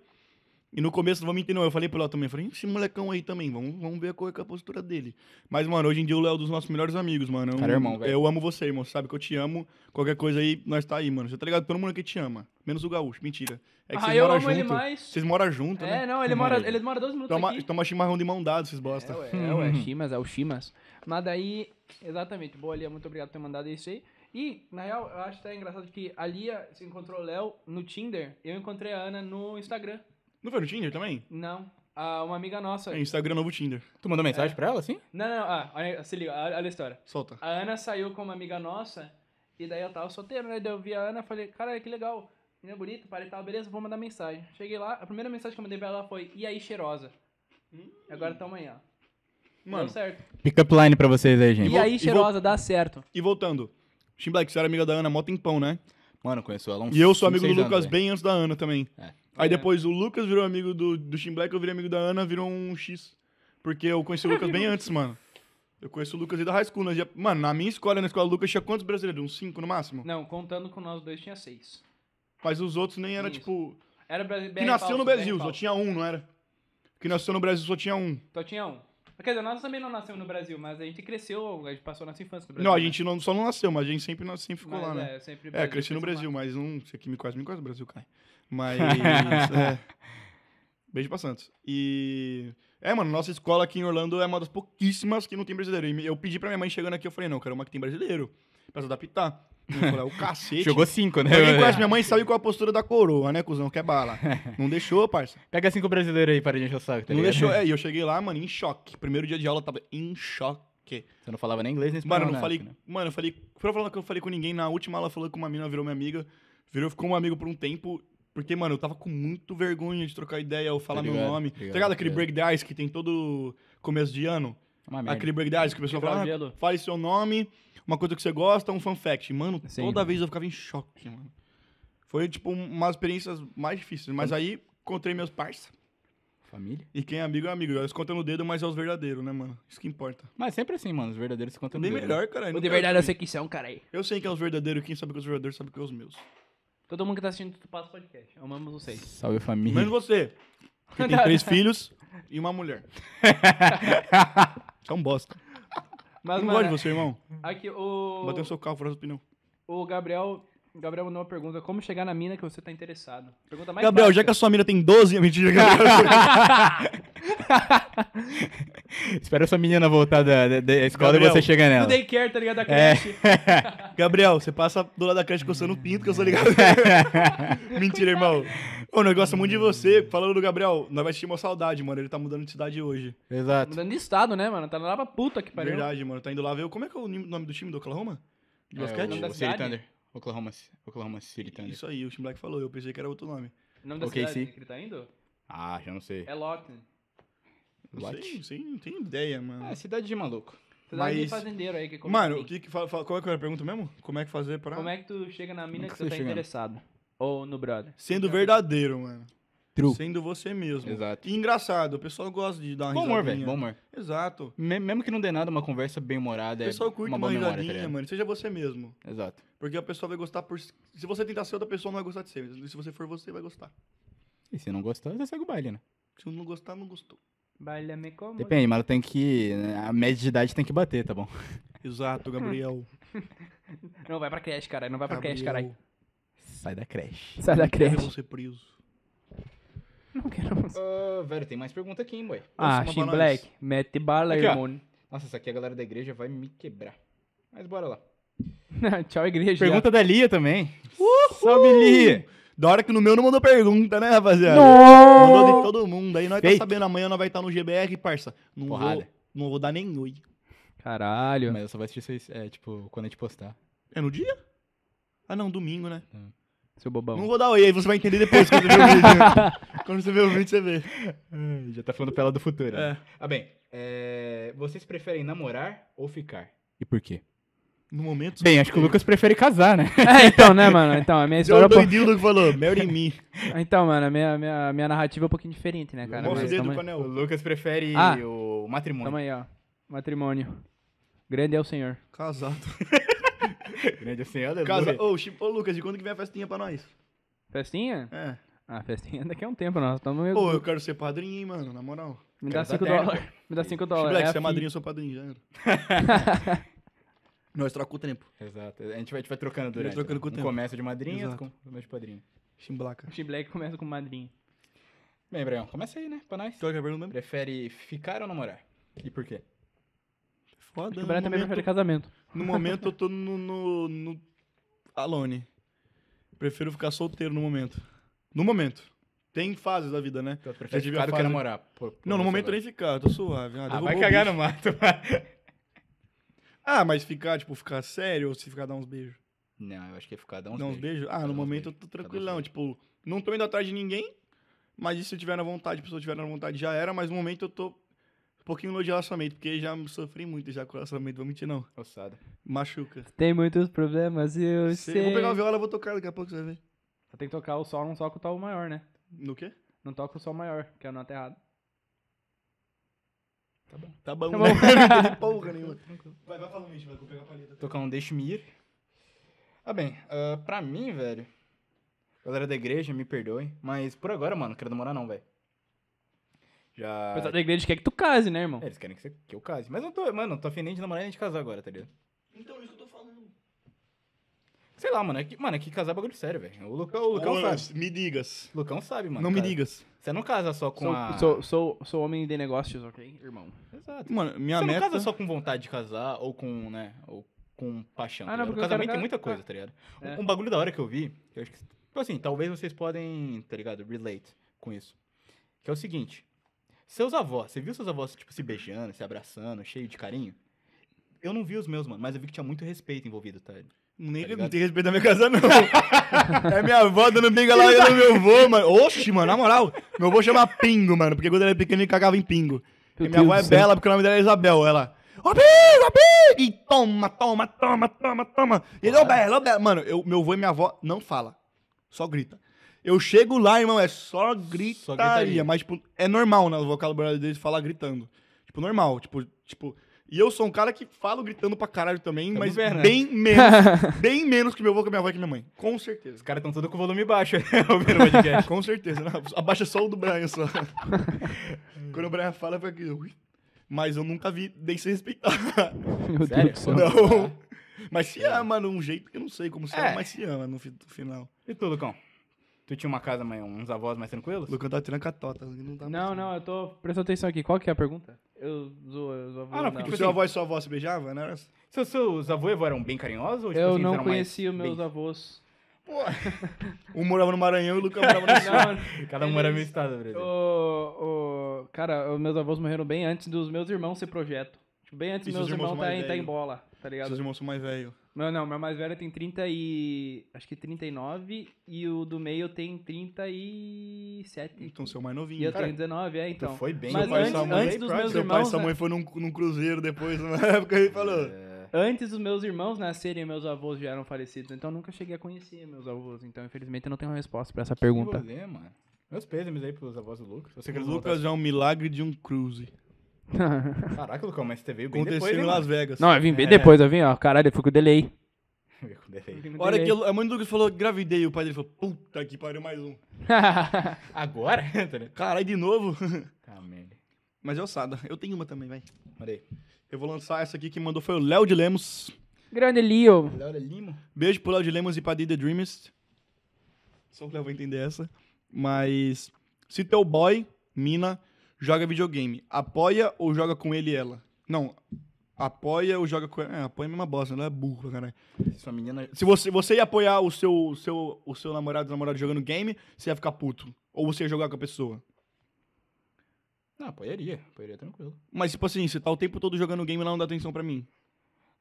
Speaker 1: E no começo, não vou mentir, não. Eu falei pro Léo também, eu falei, "Ih, esse molecão aí também, vamos, vamos ver qual é que é a postura dele. Mas, mano, hoje em dia o Léo é um dos nossos melhores amigos, mano. Eu,
Speaker 2: Cara, é irmão, velho.
Speaker 1: Eu amo você, irmão. Você sabe que eu te amo. Qualquer coisa aí, nós tá aí, mano. Você tá ligado? Todo mundo aqui te ama. Menos o gaúcho. Mentira. É que
Speaker 3: ah,
Speaker 1: vocês
Speaker 3: eu
Speaker 1: moram
Speaker 3: amo
Speaker 1: junto.
Speaker 3: ele mais.
Speaker 1: Vocês moram junto,
Speaker 3: É,
Speaker 1: né?
Speaker 3: não, ele
Speaker 2: Toma
Speaker 3: mora,
Speaker 2: aí.
Speaker 3: ele mora dois minutos
Speaker 1: Toma,
Speaker 3: aqui.
Speaker 1: toma chimarrão de mão dada, vocês bosta.
Speaker 3: É, ué, é, ué, Chimas, é o Chimas. Mas daí, exatamente, boa Lia, muito obrigado por ter mandado isso aí. E, na real, eu acho até engraçado que a Lia se encontrou o Léo no Tinder, eu encontrei a Ana no Instagram.
Speaker 1: Não foi no Tinder também?
Speaker 3: Não, ah, uma amiga nossa.
Speaker 1: É, Instagram novo Tinder.
Speaker 2: Tu mandou mensagem pra ela, assim?
Speaker 3: Não, não, não, ah, olha- se liga, olha olha a história.
Speaker 1: Solta.
Speaker 3: A Ana saiu com uma amiga nossa, e daí eu tava solteiro, né? Daí eu vi a Ana falei, cara, que legal, menina é bonita, parei e tal, beleza, vou mandar mensagem. Cheguei lá, a primeira mensagem que eu mandei pra ela foi, e aí, cheirosa? Agora tá amanhã.
Speaker 1: Hum. Mano,
Speaker 3: Deu certo.
Speaker 2: Pick up line pra vocês aí, gente.
Speaker 3: E aí,
Speaker 1: e vou-
Speaker 3: cheirosa, dá certo.
Speaker 1: e voltando. Shin Black, você era amiga da Ana mó tempão, né?
Speaker 2: Mano, conheço ela há uns
Speaker 1: E eu
Speaker 2: cinco,
Speaker 1: sou amigo do
Speaker 3: é
Speaker 2: seis
Speaker 1: Lucas
Speaker 2: anos, velho.
Speaker 1: bem antes da Ana também.
Speaker 2: É.
Speaker 1: Aí depois o Lucas virou amigo do, do Shin Black, eu virei amigo da Ana, virou um X. Porque eu conheci o Lucas bem antes, mano. Eu conheço o Lucas aí da High School. nós ia- Mano, na minha escola, na escola do Lucas, tinha quantos brasileiros? Uns cinco no máximo?
Speaker 3: Não, contando com nós dois tinha seis.
Speaker 1: Mas os outros nem era,
Speaker 3: Isso.
Speaker 1: tipo...
Speaker 3: Era Brasil.
Speaker 1: Que nasceu no Brasil, só tinha um, não era? Que nasceu no Brasil, só tinha um.
Speaker 3: Só tinha um. Quer dizer, nós também não nascemos no Brasil, mas a gente cresceu, a gente passou a nossa infância no Brasil. né?
Speaker 1: Não, a gente não, só não nasceu, mas a gente sempre, nas- sempre ficou
Speaker 3: Mas,
Speaker 1: lá, né?
Speaker 3: É, sempre
Speaker 1: É,
Speaker 3: Brasil,
Speaker 1: cresci no
Speaker 3: cresceu
Speaker 1: Brasil,
Speaker 3: lá.
Speaker 1: mas não. Isso aqui me quase, me quase o Brasil cai. Mas. é. Beijo pra Santos. E. É, mano, nossa escola aqui em Orlando é uma das pouquíssimas que não tem brasileiro. E eu pedi pra minha mãe chegando aqui, eu falei, não, eu quero uma que tem brasileiro. Pra se adaptar. Eu falei, o cacete.
Speaker 2: Jogou cinco, né?
Speaker 1: Pra Quem conhece minha mãe sabe qual é a postura da coroa, né, cuzão? Que é bala. Não deixou, parça.
Speaker 2: Pega cinco brasileiros aí para de encher o saco, tá
Speaker 1: Não
Speaker 2: ligado?
Speaker 1: deixou. É, e eu cheguei lá, mano, em choque. Primeiro dia de aula eu tava em choque.
Speaker 2: Você não falava nem inglês nem espanhol.
Speaker 1: Mano, eu não
Speaker 2: né?
Speaker 1: falei. Mano, eu falei. Pra falar que eu falei com ninguém, na última aula falou que uma mina virou minha amiga. Virou, ficou um amigo por um tempo. Porque, mano, eu tava com muito vergonha de trocar ideia ou falar meu
Speaker 2: ligado,
Speaker 1: nome.
Speaker 2: ligado,
Speaker 1: tá ligado aquele
Speaker 2: ligado.
Speaker 1: break the ice que tem todo começo de ano?
Speaker 2: é Uma merda.
Speaker 1: Aquele break the ice que o pessoal
Speaker 3: Quebrar o
Speaker 1: fala,
Speaker 3: gelo.
Speaker 1: ah, fale seu nome, uma coisa que você gosta, um fun fact. Mano,
Speaker 3: Sim.
Speaker 1: toda vez eu ficava em choque, mano. Foi, tipo, uma das experiências mais difíceis. Mas aí, encontrei meus parça.
Speaker 2: Família?
Speaker 1: E quem é amigo é amigo. Eles contam no dedo, mas é os verdadeiros, né, mano? Isso que importa.
Speaker 2: Mas sempre assim, mano. Os verdadeiros se contam no
Speaker 1: Bem
Speaker 2: dedo, né?
Speaker 1: melhor, cara.
Speaker 3: O de verdade assim, eu sei que são, cara aí.
Speaker 1: Eu sei que é os verdadeiros, quem sabe que é os verdadeiros sabe que é os meus.
Speaker 3: Todo mundo que tá assistindo Tutu Passo Podcast. Amamos vocês.
Speaker 2: Salve família.
Speaker 1: Menos você, que tem três filhos e uma mulher. Você é um bosta.
Speaker 3: Mas,
Speaker 1: não
Speaker 3: mano,
Speaker 1: gosto de você, irmão.
Speaker 3: aqui o.
Speaker 1: Bateu um no seu carro, fora do pneu.
Speaker 3: O Gabriel. o Gabriel mandou uma pergunta: como chegar na mina que você tá interessado? Pergunta mais
Speaker 1: Gabriel, já
Speaker 3: básica.
Speaker 1: que a sua mina tem 12... Mentira, Gabriel.
Speaker 2: Espera sua menina voltar da, da- da escola
Speaker 1: Gabriel,
Speaker 2: e você chega nela.
Speaker 3: Do daycare, tá ligado? Da
Speaker 2: É.
Speaker 3: creche.
Speaker 1: Gabriel, você passa do lado da creche coçando o pinto, que eu sou ligado. Mentira, irmão. Ô, nós gostamos muito de você. Falando do Gabriel, nós vai sentir uma saudade, mano. Ele tá mudando de cidade hoje.
Speaker 2: Exato.
Speaker 3: Mudando de estado, né, mano? Tá lá pra puta que pariu.
Speaker 1: Verdade, mano. Tá indo lá ver... o- Como é que é o nome do time do Oklahoma? De
Speaker 2: É,
Speaker 1: basquete?
Speaker 2: o-
Speaker 3: da
Speaker 2: o City
Speaker 3: cidade?
Speaker 2: Thunder. Oklahoma, Oklahoma City Thunder.
Speaker 1: Isso aí, o Tim Black falou. Eu pensei que era outro nome.
Speaker 3: O nome da
Speaker 2: Ok,
Speaker 3: cidade
Speaker 2: sim.
Speaker 3: que ele tá indo?
Speaker 2: Ah, já não sei.
Speaker 3: É Lockton.
Speaker 1: Não
Speaker 2: What?
Speaker 1: sei, sei, não tenho ideia, mano.
Speaker 2: Ah, cidade de maluco.
Speaker 3: Cidade de
Speaker 1: Mas-
Speaker 3: fazendeiro aí que come
Speaker 1: Mano, o
Speaker 3: assim.
Speaker 1: que que fala, fala- qual é que era a pergunta mesmo? Como é que fazer pra...
Speaker 3: como é que tu chega na mina
Speaker 2: Como
Speaker 3: que
Speaker 2: que
Speaker 3: tu
Speaker 2: você
Speaker 3: tá
Speaker 2: chega?
Speaker 3: interessado? Ou no brother?
Speaker 1: Sendo verdadeiro, mano.
Speaker 2: True.
Speaker 1: Sendo você mesmo.
Speaker 2: é Exato.
Speaker 1: E engraçado, o pessoal gosta de dar uma
Speaker 2: Bom humor, velho.
Speaker 1: risadinha.
Speaker 2: Bom humor.
Speaker 1: Exato.
Speaker 2: Me- mesmo que não dê nada, uma conversa bem humorada.
Speaker 1: O
Speaker 2: É
Speaker 1: pessoal curte
Speaker 2: uma
Speaker 1: uma,
Speaker 2: boa memória, tá
Speaker 1: risadinha,
Speaker 2: ligado?
Speaker 1: mano. Seja você mesmo.
Speaker 2: Exato.
Speaker 1: Porque a pessoa vai gostar por... Se você tentar ser outra pessoa, não vai gostar de você. Mas Se você for você, vai gostar.
Speaker 2: E se não gostar, você segue o baile, né?
Speaker 1: Se não gostar, não gostou.
Speaker 3: Baila-me como.
Speaker 2: Depende, mas tem que. né, A média de idade tem que bater, tá bom? Hum.
Speaker 1: Exato, Gabriel.
Speaker 3: Não, vai pra creche, caralho. Não vai pra creche, caralho.
Speaker 1: Gabriel,
Speaker 2: Sai da creche.
Speaker 3: Sai da
Speaker 1: eu vou
Speaker 3: creche.
Speaker 1: ser preso.
Speaker 3: Não quero você.
Speaker 2: Ah, velho, tem mais pergunta aqui, hein, boy.
Speaker 3: Ah,
Speaker 1: uma
Speaker 3: Shin
Speaker 1: balança.
Speaker 3: Black. Mete bala,
Speaker 2: Aqui, ó.
Speaker 3: irmão.
Speaker 2: Nossa, essa aqui a galera da igreja vai me quebrar. Mas bora lá.
Speaker 3: Tchau, igreja.
Speaker 2: Pergunta da Lia também. Salve, Lia!
Speaker 1: Da hora que no meu não mandou pergunta, né, rapaziada? Mandou de todo mundo. Aí nós
Speaker 2: Feito.
Speaker 1: tá sabendo, amanhã nós vai estar no GBR, parça. Não
Speaker 2: Porrada.
Speaker 1: vou, não vou dar nem oi.
Speaker 3: Caralho.
Speaker 2: Mas eu só vou assistir vocês, é, tipo, quando a gente postar.
Speaker 1: É no dia? Ah, não, domingo, né?
Speaker 3: Seu bobão.
Speaker 1: Não vou dar oi aí, você vai entender depois quando você vê o vídeo. né? quando você vê o vídeo, você vê.
Speaker 2: Ai, Já tá falando pela do futuro. né?
Speaker 1: É.
Speaker 2: Ah, bem. é, Vocês preferem namorar ou ficar? E por quê?
Speaker 1: No momento.
Speaker 2: Bem, acho que o Lucas prefere casar, né?
Speaker 3: É, então, né, mano? Então, a minha história.
Speaker 1: Eu
Speaker 3: é um pouco-
Speaker 1: doidinho do que falou, marry me.
Speaker 3: Então, mano, a minha, minha, minha narrativa é um pouquinho diferente, né, cara?
Speaker 1: Mostra o
Speaker 3: Mas
Speaker 1: dedo
Speaker 3: tamo
Speaker 1: do
Speaker 2: é O
Speaker 1: canel.
Speaker 2: Lucas prefere
Speaker 3: Ah.
Speaker 2: o matrimônio.
Speaker 3: tamo aí, ó. Matrimônio. Grande é o senhor.
Speaker 1: Casado.
Speaker 2: Grande assim, aleluia.
Speaker 1: Casa... É, Ô, Chi- ô, Lucas, e quando que vem a festinha pra nós?
Speaker 3: Festinha?
Speaker 1: É.
Speaker 3: Ah, festinha daqui a um tempo, nós estamos meio...
Speaker 1: Ô, eu quero ser padrinho, hein, mano, na moral.
Speaker 3: me
Speaker 2: cara,
Speaker 3: dá
Speaker 2: tá
Speaker 3: 5
Speaker 2: terno,
Speaker 3: dólares. Me dá 5 dólares.
Speaker 1: Black,
Speaker 3: a
Speaker 1: você é
Speaker 3: fi-
Speaker 1: madrinho, eu sou padrinho, já era. Nós troca o tempo.
Speaker 2: Exato. A gente vai, a gente vai trocando
Speaker 1: vai
Speaker 2: durante.
Speaker 1: trocando com o
Speaker 2: um
Speaker 1: tempo.
Speaker 2: começa de madrinha,
Speaker 1: Exato.
Speaker 2: outro com- começa de padrinho.
Speaker 1: Chimblaca.
Speaker 3: O Chibleck começa com madrinho.
Speaker 2: Bem, Brian, começa aí, né? Pra nós.
Speaker 1: Tu quer pergunta mesmo?
Speaker 2: Prefere ficar ou namorar? E por quê?
Speaker 1: Foda,
Speaker 3: O
Speaker 1: no
Speaker 3: Brian também
Speaker 1: momento,
Speaker 3: prefere casamento.
Speaker 1: no momento eu tô no, no, no... Alone. Prefiro ficar solteiro no momento. No momento. Tem fases da vida, né?
Speaker 2: Então, tu
Speaker 1: Já
Speaker 2: prefere
Speaker 1: tive
Speaker 2: ficar
Speaker 1: a
Speaker 2: do que
Speaker 1: fase-
Speaker 2: namorar? por- por
Speaker 1: Não, no
Speaker 2: você
Speaker 1: momento
Speaker 2: agora.
Speaker 1: nem ficar, eu tô suave. Ah,
Speaker 2: Ah,
Speaker 1: derrubou
Speaker 2: vai
Speaker 1: o
Speaker 2: cagar
Speaker 1: bicho.
Speaker 2: no mato.
Speaker 1: Ah, mas ficar, tipo, ficar sério ou se ficar dar uns beijos?
Speaker 2: não, eu acho que ia ficar dar uns
Speaker 1: Dar uns
Speaker 2: beijos.
Speaker 1: beijos? Ah,
Speaker 2: Dá
Speaker 1: no
Speaker 2: uns
Speaker 1: momento eu
Speaker 2: beijos. Dá
Speaker 1: tô
Speaker 2: uns
Speaker 1: tranquilão. Tipo, não tô indo atrás de ninguém, mas e se eu tiver na vontade, se eu tiver na vontade já era, mas no momento eu tô um pouquinho longe de relacionamento, porque já sofri muito já com relacionamento, vou mentir não.
Speaker 2: Ossada.
Speaker 1: Machuca.
Speaker 3: Tem muitos problemas, eu
Speaker 1: Cê- eu vou pegar uma viola, vou tocar daqui a pouco, você vai ver.
Speaker 3: Só tem que tocar o sol, não toca o tal maior, né?
Speaker 1: No quê?
Speaker 3: Não toca o sol maior, que é a nota errada.
Speaker 1: Tá bom,
Speaker 3: Tá
Speaker 1: né?
Speaker 3: bom.
Speaker 1: Não entendi porra nenhuma. Vai, vai falando, gente, vai, vou pegar a palheta.
Speaker 2: Tocar um Deixe-me Ir. Ah, bem, ah, pra mim, velho. Galera da igreja, me perdoem. Mas por agora, mano, não quero namorar, não, velho. Já.
Speaker 3: O pessoal da igreja quer que tu case, né, irmão?
Speaker 2: Ah, É, eles querem que, você- que eu case. Mas eu tô, mano, não tô afim nem de namorar nem de casar agora, tá ligado?
Speaker 1: Então, isso que eu tô falando.
Speaker 2: Sei lá, mano. É que, mano, é que casar é bagulho sério, velho. O Lucão, o Lucão sabe.
Speaker 1: me digas.
Speaker 2: O Lucão sabe, mano.
Speaker 1: não me
Speaker 2: cara.
Speaker 1: digas.
Speaker 2: Você não casa só com
Speaker 3: Sou,
Speaker 2: a.
Speaker 3: sou, sou, sou homem de negócios, ok, irmão?
Speaker 2: Exato.
Speaker 1: Mano, minha
Speaker 2: Você não
Speaker 1: meta...
Speaker 2: casa só com vontade de casar ou com, né, ou com paixão,
Speaker 3: Ah,
Speaker 2: tá
Speaker 3: não,
Speaker 2: ligado? O
Speaker 3: porque eu
Speaker 2: casamento
Speaker 3: quero
Speaker 2: tem
Speaker 3: ca-
Speaker 2: muita coisa, tá ligado? Um-
Speaker 3: É.
Speaker 2: Um bagulho da hora que eu vi, que eu acho que, tipo assim, talvez vocês podem, tá ligado, relate com isso. Que é o seguinte, seus avós, você viu seus avós, tipo, se beijando, se abraçando, cheio de carinho? Eu não vi os meus, mano, mas eu vi que tinha muito respeito envolvido, tá ligado?
Speaker 1: Nem,
Speaker 2: Tá
Speaker 1: não
Speaker 2: ligado?
Speaker 1: tem respeito da minha casa, não. é minha avó dando pinga lá e no meu avô, mano. Oxi, mano, na moral. Meu avô chama Pingo, mano, porque quando ele era pequeno ele cagava em Pingo.
Speaker 3: Meu
Speaker 1: e minha avó é
Speaker 3: Deus do céu.
Speaker 1: bela porque o nome dela é Isabel. Ela, ô Pingo, ô Pingo! E toma, toma, toma, toma, toma. E ele, ô Bela, ô Bela. Mano, eu, meu avô e minha avó não fala, só grita. Eu chego lá, irmão, é só gritaria.
Speaker 2: gritaria.
Speaker 1: Mas, tipo, é normal, né, no vocabulário deles falar gritando. Tipo, normal, tipo, tipo... E eu sou um cara que falo gritando pra caralho também,
Speaker 3: É
Speaker 2: Tamo
Speaker 1: mas
Speaker 2: vendo, né?
Speaker 1: bem menos, bem menos que meu avô, que minha avó e que minha mãe. Com certeza.
Speaker 2: Os caras estão tudo com volume baixo ouvindo o podcast.
Speaker 1: Com certeza. Não, abaixa só o do Brian só. Quando o Brian fala, fica aqui. ui. Mas eu nunca vi nem se respeitar.
Speaker 3: Meu
Speaker 2: Sério?
Speaker 3: Deus do céu.
Speaker 1: Não. Mas se ama, de um jeito que eu não sei como se
Speaker 2: É.
Speaker 1: ama, mas se ama no fi- no final.
Speaker 2: E tu, Lucão? Tu tinha uma casa, mais- uns avós mais tranquilos?
Speaker 1: O Lucão tá tirando catota. ele Não, tá
Speaker 3: Não, não, eu tô prestando atenção aqui. Qual que é a pergunta? Eu zoo, eu zoo
Speaker 2: Ah, não, porque,
Speaker 1: O
Speaker 2: tipo
Speaker 1: seu
Speaker 2: assim-
Speaker 1: avó e sua avó se beijavam, né?
Speaker 2: Seus, seus avô e avó eram bem carinhosos? Ou, tipo,
Speaker 3: Eu
Speaker 2: assim, eles
Speaker 3: não
Speaker 2: eram mais
Speaker 3: conhecia os meus
Speaker 2: bem-
Speaker 3: avós.
Speaker 1: Um morava no Maranhão e o Lucão morava no Sul.
Speaker 2: Cada um era meio estado, Brasil.
Speaker 3: O, o- cara, os meus avós morreram bem antes dos meus irmãos ser projeto. Tipo, bem antes
Speaker 1: E
Speaker 3: dos meus
Speaker 1: seus irmãos
Speaker 3: irmãos tá,
Speaker 1: mais
Speaker 3: em- tá em
Speaker 1: velhos?
Speaker 3: bola, tá ligado?
Speaker 1: Seus irmãos são mais velhos.
Speaker 3: Meu, não, meu mais velho tem 30 e... Acho que 39 e o do meio tem 37.
Speaker 1: Então seu mais
Speaker 3: E
Speaker 1: novinho.
Speaker 3: eu
Speaker 1: Cara,
Speaker 3: tenho 19, é, então.
Speaker 2: tu foi bem,
Speaker 3: Mas
Speaker 1: seu pai e
Speaker 3: antes,
Speaker 1: sua mãe,
Speaker 3: antes dos meus
Speaker 1: seu pai e
Speaker 3: irmãos...
Speaker 1: sua
Speaker 3: né,
Speaker 1: mãe foram num, num cruzeiro depois, na época, ele falou.
Speaker 3: Antes dos meus irmãos nascerem, meus avós já eram falecidos. Então, eu nunca cheguei a conhecer meus avós. Então, infelizmente, eu não tenho uma resposta pra essa
Speaker 2: Que
Speaker 3: pergunta.
Speaker 2: rolê, mano. Meus pêsames aí pros avós do Lucas. Eu sei que
Speaker 1: O
Speaker 2: eles vão voltar.
Speaker 1: Lucas é um milagre de um cruze.
Speaker 2: Caraca, Lucão, mas você veio bem
Speaker 1: Aconteceu
Speaker 2: depois,
Speaker 1: em
Speaker 2: hein,
Speaker 1: Las
Speaker 2: mano?
Speaker 1: Vegas.
Speaker 3: não, eu vim bem depois, eu vim, ó. Caralho, eu fui com delay.
Speaker 2: Veio com delay.
Speaker 1: A hora que a mãe do Lucas falou, gravidei, e o pai dele falou, puta que pariu, mais um.
Speaker 2: Agora? Tá ligado?
Speaker 1: Caralho, de novo?
Speaker 2: tá, merda.
Speaker 1: Mas é ossada. Eu tenho uma também, vai.
Speaker 2: Olha aí.
Speaker 1: Eu vou lançar essa aqui, quem mandou foi o Léo de Lemos.
Speaker 3: Grande Leo.
Speaker 2: Laura Limo.
Speaker 1: Beijo pro Léo de Lemos e pra The Dreamers. Só o Léo vai entender essa. Mas, se teu boy, mina, joga videogame, apoia ou joga com ele e ela? Não, apoia ou joga com... É, apoia é a mesma bosta, ela é burra, pra caralho.
Speaker 2: Sua menina...
Speaker 1: Se você, você ia apoiar o seu, o seu, o seu namorado namorado jogando game, você ia ficar puto. Ou você ia jogar com a pessoa.
Speaker 2: Não, apoiaria. Apoiaria tranquilo.
Speaker 1: Mas, tipo assim, você tá o tempo todo jogando game e ela não dá atenção pra mim.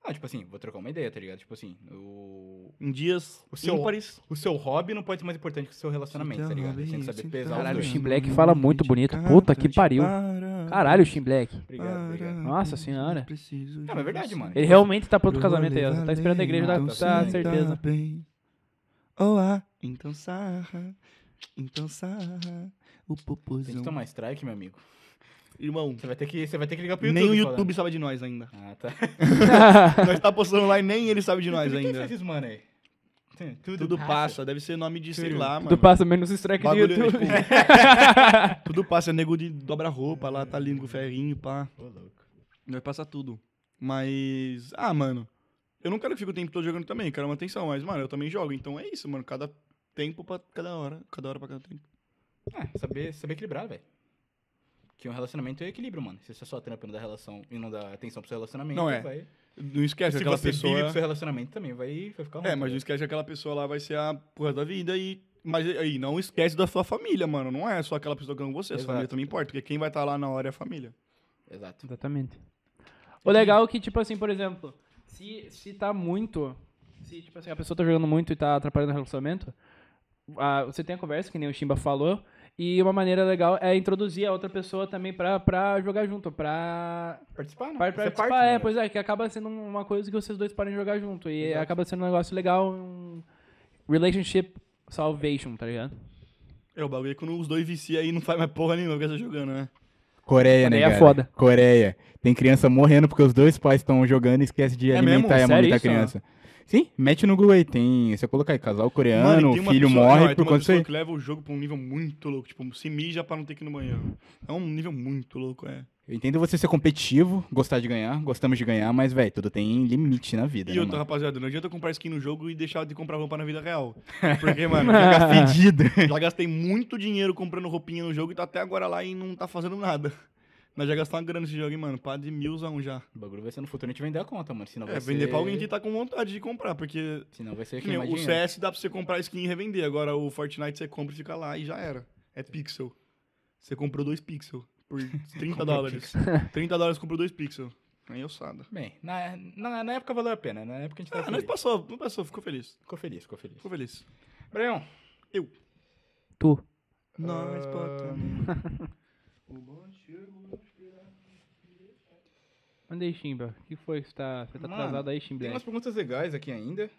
Speaker 2: Ah, tipo assim, vou trocar uma ideia, tá ligado? Tipo assim, o...
Speaker 1: Em dias
Speaker 2: O seu-
Speaker 1: ímpares.
Speaker 2: O seu hobby não pode ser mais importante que o seu relacionamento, tá ligado? Você tem que saber pesar
Speaker 3: Caralho,
Speaker 2: os
Speaker 3: o
Speaker 2: dois.
Speaker 3: Shin Black fala muito bonito. Puta que pariu. Caralho, Shin Black.
Speaker 2: Obrigado, obrigado.
Speaker 3: Nossa senhora.
Speaker 2: Não, é verdade, mano.
Speaker 3: Ele realmente tá pronto pro casamento aí, ó. Tá esperando a igreja dar
Speaker 2: então
Speaker 3: dar
Speaker 2: sim,
Speaker 3: certeza.
Speaker 1: Oh, ah, Tá então sarra. Então sarra. O
Speaker 2: Tem que
Speaker 1: popozão.
Speaker 2: tomar strike, meu amigo.
Speaker 1: irmão,
Speaker 2: Você vai ter que, você vai ter que ligar pro YouTube.
Speaker 1: nem o
Speaker 2: falando.
Speaker 1: YouTube sabe de nós ainda.
Speaker 2: Ah, tá.
Speaker 1: nós tá postando lá e nem ele sabe de nós
Speaker 2: Tudo quem
Speaker 1: ainda.
Speaker 2: faz isso, mano, aí? Tudo,
Speaker 1: Tudo passa, deve ser nome de, sei
Speaker 2: Tudo.
Speaker 1: lá,
Speaker 3: Tu
Speaker 1: mano.
Speaker 3: passa menos strike do
Speaker 1: Bagulho,
Speaker 3: YouTube.
Speaker 1: tipo, tudo passa, é nego de dobra-roupa lá, tá lindo com ferrinho, pá.
Speaker 2: Ô, louco.
Speaker 1: Vai passar tudo. Mas. Ah, mano. Eu não quero que fique o tempo todo jogando também, quero uma atenção, mas, mano, eu também jogo. Então é isso, mano. Cada tempo pra cada hora. Cada hora pra cada tempo.
Speaker 2: Ah, saber, saber equilibrar, velho. Que um relacionamento é equilíbrio, mano. Se você só trampa e não dá relação e não dá atenção pro seu relacionamento,
Speaker 1: Não é.
Speaker 2: vai.
Speaker 1: Não esquece,
Speaker 2: Se
Speaker 1: aquela
Speaker 2: você vive
Speaker 1: pessoa.
Speaker 2: pro seu relacionamento também, vai, vai ficar ruim.
Speaker 1: É, mas não
Speaker 2: velho.
Speaker 1: esquece que aquela pessoa lá vai ser a porra da vida e. Mas aí, não esquece da sua família, mano. Não é só aquela pessoa que ama você, a sua
Speaker 2: Exato.
Speaker 1: família também importa, porque quem vai estar lá na hora é a família. É.
Speaker 2: Exato.
Speaker 3: Exatamente. O legal é que, tipo assim, por exemplo, se, se tá muito. Se, tipo assim, a pessoa tá jogando muito e tá atrapalhando o relacionamento, ah, você tem a conversa, que nem o Shimba falou, e uma maneira legal é introduzir a outra pessoa também pra, pra jogar junto, pra.
Speaker 2: Participar, né?
Speaker 3: pra
Speaker 2: Você
Speaker 3: participar,
Speaker 2: parte,
Speaker 3: é,
Speaker 2: né?
Speaker 3: pois é, que acaba sendo uma coisa que vocês dois podem jogar junto, e
Speaker 2: Exato.
Speaker 3: acaba sendo um negócio legal, um relationship salvation, tá ligado?
Speaker 1: É, o bagulho é quando os dois viciam aí não faz mais porra nenhuma porque você jogando, né?
Speaker 2: Coreia, né,
Speaker 3: Coreia é
Speaker 2: cara?
Speaker 3: foda.
Speaker 2: Coreia. Tem criança morrendo porque os dois pais estão jogando e esquece de
Speaker 1: É
Speaker 2: alimentar
Speaker 1: mesmo?
Speaker 2: e amamentar a
Speaker 1: Sério isso?
Speaker 2: criança. Sim, mete no Google aí. Tem, se eu colocar aí, casal coreano,
Speaker 1: Mano, e
Speaker 2: o
Speaker 1: tem
Speaker 2: filho
Speaker 1: uma pessoa-
Speaker 2: morre
Speaker 1: não, e tem
Speaker 2: por
Speaker 1: uma
Speaker 2: conta disso
Speaker 1: pessoa
Speaker 2: aí.
Speaker 1: que leva o jogo pra um nível muito louco, tipo, se mija pra não ter que ir no banheiro. É um nível muito louco, é.
Speaker 2: Eu entendo você ser competitivo, gostar de ganhar, gostamos de ganhar, mas, velho, tudo tem limite na vida,
Speaker 1: E
Speaker 2: né,
Speaker 1: outra,
Speaker 2: mano?
Speaker 1: rapaziada, não adianta comprar skin no jogo e deixar de comprar roupa na vida real. Porque, mano,
Speaker 3: Ah.
Speaker 1: já, gastei,
Speaker 2: Fedido.
Speaker 1: já gastei muito dinheiro comprando roupinha no jogo e tá até agora lá e não tá fazendo nada. Nós já gastamos uma grana nesse jogo, hein, mano. Pá de milzão já.
Speaker 2: O bagulho vai ser no futuro a gente vender a conta, mano. Senão
Speaker 1: é,
Speaker 2: vai
Speaker 1: vender
Speaker 2: ser...
Speaker 1: pra alguém que tá com vontade de comprar, porque
Speaker 2: Senão vai ser
Speaker 1: que nem,
Speaker 2: queimar
Speaker 1: o
Speaker 2: dinheiro.
Speaker 1: CS dá pra você comprar skin e revender. Agora o Fortnite você compra e fica lá e já era. É pixel. Você comprou dois pixels por 30
Speaker 2: Comprou
Speaker 1: dólares. 30 dólares comprou dois pixels. Aí eu sada.
Speaker 2: Bem, na, na, na época valeu a pena. Na época a gente tava
Speaker 1: Ah, nós
Speaker 2: feliz.
Speaker 1: passou, não passou, ficou feliz.
Speaker 2: Ficou feliz, ficou feliz.
Speaker 1: Ficou feliz.
Speaker 2: Brian,
Speaker 3: Tu.
Speaker 1: Nós
Speaker 2: Ah.
Speaker 1: botamos. O bom chegou.
Speaker 3: Manda aí, Shimba. O que foi que você tá, você tá
Speaker 2: Mano,
Speaker 3: atrasado aí, Shimba?
Speaker 2: tem umas perguntas legais aqui ainda.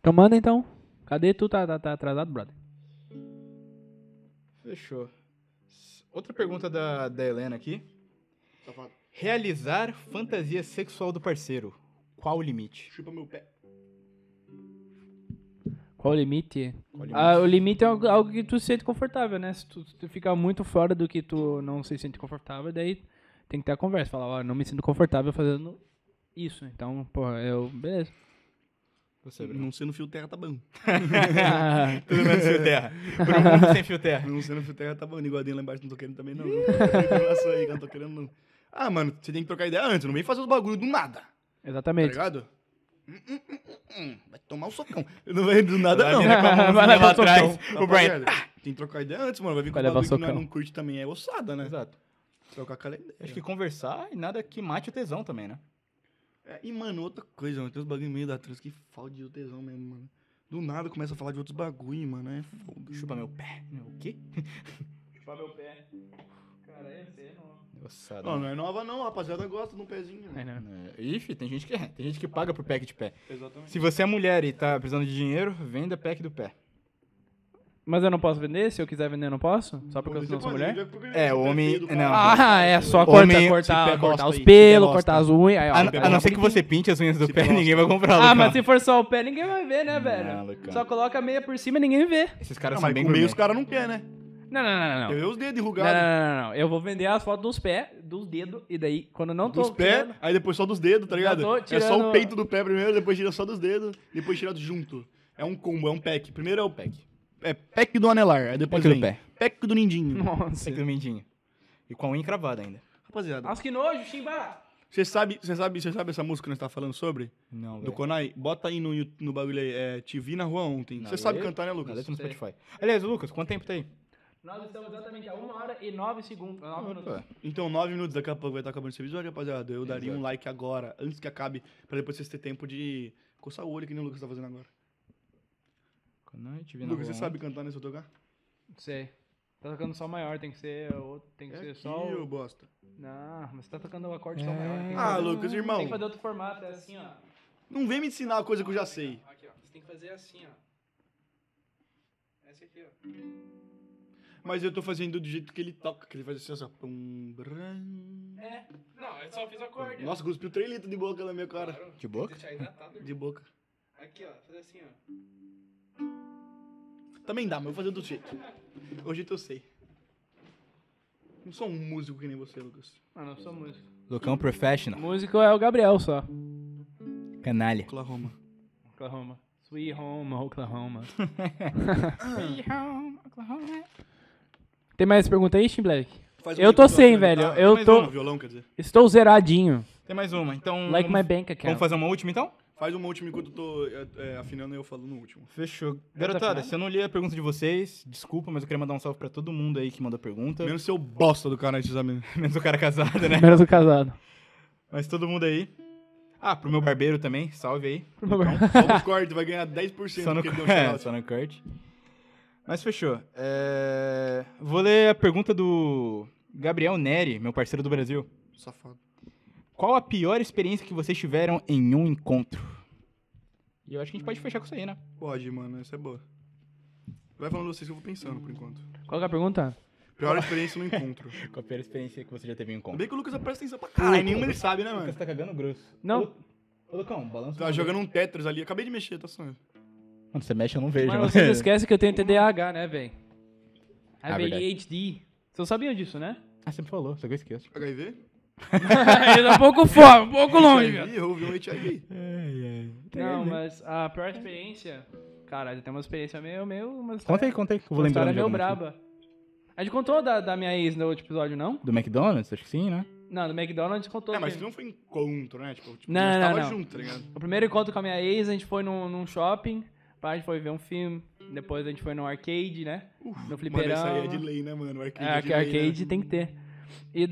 Speaker 3: Então manda então. Cadê tu? Tá, tá, tá atrasado, brother.
Speaker 2: Fechou. S- Outra pergunta da, da Helena aqui. Realizar fantasia sexual do parceiro. Qual o limite?
Speaker 1: Ah, Chupa meu pé.
Speaker 3: Qual o limite?
Speaker 2: Qual o limite?
Speaker 3: Ah, o limite é algo, algo que tu se sente confortável, né? Se tu, se tu ficar muito fora do que tu não se sente confortável, daí tem que ter a conversa. Falar, ó, não me sinto confortável fazendo isso. Então, porra, eu. Beleza.
Speaker 2: Você, Bruno.
Speaker 1: Não sendo fio terra tá bom.
Speaker 2: Tudo menos fio terra. Pro mundo um sem fio terra.
Speaker 1: Não sendo fio terra tá bom. Nigodinho lá embaixo não tô querendo também, não. Não tô aí que eu não tô querendo, não. Ah, mano, você tem que trocar ideia antes. Não vem fazer os bagulho do nada. Tá
Speaker 3: Exatamente.
Speaker 1: ligado? Hum, hum, hum, hum, hum. Vai tomar um socão. Não vai do nada, não.
Speaker 2: Vai virar com a mão
Speaker 3: Vai levar
Speaker 2: lá atrás.
Speaker 1: Então,
Speaker 2: O Brian.
Speaker 1: rapaziada, Tem que trocar ideia antes, mano. Vai vir com
Speaker 3: Vai
Speaker 1: o
Speaker 3: levar
Speaker 1: bagulho que nós
Speaker 3: socão.
Speaker 1: não curte também. É ossada, né?
Speaker 2: Exato.
Speaker 1: Trocar aquela ideia.
Speaker 2: Acho que conversar e nada que mate o tesão também, né?
Speaker 1: É, e, mano, outra coisa, mano. Tem uns bagulho meio da trans que fode o tesão mesmo, mano. Do nada começa a falar de outros bagulho, mano. É foda.
Speaker 2: Chupa meu pé. O quê?
Speaker 3: Chupar meu pé. Cara, é não.
Speaker 2: Nossa,
Speaker 1: Não, não é nova, não. Rapaziada gosta de um pezinho. né?
Speaker 2: É, Ixi, tem gente que tem gente que paga por pack de pé.
Speaker 1: Exatamente.
Speaker 2: Se você é mulher e tá precisando de dinheiro, venda pack do pé.
Speaker 3: Mas eu não posso vender? Se eu quiser vender, eu não posso? Só porque eu
Speaker 1: Você
Speaker 3: não sou um
Speaker 1: pode,
Speaker 3: mulher?
Speaker 1: já- porque
Speaker 2: É,
Speaker 1: você
Speaker 2: o
Speaker 1: tá
Speaker 2: homem-
Speaker 1: feio do
Speaker 2: não.
Speaker 1: caralho.
Speaker 3: Ah, é só
Speaker 2: Homem-
Speaker 3: cortar,
Speaker 1: esse
Speaker 3: cortar,
Speaker 1: pé
Speaker 3: cortar
Speaker 1: bosta
Speaker 3: os
Speaker 1: aí, esse pé
Speaker 3: pelos,
Speaker 1: bosta.
Speaker 3: cortar as unhas. Aí, É, ó,
Speaker 2: A,
Speaker 3: pé
Speaker 2: a não ser
Speaker 3: bosta.
Speaker 2: que você pinte as unhas do
Speaker 1: Se
Speaker 2: pé,
Speaker 1: gosta.
Speaker 2: ninguém vai comprar.
Speaker 3: Ah,
Speaker 2: Lucão.
Speaker 3: mas se for só o pé, ninguém vai ver, né, velho?
Speaker 2: Lucão.
Speaker 3: só coloca a meia por cima e ninguém vê.
Speaker 2: Esses caras
Speaker 1: Não,
Speaker 2: são
Speaker 1: mas
Speaker 2: bem
Speaker 1: com meio
Speaker 2: gourmet.
Speaker 1: os caras não quer, né?
Speaker 3: Não, não, não, não.
Speaker 1: Eu
Speaker 3: Não,
Speaker 1: vi os dedos
Speaker 3: não,
Speaker 1: enrugados.
Speaker 3: não, não, não. Eu vou vender as fotos dos pés, dos dedos, e daí, quando eu não tô.
Speaker 1: Dos pés,
Speaker 3: tirando-
Speaker 1: aí depois só dos dedos, tá ligado?
Speaker 3: tô
Speaker 1: É só
Speaker 3: tirando-
Speaker 1: o peito do pé primeiro, depois tira só dos dedos, depois tira junto. É um combo, é um pack. Primeiro é o pack. É pack do anelar, aí depois
Speaker 2: Pack do
Speaker 1: vem pack do nindinho.
Speaker 3: Nossa.
Speaker 2: Pack do mindinho. E com a unha encravada ainda.
Speaker 1: Rapaziada,
Speaker 3: Nossa, que nojo, Chimba!
Speaker 1: você sabe, você sabe, você sabe essa música que nós tá falando sobre?
Speaker 2: Não,
Speaker 1: Do Konai? Bota aí no, Yu- no bagulho aí, é Te Vi na Rua Ontem. Você sabe cantar, né,
Speaker 2: Na
Speaker 1: Lucas?
Speaker 2: letra
Speaker 3: é
Speaker 2: no Spotify. Aliás, Lucas, quanto tempo tá aí?
Speaker 3: Nós estamos exatamente a 1 hora e 9 segundos. nove minutos.
Speaker 2: Opa.
Speaker 1: Então, nove minutos daqui a pouco vai estar acabando esse episódio, rapaziada. Eu daria um
Speaker 2: Exato.
Speaker 1: like agora, antes que acabe, pra depois vocês terem tempo de coçar o olho que nem o Lucas tá fazendo agora.
Speaker 2: Quando eu te vi na
Speaker 1: Lucas, você
Speaker 2: rua
Speaker 1: sabe cantar nesse outro lugar?
Speaker 3: Não sei. Tá tocando sol maior, tem que ser. outro- Tem que ser só.
Speaker 1: É aqui,
Speaker 3: o-
Speaker 1: ô bosta.
Speaker 3: Não, mas tá tocando o acorde sol maior. tem que
Speaker 1: Ah,
Speaker 3: fazer-
Speaker 1: Lucas, irmão.
Speaker 3: Tem que fazer outro formato, é assim, ó.
Speaker 1: Não vem me ensinar a coisa que eu já sei.
Speaker 3: Aqui, ó. Você tem que fazer assim, ó. Essa aqui, ó.
Speaker 1: Mas eu tô fazendo do jeito que ele toca, que ele faz assim, ó. só. Pum, brum.
Speaker 4: É. Não, eu só fiz o acorde.
Speaker 1: Nossa, cuspiu 3 litros de boca na minha cara.
Speaker 4: Claro,
Speaker 2: De boca?
Speaker 4: Deixar hidratado.
Speaker 1: De boca.
Speaker 4: tá Aqui, ó. Fazer assim, ó.
Speaker 1: Também dá, mas eu vou fazer do jeito. O jeito eu sei. Não sou um músico que nem você, Lucas.
Speaker 3: Mano, eu sou músico.
Speaker 2: Lucão Professional.
Speaker 3: Músico é o Gabriel só.
Speaker 2: Canalha.
Speaker 1: Oklahoma.
Speaker 3: Oklahoma. Sweet home, Oklahoma. Tem mais pergunta aí, Steam Black?
Speaker 1: Faz
Speaker 3: Eu
Speaker 1: um
Speaker 3: tô
Speaker 1: jeito,
Speaker 3: sem,
Speaker 1: ó,
Speaker 3: velho.
Speaker 1: tá?
Speaker 3: Eu
Speaker 1: Mas
Speaker 3: tô-
Speaker 1: não, violão, quer dizer.
Speaker 3: Estou zeradinho.
Speaker 2: Tem mais uma, então.
Speaker 3: Like
Speaker 2: vamos-
Speaker 3: my bank account.
Speaker 2: Vamos fazer uma última então?
Speaker 1: Faz uma última enquanto eu tô é, é, afinando e eu falo no último.
Speaker 2: Fechou.
Speaker 3: afinado?
Speaker 2: Garotada, se eu não li a pergunta de vocês, desculpa, mas eu queria mandar um salve pra todo mundo aí que mandou pergunta.
Speaker 1: Menos seu bosta do canal de exame.
Speaker 2: Menos o cara casado, né?
Speaker 3: Menos o casado.
Speaker 2: Mas todo mundo aí. Ah, pro meu barbeiro também, salve aí.
Speaker 3: Por favor.
Speaker 1: Só no corte, vai ganhar 10%
Speaker 2: Só no,
Speaker 1: porque ele deu um
Speaker 2: é,
Speaker 1: shout-out.
Speaker 2: só no Kurt. Mas fechou. É, Vou ler a pergunta do Gabriel Neri, meu parceiro do Brasil.
Speaker 1: Safado.
Speaker 2: Qual a pior experiência que vocês tiveram em um encontro? E eu acho que a gente pode fechar com isso aí, né?
Speaker 1: Pode, mano, essa é boa. Vai falando vocês que eu vou pensando por enquanto.
Speaker 3: Qual que é a pergunta?
Speaker 1: Pior experiência no encontro. Ainda
Speaker 2: Qual a pior experiência que você já teve em um encontro?
Speaker 1: bem que o Lucas presta atenção pra caralho, nenhuma ele sabe, né,
Speaker 2: Lucas
Speaker 1: mano?
Speaker 2: tá cagando grosso.
Speaker 3: Não.
Speaker 2: Ô, Ô, Lucão, balança.
Speaker 1: Tá jogando um Tetris ali, acabei de mexer, tá sonhando.
Speaker 2: Quando você mexe, eu não vejo. né?
Speaker 3: Mas
Speaker 2: mano.
Speaker 3: vocês esquecem que eu tenho TDAH, né, velho?
Speaker 2: É verdade.
Speaker 3: ADHD. Vocês sabiam disso, né?
Speaker 2: Ah, você me falou, só que eu esqueço.
Speaker 1: HIV?
Speaker 3: Ainda um pouco fora, um pouco longe, velho.
Speaker 1: HIV, eu ouvi um HIV. é.
Speaker 3: Não, mas a pior experiência. Caralho, tem uma experiência meio. meio uma história,
Speaker 2: Conta aí, conta aí, é que eu vou
Speaker 3: uma
Speaker 2: lembrar. né?
Speaker 3: história meio braba. A gente contou da, da minha ex no outro episódio, não?
Speaker 2: Do McDonald's? Acho que sim, né?
Speaker 3: Não, do McDonald's contou.
Speaker 1: É, mas
Speaker 3: que-
Speaker 1: isso não foi encontro, né? Tipo, tipo
Speaker 3: Não,
Speaker 1: nós
Speaker 3: não,
Speaker 1: tava
Speaker 3: não.
Speaker 1: junto, tá ligado?
Speaker 3: O primeiro encontro com a minha ex, a gente foi num, num shopping, pá, a gente foi ver um filme, depois a gente foi no arcade, né? no
Speaker 1: Mano, isso
Speaker 3: fliperama.
Speaker 1: aí é de lei, né, mano? O arcade é
Speaker 3: É,
Speaker 1: de
Speaker 3: arcade,
Speaker 1: lei, né?
Speaker 3: arcade tem que ter. E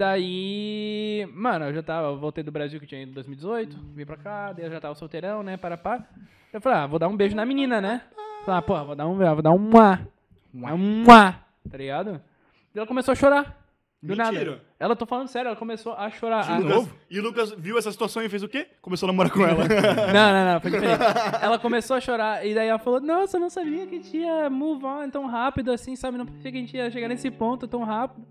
Speaker 3: daí, mano, eu já tava, eu voltei do Brasil que eu tinha ido em 2018, vim pra cá, daí eu já tava solteirão, né, para pá. Eu falei, ah, vou dar um beijo na menina, né? Falei, ah, pô, vou dar um, vou dar um mua, um mua, tá ligado? Daí ela começou a chorar, do
Speaker 1: Mentira.
Speaker 3: nada. Ela, tô falando sério, ela começou a chorar.
Speaker 1: E o
Speaker 3: a-
Speaker 1: Lucas- E o Lucas viu essa situação e fez o quê? Começou a namorar com ela.
Speaker 3: Não, não, não, foi diferente. Ela começou a chorar e daí ela falou: Nossa, eu não sabia que a gente ia move on tão rápido assim, sabe? Não pensei que a gente ia chegar nesse ponto tão rápido.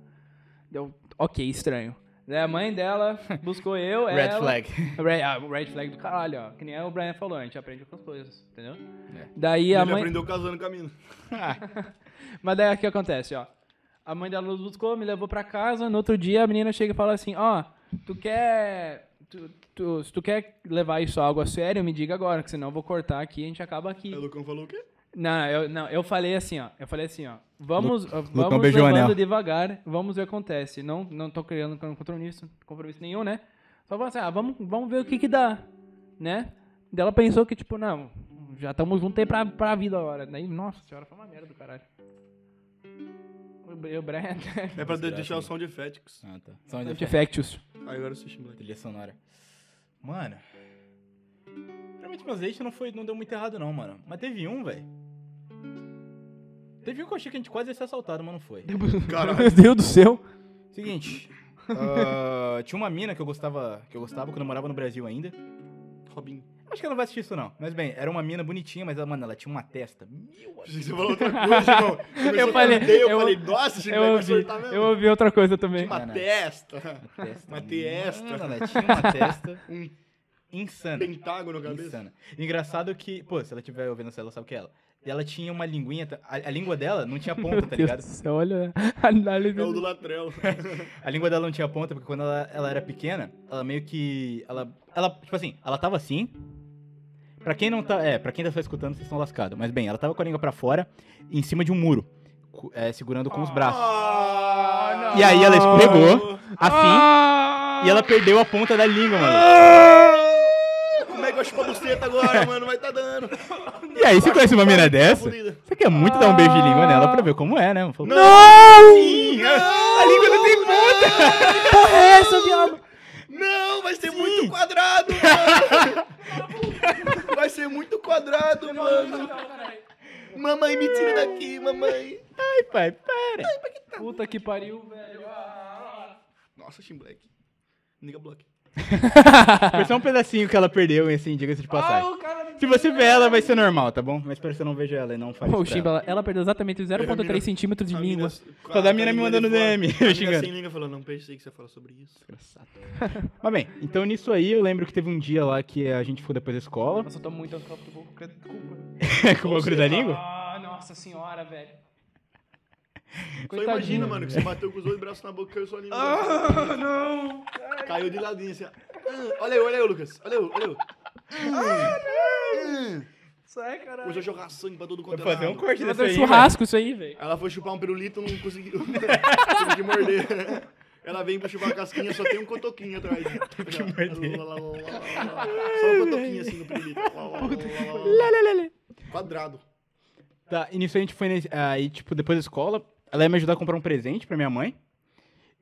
Speaker 3: Deu, ok, estranho. Daí a mãe dela buscou eu,
Speaker 2: Red
Speaker 3: ela-
Speaker 2: flag.
Speaker 3: Red, ah, red flag do caralho, ó. Que nem o Brian falou, a gente aprende com as coisas, entendeu?
Speaker 2: É.
Speaker 3: Daí a
Speaker 1: Ele
Speaker 3: mãe.
Speaker 1: aprendeu casando com a mina.
Speaker 3: Mas daí o que acontece, ó. A mãe dela nos buscou, me levou pra casa. No outro dia, a menina chega e fala assim: Ó, tu quer. Tu, tu- se tu quer levar isso a algo a sério, me diga agora, que senão eu vou cortar aqui e a gente acaba
Speaker 1: Aí o
Speaker 3: aqui.
Speaker 1: Lucão falou o quê?
Speaker 3: Não, eu, não, eu falei assim, ó. Eu falei assim, ó. Vamos, vamos
Speaker 2: Lucão beijou o
Speaker 3: levando
Speaker 2: anel.
Speaker 3: devagar, vamos ver o que acontece. Não, não tô criando compromisso, compromisso nenhum, né? Só falou assim, ah, vamos, vamos ver o que que dá, né? Daí ela pensou que, tipo, não, já estamos juntos aí pra, pra vida agora. Daí, nossa senhora, foi uma merda do caralho. O Br- o Brian...
Speaker 1: É pra
Speaker 2: Desgraça,
Speaker 1: de-
Speaker 3: né?
Speaker 1: deixar o
Speaker 2: mano.
Speaker 1: sound effects.
Speaker 2: Ah, tá. Só um defeito.
Speaker 3: Defectus.
Speaker 1: Aí agora eu assisti, moleque.
Speaker 2: Trilha sonora. Mano. Realmente meus dates não foi. não deu muito errado, não, mano. Mas teve um, velho. Teve um que eu achei que a gente quase ia ser assaltado, mas não foi.
Speaker 1: Caralho.
Speaker 3: Meu Deus do céu.
Speaker 2: Seguinte. ah, tinha uma mina que eu gostava. Que eu gostava quando eu morava no Brasil ainda.
Speaker 1: Robin.
Speaker 2: Acho que ela não vai assistir isso, não. Mas bem, era uma mina bonitinha, mas ela, mano, ela tinha uma testa. Meu
Speaker 1: Achei que Você falou outra coisa, irmão. Começou a
Speaker 3: falei,
Speaker 1: candeia, Eu,
Speaker 3: eu-
Speaker 1: falei, nossa, Chico,
Speaker 3: Eu
Speaker 1: vai
Speaker 3: ouvi,
Speaker 1: surtar mesmo.
Speaker 3: eu ouvi outra coisa também.
Speaker 1: Uma
Speaker 2: Não, não.
Speaker 1: testa.
Speaker 2: testa.
Speaker 1: Uma testa.
Speaker 2: Mano, ela tinha uma testa.
Speaker 1: Um
Speaker 2: insana.
Speaker 1: pentágono na cabeça.
Speaker 2: Insana. Engraçado que, pô, se ela tiver ouvindo essa, ela sabe que é ela. E ela tinha uma linguinha, tá- a, a língua dela não tinha
Speaker 3: Meu
Speaker 2: ponta, tá
Speaker 3: Deus do
Speaker 2: ligado?
Speaker 3: céu, olha a análise.
Speaker 1: É o do Latrel.
Speaker 2: A língua dela não tinha ponta, porque quando ela, ela era pequena, ela meio que. Ela, ela. Tipo assim, ela tava assim. Pra quem não tá. É, pra quem tá só escutando, vocês estão lascados. Mas bem, ela tava com a língua pra fora, em cima de um muro, cu- é, segurando com os braços.
Speaker 1: Ah,
Speaker 2: E aí ela escorregou, assim,
Speaker 3: Ah!
Speaker 2: e ela perdeu a ponta da língua, mano.
Speaker 1: Como é que eu chupo a buceta agora, mano? Vai tá dando.
Speaker 2: E aí, você conhece uma mina dessa?
Speaker 1: Bonita.
Speaker 2: Você quer muito dar um beijo de língua nela pra ver como é, né? Falou,
Speaker 1: Sim, a língua não tem
Speaker 3: Porra, é essa, viado?
Speaker 1: Não, vai ser muito quadrado, mano. vai ser muito quadrado, mano. Mamãe, me tira daqui, mamãe.
Speaker 2: Ai, pai, para.
Speaker 3: Puta que pariu, velho.
Speaker 1: Nossa, Team Black. Nigga Block.
Speaker 2: Foi só um pedacinho que ela perdeu, assim, diga-se de passagem.
Speaker 3: o cara
Speaker 2: Se você ver ela, vai ser normal, tá bom? Mas espero que você não veja ela e não fale
Speaker 3: Pô, o
Speaker 2: isso pra
Speaker 3: Shimba,
Speaker 2: ela.
Speaker 3: ela, ela perdeu exatamente
Speaker 1: é
Speaker 3: os 0,3 centímetros de língua.
Speaker 2: Só da mina me mandando DM,
Speaker 1: A mina
Speaker 2: xingando.
Speaker 1: sem língua falando, não pensei que você ia falar sobre isso.
Speaker 2: Mas bem, então nisso aí eu lembro que teve um dia lá que a gente foi depois da escola.
Speaker 3: Nossa, eu tô muito uncomfortable com culpa.
Speaker 2: com o bagulho da língua?
Speaker 3: Ah, nossa senhora, velho.
Speaker 1: Só
Speaker 3: Coitadinho.
Speaker 1: imagina, mano, que você bateu com os dois braços na boca, caiu sua língua.
Speaker 3: Ah, não!
Speaker 1: Caiu de ladinho assim. ó. Ah, Olha eu, olha eu, Lucas. Olha eu, olha eu.
Speaker 3: Sai, caralho.
Speaker 1: Hoje eu jogar sangue pra todo
Speaker 2: Vou
Speaker 1: quanto é
Speaker 2: fazer um
Speaker 1: lado.
Speaker 2: corte
Speaker 3: Mas
Speaker 2: dessa
Speaker 3: é
Speaker 2: aí.
Speaker 3: churrasco isso aí, velho.
Speaker 1: Ela foi chupar um pirulito, não conseguiu. Não consegui morder. Ela vem pra chupar a casquinha, só tem um cotoquinho atrás. Só um cotoquinho assim no pirulito. Lá, lá, lá, lá, lá. Quadrado.
Speaker 2: Tá, e nisso a gente foi. nesse- Aí, tipo, depois da escola, ela ia me ajudar a comprar um presente pra minha mãe.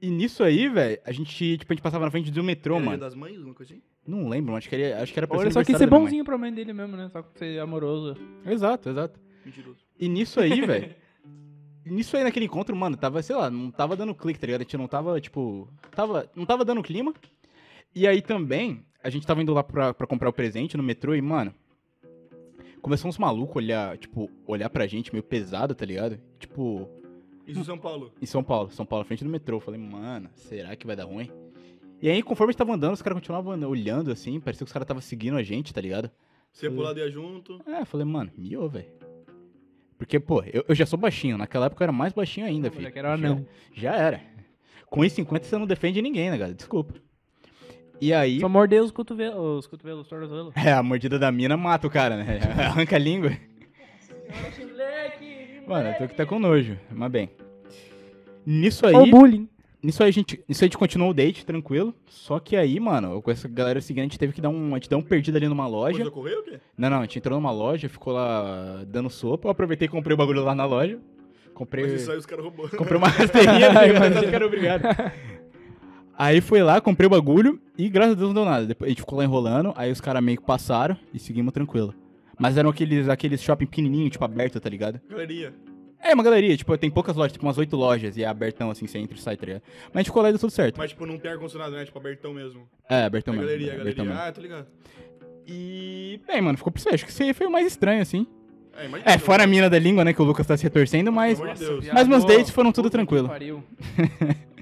Speaker 2: E nisso aí, velho, a gente, tipo, a gente passava na frente do metrô,
Speaker 1: Era Dia
Speaker 2: mano.
Speaker 1: das mães, alguma coisa assim?
Speaker 2: Não lembro, acho que era, acho que era pra
Speaker 3: Olha, só que
Speaker 2: aniversário
Speaker 3: ser
Speaker 2: da minha mãe.
Speaker 3: bonzinho pra mãe dele mesmo, né? Só que ser amoroso.
Speaker 2: Exato, exato.
Speaker 1: Mentiroso.
Speaker 2: E nisso aí, velho. Nisso aí naquele encontro, mano, tava, sei lá, não tava dando clique, tá ligado? A gente não tava, tipo. Tava, não tava dando clima. E aí também, a gente tava indo lá pra, pra comprar o presente no metrô e, mano. Começou uns malucos olhar, tipo, olhar pra gente meio pesado, tá ligado? Tipo,
Speaker 1: Isso em São Paulo.
Speaker 2: em São Paulo, São Paulo, à frente do metrô. Eu Falei, mano, será que vai dar ruim? E aí, conforme a gente tava andando, os caras continuavam andando, olhando assim, parecia que os caras tava seguindo a gente, tá ligado?
Speaker 1: Você ia pro lado e ia junto.
Speaker 2: É, eu falei, mano, miou, velho. Porque, pô, eu, eu já sou baixinho. Naquela época eu era mais baixinho ainda,
Speaker 3: Não,
Speaker 2: filho.
Speaker 3: Ah, moleque, era anão.
Speaker 2: Já, já era. Com 1,50 você não defende ninguém, né, galera? Desculpa. E aí.
Speaker 3: Só mordeu os cotovelos, os cotovelos, os tornozelos.
Speaker 2: É, a mordida da mina mata o cara, né? Arranca a língua. Mano, eu tô que tá com nojo, mas bem. Nisso aí.
Speaker 3: Ou bullying.
Speaker 2: Nisso aí, a gente, nisso aí a gente continuou o date, tranquilo. Só que aí, mano, com essa galera seguinte, a gente teve que dar um. A gente deu um perdido ali numa loja.
Speaker 1: Coisa correu o quê?
Speaker 2: Não, não, a gente entrou numa loja, ficou lá dando sopa. Eu aproveitei e comprei o bagulho lá na loja. Comprei.
Speaker 1: Mas isso aí é os caras roubou.
Speaker 2: Comprei uma rasteirinha, tá ligado? Os caras, obrigado. Aí foi lá, comprei o bagulho e graças a Deus não deu nada. Depois a gente ficou lá enrolando, aí os caras meio que passaram e seguimos tranquilo. Mas eram aqueles, aqueles shopping pequenininho, tipo, aberto, tá ligado?
Speaker 1: Galeria.
Speaker 2: É uma galeria, tipo, tem poucas lojas, tipo umas oito lojas e é abertão, assim, você entra e sai, tá ligado? Mas a gente ficou lá e deu tudo certo.
Speaker 1: Mas tipo, não tem ar-condicionado, né? Tipo, abertão mesmo.
Speaker 2: É, abertão
Speaker 1: É
Speaker 2: mesmo.
Speaker 1: galeria,
Speaker 2: abertão
Speaker 1: galeria. Ah, tô ligado.
Speaker 2: mesmo. E, bem, mano, ficou pra você. Acho que isso aí foi o mais estranho, assim.
Speaker 1: É, imagina.
Speaker 2: É, fora a mina da língua, né, que o Lucas tá se retorcendo, mas...
Speaker 1: Pelo amor de Deus.
Speaker 2: Mas meus dates foram tudo tranquilo.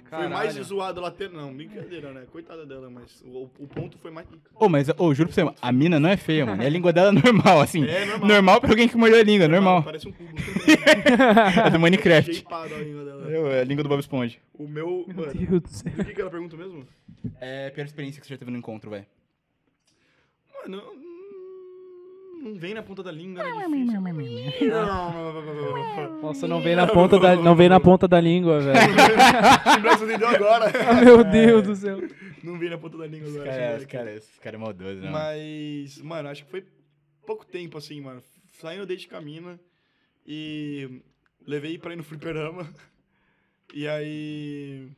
Speaker 1: Foi mais zoado lá ter. Não, brincadeira, né? Coitada dela, mas o, o ponto foi mais.
Speaker 2: Ô, mas, ô, juro pra você, a mina não é feia, mano. E a língua dela é normal, assim.
Speaker 1: É, normal.
Speaker 2: normal. pra alguém que mordeu a língua, normal.
Speaker 1: Parece um cubo. tá.
Speaker 2: É do Minecraft.
Speaker 1: Shapeado a língua dela.
Speaker 2: Eu, é a língua do Bob Esponja.
Speaker 1: O meu.
Speaker 3: Meu
Speaker 1: Mano,
Speaker 3: Deus do céu.
Speaker 1: o que que era a pergunta mesmo?
Speaker 2: É a pior experiência que você já teve no encontro, velho.
Speaker 1: Mano, hum, não vem na ponta da língua, né? Difícil. Não,
Speaker 3: Nossa, não veio na ponta da, não veio na ponta da língua, velho. É.
Speaker 1: você entendeu agora.
Speaker 3: Meu Deus do céu.
Speaker 1: Não vem na ponta da língua agora.
Speaker 2: Cara,
Speaker 1: moleque.
Speaker 2: esse cara, esse cara é maldoso, né? mano?
Speaker 1: É, Mas, mano, acho que foi pouco tempo, assim, mano. Saindo desde Camina e levei pra ir no fliperama. E aí,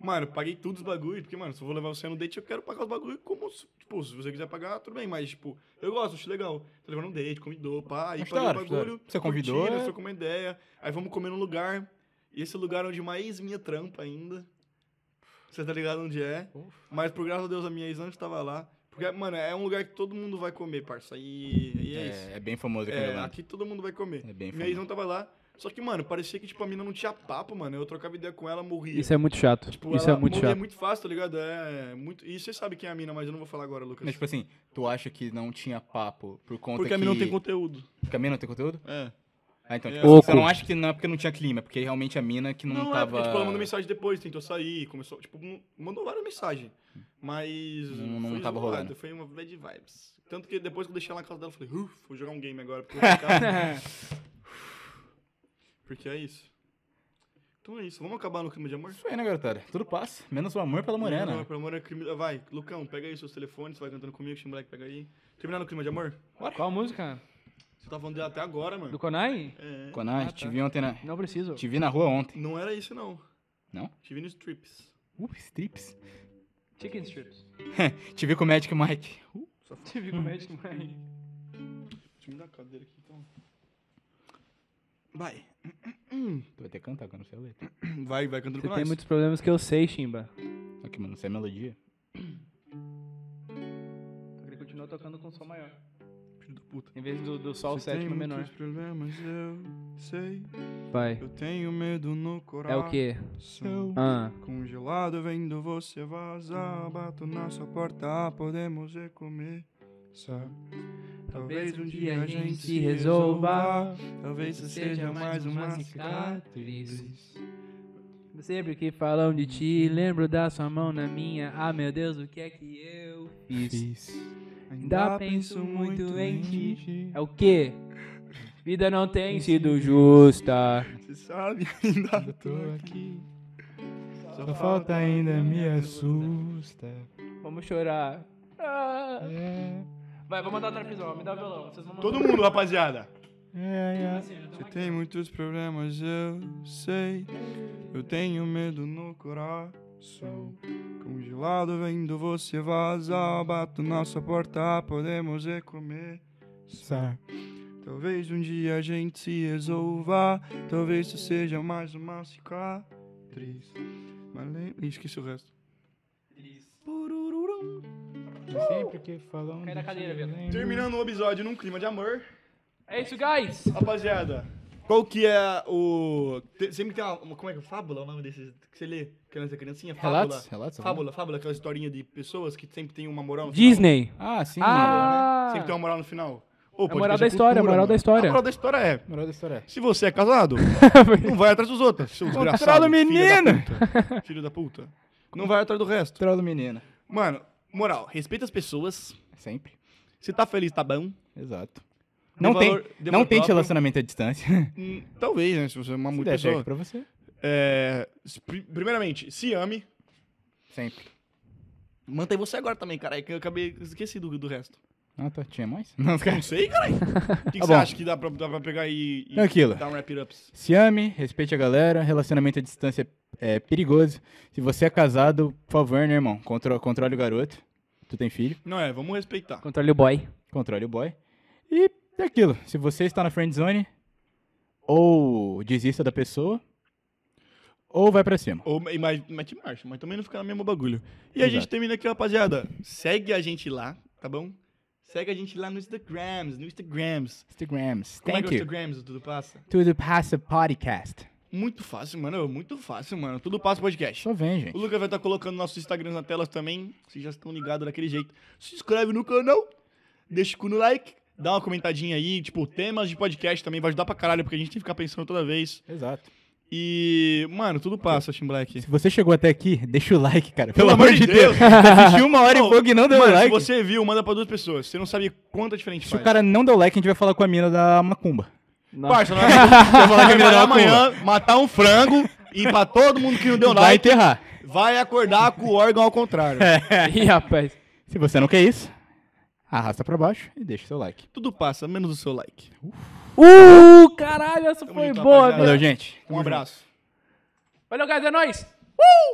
Speaker 1: mano, paguei todos os bagulhos, porque, mano, se eu vou levar você no date, eu quero pagar os bagulhos como, se- tipo, se você quiser pagar, tudo bem, mas, tipo, eu gosto, acho legal. Tá levando um date, convidou, pá, aí
Speaker 2: Acho da
Speaker 1: paguei o
Speaker 2: hora, acho da hora.
Speaker 1: bagulho.
Speaker 2: Você convidou,
Speaker 1: Curtindo,
Speaker 2: é.
Speaker 1: trocou uma ideia, aí vamos comer num lugar. E esse lugar é onde mais minha trampa ainda. Você tá ligado onde é? Mas por graça a Deus a minha ex antes tava lá. Porque, mano, é um lugar que todo mundo vai comer, parça. E, e é, isso.
Speaker 2: É, é bem famoso aqui
Speaker 1: É,
Speaker 2: no
Speaker 1: aqui todo mundo vai comer.
Speaker 2: É bem
Speaker 1: minha
Speaker 2: famoso.
Speaker 1: ex não tava lá. Só que, mano, parecia que, tipo, a mina não tinha papo, mano. Eu trocava ideia com ela, morria.
Speaker 3: Isso é muito chato.
Speaker 1: Tipo,
Speaker 3: Isso é
Speaker 1: ela
Speaker 3: muito
Speaker 1: morria
Speaker 3: chato.
Speaker 1: muito fácil, tá ligado? É muito... E você sabe quem é a mina, mas eu não vou falar agora, Lucas.
Speaker 2: Mas, tipo assim, tu acha que não tinha papo por conta
Speaker 1: porque
Speaker 2: que...
Speaker 1: a mina não tem conteúdo.
Speaker 2: Porque a mina não tem conteúdo?
Speaker 1: É.
Speaker 2: Ah, então,
Speaker 1: É.
Speaker 2: tipo, assim, você
Speaker 3: Oco.
Speaker 2: não acha que não é porque não tinha clima, é porque realmente a mina que não,
Speaker 1: Não, é
Speaker 2: tava...
Speaker 1: porque, tipo, ela mandou mensagem depois, tentou sair, começou, tipo, m- mandou várias mensagens. Mas.
Speaker 2: Não- não
Speaker 1: foi
Speaker 2: tava
Speaker 1: isolado,
Speaker 2: rolando.
Speaker 1: Foi uma bad vibes. Tanto que depois que eu deixei ela na casa dela, eu falei, uff, vou jogar um game agora. Porque, eu vou pra
Speaker 3: É.
Speaker 1: casa." Porque é isso. Então é isso, vamos acabar no clima de amor?
Speaker 2: Isso aí, né, garotada? Tudo passa, menos o amor pela morena.
Speaker 1: Não, pelo amor é crime. Vai, Lucão, pega aí seus telefones, vai cantando comigo, esse moleque, pega aí. Terminar no clima de amor?
Speaker 3: Qual a música?
Speaker 1: Você tá falando dela até agora, mano.
Speaker 3: Do Konai?
Speaker 1: É.
Speaker 2: Conan,
Speaker 3: Ah,
Speaker 2: te
Speaker 3: tá.
Speaker 2: vi ontem na...
Speaker 3: Não preciso.
Speaker 2: Te vi na rua ontem.
Speaker 1: Não era isso, não.
Speaker 2: Não?
Speaker 1: Tive nos trips.
Speaker 2: Uh, strips.
Speaker 3: Chicken strips.
Speaker 2: Te vi com o Magic Mike. Uh,
Speaker 3: Tive com Magic Mike.
Speaker 1: Deixa eu me dar a cadeira aqui, então.
Speaker 2: vai. Tu vai ter que cantar, que eu não sei a letra.
Speaker 1: Vai, vai cantando
Speaker 3: Você
Speaker 1: com
Speaker 3: tem
Speaker 1: nós.
Speaker 3: muitos problemas que eu sei, Shimba.
Speaker 2: Aqui, mano, não sei a melodia.
Speaker 3: Ele continua tocando com som maior.
Speaker 1: filho da puta.
Speaker 3: Em vez do, do sol sétimo menor.
Speaker 1: problemas, eu sei.
Speaker 3: Vai.
Speaker 1: Eu um tenho medo no
Speaker 3: É
Speaker 1: coração.
Speaker 3: o quê?
Speaker 1: Seu
Speaker 3: Ah.
Speaker 1: Congelado vendo você vazar, bato na sua porta, ah, podemos recomeçar. Talvez um dia a gente se resolva, talvez isso seja mais uma cicatriz.
Speaker 3: Sempre que falam de ti, lembro da sua mão na minha. Ah, meu Deus, o que é que eu fiz?
Speaker 1: Ainda penso muito em ti.
Speaker 3: É o quê? Vida não tem sido justa.
Speaker 1: Você sabe, ainda tô
Speaker 2: aqui.
Speaker 1: Só falta ainda me
Speaker 2: assusta.
Speaker 3: Vamos chorar. Ah.
Speaker 2: É,
Speaker 3: Vai, vou mandar trapezão, me dá o violão. Vocês vão mandar.
Speaker 1: Todo mundo, rapaziada.
Speaker 2: é,
Speaker 3: Assim, eu tô
Speaker 1: Você
Speaker 3: mais-
Speaker 1: tem muitos problemas, eu sei. Eu tenho medo no coração. Congelado vendo você vazar, bato na sua porta, podemos recomeçar. Talvez um dia a gente se resolva, talvez isso seja mais uma cicatriz. Mas lembra... Ih, esqueci o resto. Purururum.
Speaker 2: Sempre que falam.
Speaker 3: Cai da cadeira, Vitor.
Speaker 1: Terminando o episódio num clima de amor.
Speaker 3: É isso, guys!
Speaker 1: Rapaziada, qual que é o. te- Sempre tem uma, uma- Como é que é? Fábula é o nome desses. Que você lê? Criança, criancinha? Fábula.
Speaker 2: Relatos? Relatos,
Speaker 1: Fábula, fábula, aquela historinha de pessoas que sempre tem uma moral no
Speaker 3: Disney!
Speaker 2: Ah, sim.
Speaker 1: final.
Speaker 3: Ah!
Speaker 1: Sempre tem uma moral no final. Ô,
Speaker 3: A
Speaker 1: podcast
Speaker 3: moral
Speaker 1: é
Speaker 3: da história, a
Speaker 1: cultura,
Speaker 3: moral
Speaker 1: mano.
Speaker 3: da história.
Speaker 1: A moral da história é.
Speaker 2: Moral da história.
Speaker 1: Se você é casado, não vai atrás dos outros. Seu
Speaker 2: Controla
Speaker 1: desgraçado.
Speaker 2: o menino.
Speaker 1: Filho da puta. Filho da puta. Não vai atrás do resto.
Speaker 2: Troll do menino.
Speaker 1: Mano, moral, respeita as pessoas.
Speaker 2: Sempre.
Speaker 1: Se tá feliz, tá bom.
Speaker 2: Exato.
Speaker 1: Dê
Speaker 2: Não, tem,
Speaker 1: valor- dê
Speaker 2: não
Speaker 1: valor
Speaker 2: tente
Speaker 1: próprio.
Speaker 2: relacionamento à distância.
Speaker 1: Hum, Talvez, né? Se você é uma
Speaker 2: Se
Speaker 1: mulher
Speaker 2: der
Speaker 1: pessoa.
Speaker 2: certo pra você.
Speaker 1: É, se- pri- primeiramente, se ame.
Speaker 2: Sempre.
Speaker 1: Mantém você agora também, caralho, que eu acabei esqueci do, do resto.
Speaker 2: Ah, tá. Tinha mais? Não, os
Speaker 1: Não
Speaker 2: caras.
Speaker 1: sei, caralho. O que, que
Speaker 2: Tá
Speaker 1: você
Speaker 2: bom. É
Speaker 1: acha que dá pra, dá pra pegar e, e
Speaker 2: Tranquilo.
Speaker 1: dar um wrap-ups?
Speaker 2: Se ame, respeite a galera. Relacionamento à distância é perigoso. Se você é casado, por favor, né, irmão? Contro controle o garoto. Tu tem filho.
Speaker 1: Não é, vamos respeitar.
Speaker 3: Controle o boy.
Speaker 2: Controle o boy. E é aquilo. Se você está na friend zone, ou desista da pessoa, ou vai pra cima.
Speaker 1: Ou, e- mas, mas te marcha, mas também não fica no mesmo bagulho. E a
Speaker 2: Exato.
Speaker 1: gente termina aqui, rapaziada. Segue a gente lá, tá bom? Segue a gente lá no Instagrams, no Instagrams.
Speaker 2: Instagrams.
Speaker 1: Como é que
Speaker 2: Thank
Speaker 1: é o
Speaker 2: you.
Speaker 1: Instagrams, Tudo Passa?
Speaker 2: Tudo passa podcast.
Speaker 1: Muito fácil, mano, muito fácil, mano. Tudo Passa Podcast.
Speaker 2: Só vem,
Speaker 1: O
Speaker 2: gente.
Speaker 1: Lucas vai estar colocando nossos Instagrams na tela também. Vocês já estão ligados daquele jeito. Se inscreve no canal, deixa o cu no like, dá uma comentadinha aí. Tipo, temas de podcast também vai ajudar pra caralho, porque a gente tem que ficar pensando toda vez.
Speaker 2: Exato.
Speaker 1: E, mano, tudo passa, Team Black.
Speaker 2: Se você chegou até aqui, deixa o like, cara. Pelo, amor de Deus. Assistiu uma hora
Speaker 1: Não,
Speaker 2: e pouco e não deu
Speaker 1: mano,
Speaker 2: like.
Speaker 1: se você viu, manda pra duas pessoas. Você não sabe quanta diferente
Speaker 2: Se
Speaker 1: faz.
Speaker 2: o cara não deu like, a gente vai falar com a mina da Macumba.
Speaker 1: Parça, é? nós vamos falar que a menina amanhã matar um frango e pra todo mundo que não deu
Speaker 2: vai
Speaker 1: like,
Speaker 2: enterrar.
Speaker 1: vai acordar com o órgão ao contrário.
Speaker 2: É.
Speaker 3: Ih, rapaz.
Speaker 2: Se você não quer isso, arrasta pra baixo e deixa o seu like.
Speaker 1: Tudo passa, menos o seu like.
Speaker 3: Uh, caralho, essa foi
Speaker 1: junto,
Speaker 3: boa,
Speaker 1: rapaziada.
Speaker 2: Valeu,
Speaker 3: velho.
Speaker 2: gente.
Speaker 1: Um abraço.
Speaker 3: Valeu, guys, é nóis!